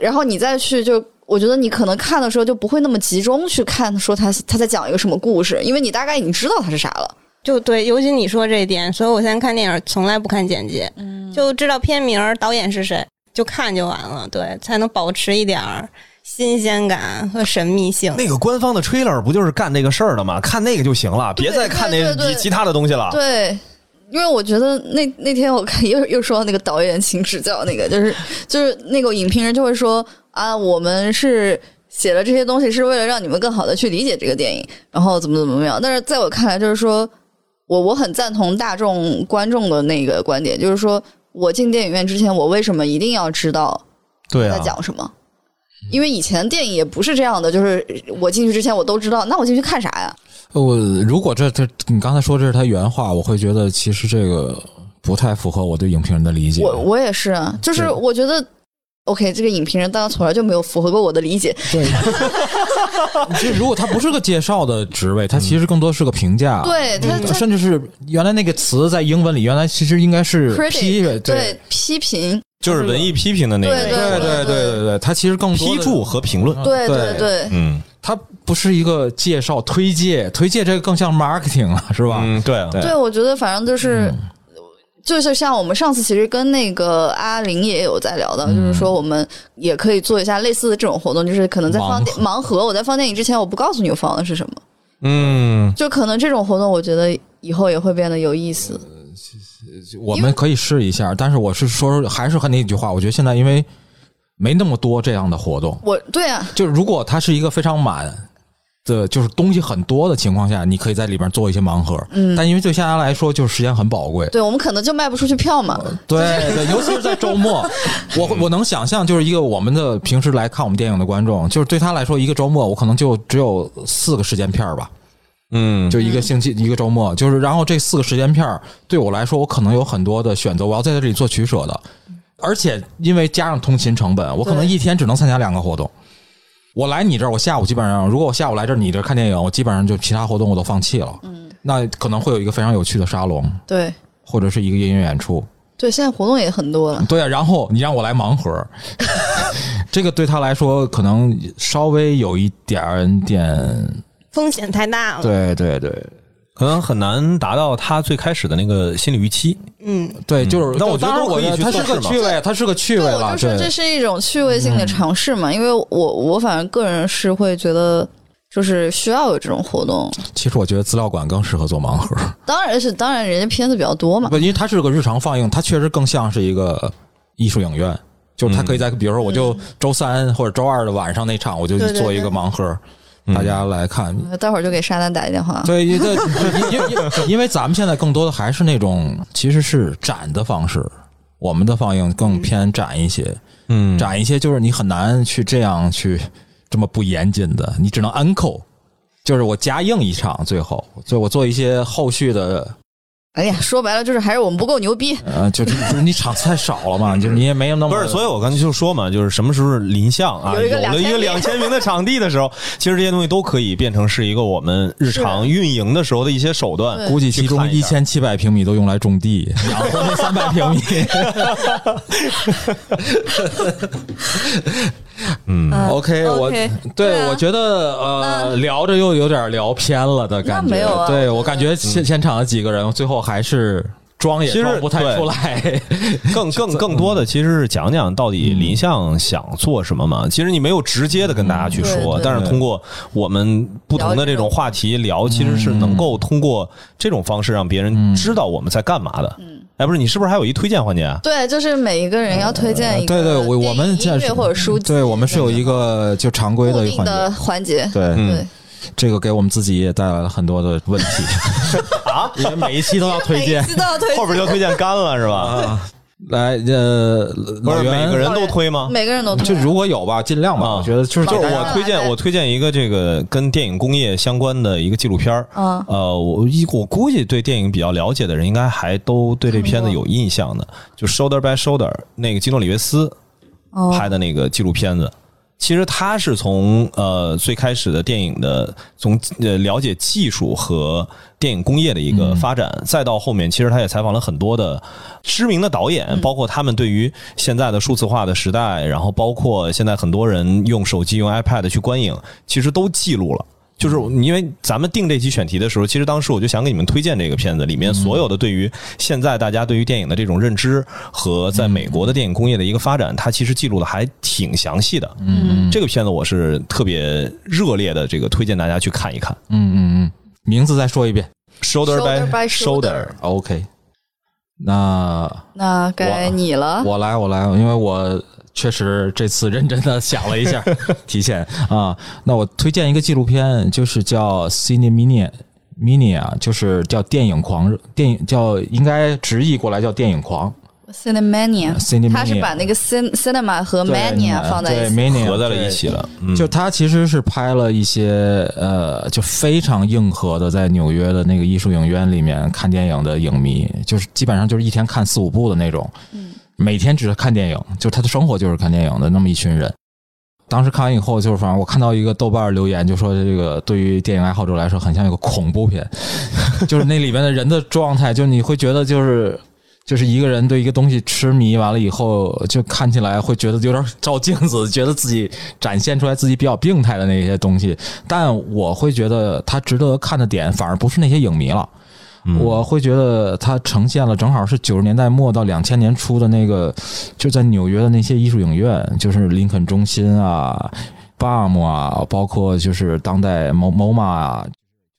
Speaker 1: 然后你再去就，我觉得你可能看的时候就不会那么集中去看，说他他在讲一个什么故事，因为你大概已经知道他是啥了。
Speaker 3: 就对，尤其你说这一点，所以我现在看电影从来不看简介，
Speaker 2: 嗯
Speaker 3: 就知道片名儿、导演是谁，就看就完了，对，才能保持一点儿新鲜感和神秘性。
Speaker 4: 那个官方的 trailer 不就是干这个事儿的吗？看那个就行了，别再看那
Speaker 1: 对对对
Speaker 4: 其他的东西了。
Speaker 1: 对，因为我觉得那那天我看 又又说到那个导演请指教，那个就是就是那个影评人就会说啊，我们是写了这些东西是为了让你们更好的去理解这个电影，然后怎么怎么样。但是在我看来，就是说我我很赞同大众观众的那个观点，就是说我进电影院之前，我为什么一定要知道
Speaker 4: 对啊
Speaker 1: 在讲什么？因为以前电影也不是这样的，就是我进去之前我都知道，那我进去看啥呀？
Speaker 2: 呃我如果这这你刚才说这是他原话，我会觉得其实这个不太符合我对影评人的理解。嗯
Speaker 1: 我我也是啊，就是
Speaker 2: 对
Speaker 1: 我觉得，OK，这个影评人当然从来就没有符合过我的理解。
Speaker 2: 对， 就如果他不是个介绍的职位，他其实更多是个评价。。
Speaker 1: 对他，他
Speaker 2: 啊呃嗯甚至是原来那个词在英文里，原来其实应该是
Speaker 1: critic
Speaker 2: 批阅，
Speaker 1: 对批评，
Speaker 4: 就是文艺批评的那
Speaker 1: 对
Speaker 4: 个
Speaker 2: 对对对对对，它其实更多
Speaker 4: 批
Speaker 2: 的
Speaker 4: 注，和评论。
Speaker 1: 对
Speaker 2: 对
Speaker 1: 对，
Speaker 4: 嗯
Speaker 2: 它不是一个介绍推介，推介这个更像 marketing 了，是吧？
Speaker 4: 嗯，对啊
Speaker 2: 对
Speaker 1: 对，我觉得反正就是。
Speaker 2: 嗯
Speaker 1: 就是像我们上次其实跟那个阿林也有在聊
Speaker 2: 嗯
Speaker 1: 到，就是说我们也可以做一下类似的这种活动，就是可能在放
Speaker 2: 盲
Speaker 1: 电盲盒，我在放电影之前我不告诉你我放的是什么，
Speaker 4: 嗯，
Speaker 1: 就可能这种活动我觉得以后也会变得有意思。
Speaker 2: 我们可以试一下，但是我是说，还是和那句话，我觉得现在因为没那么多这样的活动，
Speaker 1: 我对啊，
Speaker 2: 就是如果它是一个非常满的，就是东西很多的情况下，你可以在里边做一些盲盒，嗯，但因为对大家来说，就是时间很宝贵，
Speaker 1: 对我们可能就卖不出去票嘛，
Speaker 2: 嗯对对，尤其是在周末，我我能想象，就是一个我们的平时来看我们电影的观众，就是对他来说，一个周末我可能就只有四个时间片儿吧，
Speaker 4: 嗯，
Speaker 2: 就一个星期一个周末，就是然后这四个时间片儿对我来说，我可能有很多的选择，我要在这里做取舍的，而且因为加上通勤成本，我可能
Speaker 1: 对
Speaker 2: 一天只能参加两个活动。我来你这儿，我下午基本上，如果我下午来这儿你这儿看电影，我基本上就其他活动我都放弃了。嗯，那可能会有一个非常有趣的沙龙，
Speaker 1: 对
Speaker 2: 或者是一个音乐演出。
Speaker 1: 对，现在活动也很多了。
Speaker 2: 对啊，然后你让我来盲盒，这个对他来说可能稍微有一点儿点，
Speaker 3: 风险太大了，
Speaker 2: 对对对
Speaker 4: 可能很难达到他最开始的那个心理预期。
Speaker 3: 嗯，
Speaker 2: 对，就是
Speaker 4: 那我觉
Speaker 2: 当
Speaker 4: 得
Speaker 2: 然
Speaker 4: 都可
Speaker 2: 我
Speaker 4: 以去
Speaker 2: 它是
Speaker 4: 测
Speaker 2: 个
Speaker 4: 试嘛
Speaker 2: 趣味，它是个趣味
Speaker 1: 对，
Speaker 2: 了，
Speaker 1: 我就说这
Speaker 2: 啊对，嗯
Speaker 1: 是一种趣味性的尝试嘛，因为我我反正个人是会觉得。就是需要有这种活动，
Speaker 2: 其实我觉得资料馆更适合做盲盒，
Speaker 1: 当然是当然，人家片子比较多嘛
Speaker 2: 不，，因为它是个日常放映，它确实更像是一个艺术影院。就是它可以在，比如说，我就周三或者周二的晚上那场，我就
Speaker 1: 对对
Speaker 2: 做一个盲盒，
Speaker 4: 嗯
Speaker 2: 大家来看。
Speaker 1: 待会儿就给沙丹打一电 话。
Speaker 2: 对，因为因为因为因为咱们现在更多的还是那种其实是展的方式，我们的放映更偏展一些，
Speaker 4: 嗯
Speaker 2: 展一些就是你很难去这样去这么不严谨的，你只能 uncle，就是我夹硬一场，最后，所以我做一些后续的
Speaker 1: 哎呀，说白了就是还是我们不够牛逼。
Speaker 2: 呃，就是就是你场次太少了嘛， 就是你也没有那么
Speaker 4: 不是，所以我刚才就说嘛，就是什么时候临向啊，
Speaker 1: 有
Speaker 4: 有
Speaker 1: 一个
Speaker 4: 了一个两
Speaker 1: 2000
Speaker 4: 千名的场地的时候，其实这些东西都可以变成是一个我们日常运营的时候的一些手段。
Speaker 1: 对
Speaker 2: 估计其中
Speaker 4: 去看
Speaker 2: 一
Speaker 4: 一下
Speaker 2: 千七百平米都用来种地，养活那三百 平米。嗯，OK，我
Speaker 1: 啊 OK，对
Speaker 2: 对
Speaker 1: 啊嗯
Speaker 2: 我觉得呃，聊着又有点聊偏了的感觉。
Speaker 1: 那没有啊
Speaker 2: 对我感觉现现场的几个人最后还是装也
Speaker 4: 其实
Speaker 2: 装不太出来。
Speaker 4: 更更更多
Speaker 2: 嗯
Speaker 4: 的其实是讲讲到底林向想做什么嘛。其实你没有直接的跟大家去
Speaker 1: 对
Speaker 4: 说，
Speaker 1: 对
Speaker 4: 但是通过我们不同的这种话题聊，其实是能够通过这种方式让别人知道我们在干嘛的。
Speaker 1: 嗯
Speaker 4: 哎，不是，你是不是还有一推荐环 节啊？
Speaker 1: 对，就是每一个人要推荐一个
Speaker 2: 对呃对，我我们
Speaker 1: 电影音乐或者书籍，
Speaker 2: 对我们是有一个就常规
Speaker 1: 固
Speaker 2: 的一个
Speaker 1: 定
Speaker 2: 环
Speaker 1: 的
Speaker 2: 节。嗯
Speaker 1: 环节。
Speaker 2: 对，
Speaker 1: 对，
Speaker 2: 这个给我们自己也带来了很多的问题 啊， 因为每一期都要推
Speaker 1: 每
Speaker 2: 荐
Speaker 1: 一。次都要推荐，
Speaker 4: 后边就推荐干了是吧？
Speaker 2: 啊，来，呃，
Speaker 4: 不
Speaker 2: 老
Speaker 4: 是
Speaker 2: 袁
Speaker 4: 每个人都推吗？
Speaker 1: 每个人都推
Speaker 2: 就如果有吧，尽量吧。
Speaker 4: 啊
Speaker 2: 我觉得就是
Speaker 4: 就是
Speaker 2: 大家
Speaker 4: 我推荐
Speaker 1: 对
Speaker 4: 我推荐一个这个跟电影工业相关的一个纪录片儿，
Speaker 1: 嗯
Speaker 4: 呃，我一我估计对电影比较了解的人，应该还都对这片子有印象的，就《Shoulder by Shoulder》那个基诺里维斯
Speaker 1: 哦
Speaker 4: 拍的那个纪录片子。其实他是从呃最开始的电影的从呃了解技术和电影工业的一个发展，再到后面，其实他也采访了很多的知名的导演，包括他们对于现在的数字化的时代，然后包括现在很多人用手机、用 iPad 去观影，其实都记录了。就是因为咱们定这期选题的时候，其实当时我就想给你们推荐这个片子，里面所有的对于现在大家对于电影的这种认知和在美国的电影工业的一个发展，它其实记录的还挺详细的。嗯，这个片子我是特别热烈的这个推荐大家去看一看。
Speaker 2: 嗯嗯嗯，名字再说一遍。
Speaker 4: Shoulder
Speaker 1: Shoulder by
Speaker 4: shoulder，
Speaker 2: OK，那
Speaker 1: 那该你了。
Speaker 2: 我来，我来，因为我确实这次认真的想了一下， 提前啊。那我推荐一个纪录片，就是叫《Cine Mania》。mini 啊，就是叫电影狂热，电影叫应该直译过来叫电影狂
Speaker 1: Cinemania，
Speaker 2: Cinemania
Speaker 1: 他是把那个 cin cinema 和
Speaker 2: 对嗯
Speaker 1: mania 放在一起。
Speaker 2: 对 mania
Speaker 4: 合在了一起
Speaker 2: 对
Speaker 4: 了。嗯
Speaker 2: 就他其实是拍了一些呃，就非常硬核的，在纽约的那个艺术影院里面看电影的影迷，就是基本上就是一天看四五部的那种，每天只是看电影，就他的生活就是看电影的那么一群人。当时看完以后，就是反正我看到一个豆瓣留言，就说这个对于电影爱好者来说，很像一个恐怖片， 就是那里面的人的状态，就你会觉得就是就是一个人对一个东西痴迷，完了以后就看起来会觉得有点照镜子，觉得自己展现出来自己比较病态的那些东西。但我会觉得它值得看的点，反而不是那些影迷了。我会觉得它呈现了正好是九十年代末到两千年初的那个，就在纽约的那些艺术影院，就是林肯中心啊、BAM 啊，包括就是当代 Mo MoMA 啊，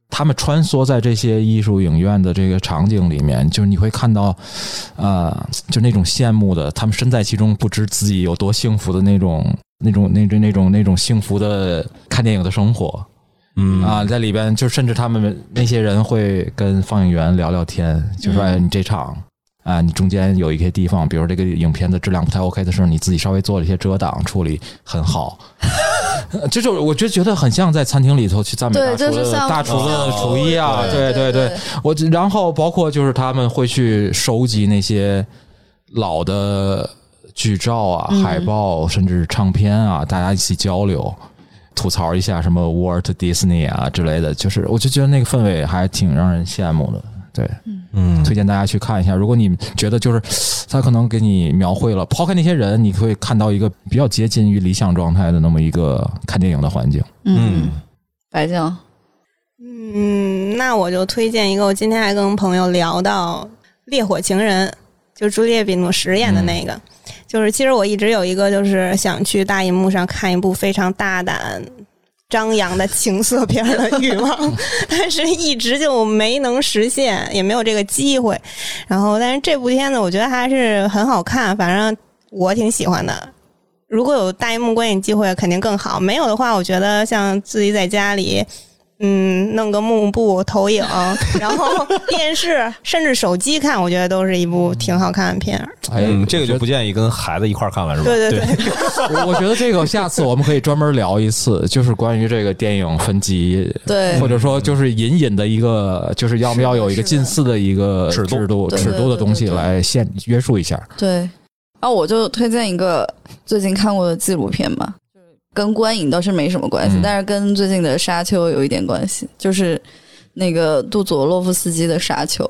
Speaker 2: 他们穿梭在这些艺术影院的这个场景里面，就是你会看到，呃，就那种羡慕的，他们身在其中不知自己有多幸福的那种、那种、那种、那种、那种幸福的看电影的生活。
Speaker 4: 嗯
Speaker 2: 啊，在里边就甚至他们那些人会跟放映员聊聊天，就说、
Speaker 1: 嗯
Speaker 2: 哎，你这场啊，你中间有一些地方，比如这个影片的质量不太 OK 的时候，你自己稍微做了一些遮挡，处理 很好。呃这就是我就觉得很像在餐厅里头去赞美大
Speaker 1: 对，
Speaker 2: 厨
Speaker 1: 就是
Speaker 2: 子、
Speaker 1: 像
Speaker 2: 大厨子
Speaker 1: 像
Speaker 2: 的厨艺啊，
Speaker 1: 对
Speaker 2: 对
Speaker 1: 对，
Speaker 2: 我然后包括就是他们会去收集那些老的剧照啊、
Speaker 1: 嗯
Speaker 2: 海报，甚至唱片啊，大家一起交流。吐槽一下什么 Walt Disney 啊之类的，就是我就觉得那个氛围还挺让人羡慕的。对，
Speaker 4: 嗯
Speaker 2: 推荐大家去看一下。如果你觉得就是他可能给你描绘了，抛开那些人，你会看到一个比较接近于理想状态的那么一个看电影的环境。
Speaker 1: 嗯，白净，
Speaker 3: 嗯，那我就推荐一个，我今天还跟朋友聊到《烈火情人》，就朱丽叶·比诺什演的那个。就是其实我一直有一个，就是想去大荧幕上看一部非常大胆、张扬的情色片儿的欲望，但是一直就没能实现，也没有这个机会。然后，但是这部片子我觉得还是很好看，反正我挺喜欢的。如果有大荧幕观影机会，肯定更好；没有的话，我觉得像自己在家里嗯，弄个幕布、投 影，然后电视甚至手机看，我觉得都是一部挺好看的片儿。
Speaker 2: 哎
Speaker 4: 嗯，这个就不建议跟孩子一块儿看了，是吧？
Speaker 3: 对对
Speaker 4: 对对，
Speaker 2: 我我觉得这个下次我们可以专门聊一次，就是关于这个电影分级，
Speaker 1: 对
Speaker 2: 或者说就是隐隐的一个，就是要不要有一个近似的一个
Speaker 4: 是的
Speaker 2: 制度、
Speaker 1: 是的
Speaker 2: 尺度的东西来限约束一下。
Speaker 1: 对，然后我就推荐一个最近看过的纪录片吧，就是跟观影倒是没什么关系，
Speaker 2: 嗯
Speaker 1: 但是跟最近的《沙丘》有一点关系，就是那个杜佐洛夫斯基的《沙丘》，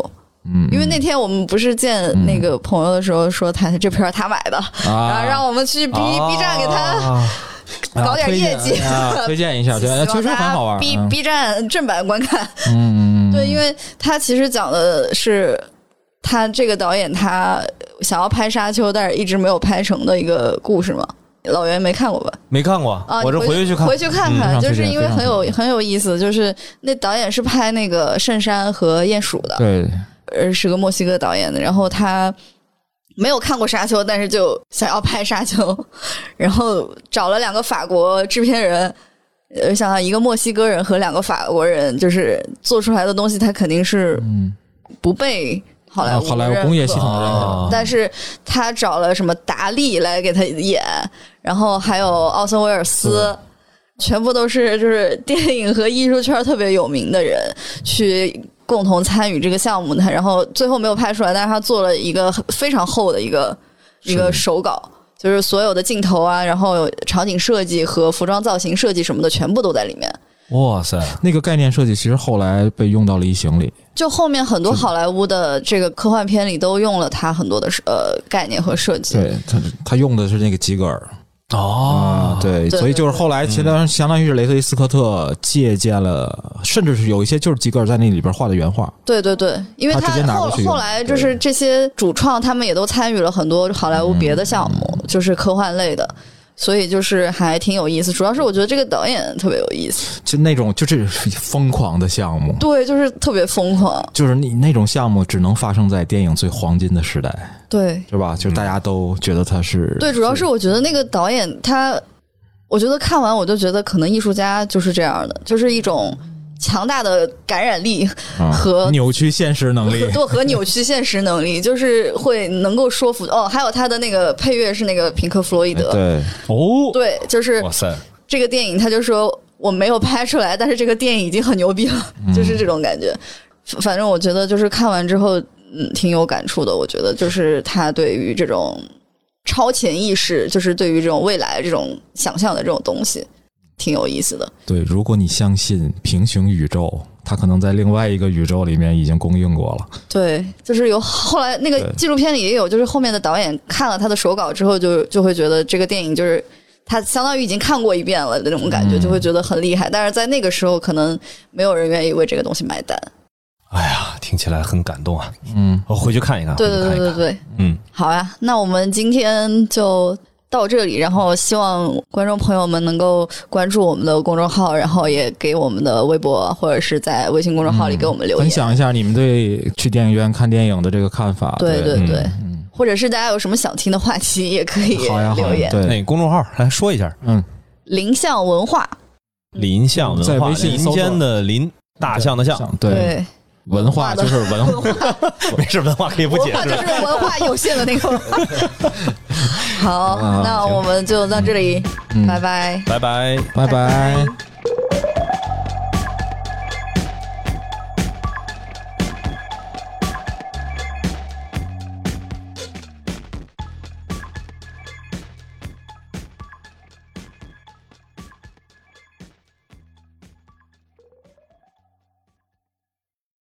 Speaker 2: 嗯，
Speaker 1: 因为那天我们不是见那个朋友的时候说他这片儿他买的，然
Speaker 2: 啊，哦
Speaker 1: 后让我们去 B、
Speaker 4: 啊
Speaker 1: B 站给他搞点业绩。
Speaker 2: 啊推荐一下，对，
Speaker 1: 希
Speaker 2: 确
Speaker 1: 望
Speaker 2: 实
Speaker 1: 大
Speaker 2: 很好
Speaker 1: 家
Speaker 2: 玩儿。
Speaker 1: B
Speaker 2: 嗯
Speaker 1: B 站正版观看，
Speaker 2: 嗯，嗯
Speaker 1: 对，因为他其实讲的是他这个导演他呃想要拍《沙丘》，但是一直没有拍成的一个故事嘛。老袁没看过吧？
Speaker 4: 没看过
Speaker 1: 啊，，
Speaker 4: 我这
Speaker 1: 你回
Speaker 4: 去看，
Speaker 1: 回去看
Speaker 2: 嗯非
Speaker 1: 看，
Speaker 2: 常
Speaker 1: 就
Speaker 2: 推
Speaker 1: 是
Speaker 2: 荐
Speaker 1: 因为
Speaker 2: 非常
Speaker 1: 很有
Speaker 2: 推荐
Speaker 1: 很有意思。就是那导演是拍那个《圣山》和《鼹鼠》的，
Speaker 2: 对，
Speaker 1: 呃，是个墨西哥导演的，然后他没有看过《沙丘》，但是就想要拍《沙丘》， 然后找了两个法国制片人，呃，想想一个墨西哥人和两个法国人，就是做出来的东西，他肯定是
Speaker 2: 嗯，
Speaker 1: 不
Speaker 2: 不
Speaker 1: 被好莱坞、
Speaker 2: 好莱坞啊工业系统认可
Speaker 4: 啊
Speaker 1: 但是他找了什么达利来给他演，然后还有奥森威尔斯，全部都是就是电影和艺术圈特别有名的人去共同参与这个项目的，然后最后没有拍出来，但是他做了一个非常厚的一个一个手稿。就是所有的镜头啊，然后场景设计和服装造型设计什么的，全部都在里面。
Speaker 4: 哇塞，
Speaker 2: 那个概念设计其实后来被用到了《异形》里。
Speaker 1: 就后面很多好莱坞的这个科幻片里都用了他很多的呃概念和设计。
Speaker 2: 对他，他用的是那个吉格尔
Speaker 4: 哦，
Speaker 2: 啊对，
Speaker 1: 对
Speaker 2: 所以就是
Speaker 1: 对
Speaker 2: 后来其实相当于是雷克利斯科特借鉴了，甚至是有一些就是吉格尔在那里边画的原画。
Speaker 1: 对对对，因为
Speaker 2: 他
Speaker 1: 他
Speaker 2: 直接拿
Speaker 1: 后
Speaker 2: 过去用
Speaker 1: 后来就是这些主创他们也都参与了很多好莱坞别的项目，就是科幻类的。所以就是还挺有意思，主要是我觉得这个导演特别有意思，
Speaker 2: 就那种就是 疯狂的项目，
Speaker 1: 对，就是特别疯狂，
Speaker 2: 就是你那种项目只能发生在电影最黄金的时代，
Speaker 1: 对
Speaker 2: 是吧？就是大家都觉得它是
Speaker 1: 嗯对，主要是我觉得那个导演他，我觉得看完我就觉得可能艺术家就是这样的，就是一种强大的感染力
Speaker 2: 啊
Speaker 1: 和
Speaker 2: 扭曲现实能力
Speaker 1: 和。多和扭曲现实能力，就是会能够说服哦。还有他的那个配乐是那个平克·弗洛伊德，
Speaker 2: 对，
Speaker 4: 哦，
Speaker 1: 对，就是
Speaker 4: 嗯哇塞，
Speaker 1: 这个电影，他就说我没有拍出来，但是这个电影已经很牛逼了，
Speaker 2: 嗯
Speaker 1: 就是这种感觉。反反正我觉得就是看完之后，嗯，挺有感触的。我觉得就是他对于这种超前意识，就是对于这种未来这种想象的这种东西，挺有意思的。
Speaker 2: 对，如果你相信平行宇宙，它可能在另外一个宇宙里面已经供应过了。
Speaker 1: 对，就是有后来那个
Speaker 2: 对
Speaker 1: 纪录片里也有，就是后面的导演看了他的手稿之后就，就会觉得这个电影就是他相当于已经看过一遍了那种
Speaker 2: 嗯
Speaker 1: 感觉，就会觉得很厉害。但是在那个时候，可能没有人愿意为这个东西买 单。
Speaker 4: 哎呀，听起来很感动啊，
Speaker 2: 嗯，
Speaker 4: 我回去看一看，
Speaker 1: 对
Speaker 4: 回去
Speaker 1: 对对
Speaker 4: 看一
Speaker 1: 对
Speaker 4: 看，
Speaker 1: 对，
Speaker 4: 嗯，
Speaker 1: 好呀，那我们今天就。到这里，然后希望观众朋友们能够关注我们的公众号，然后也给我们的微博或者是在微信公众号里给我们留言，
Speaker 2: 分享一下你们对去电影院看电影的这个看法。
Speaker 1: 对
Speaker 2: 对
Speaker 1: 对对，
Speaker 2: 嗯
Speaker 1: 或者是大家有什么想听的话题也可以
Speaker 2: 好呀好
Speaker 1: 留
Speaker 2: 呀，
Speaker 1: 言。
Speaker 2: 对，
Speaker 4: 那公众号来说一下，
Speaker 2: 嗯，
Speaker 1: 林相文化，
Speaker 4: 林相文
Speaker 2: 在
Speaker 4: 化，
Speaker 2: 微信
Speaker 4: 林
Speaker 2: 搜索
Speaker 4: 间的林，大象的象，
Speaker 2: 对，文化
Speaker 1: 化的
Speaker 2: 就是文化。
Speaker 4: 没事，文化可 以不
Speaker 1: 文
Speaker 4: 解
Speaker 1: 化就
Speaker 4: 释。
Speaker 1: 是文化有限的那 个。好，
Speaker 2: 啊
Speaker 4: 啊
Speaker 1: 那我们就到这里，
Speaker 2: 嗯
Speaker 1: 拜拜。
Speaker 4: 拜拜。
Speaker 2: 拜拜。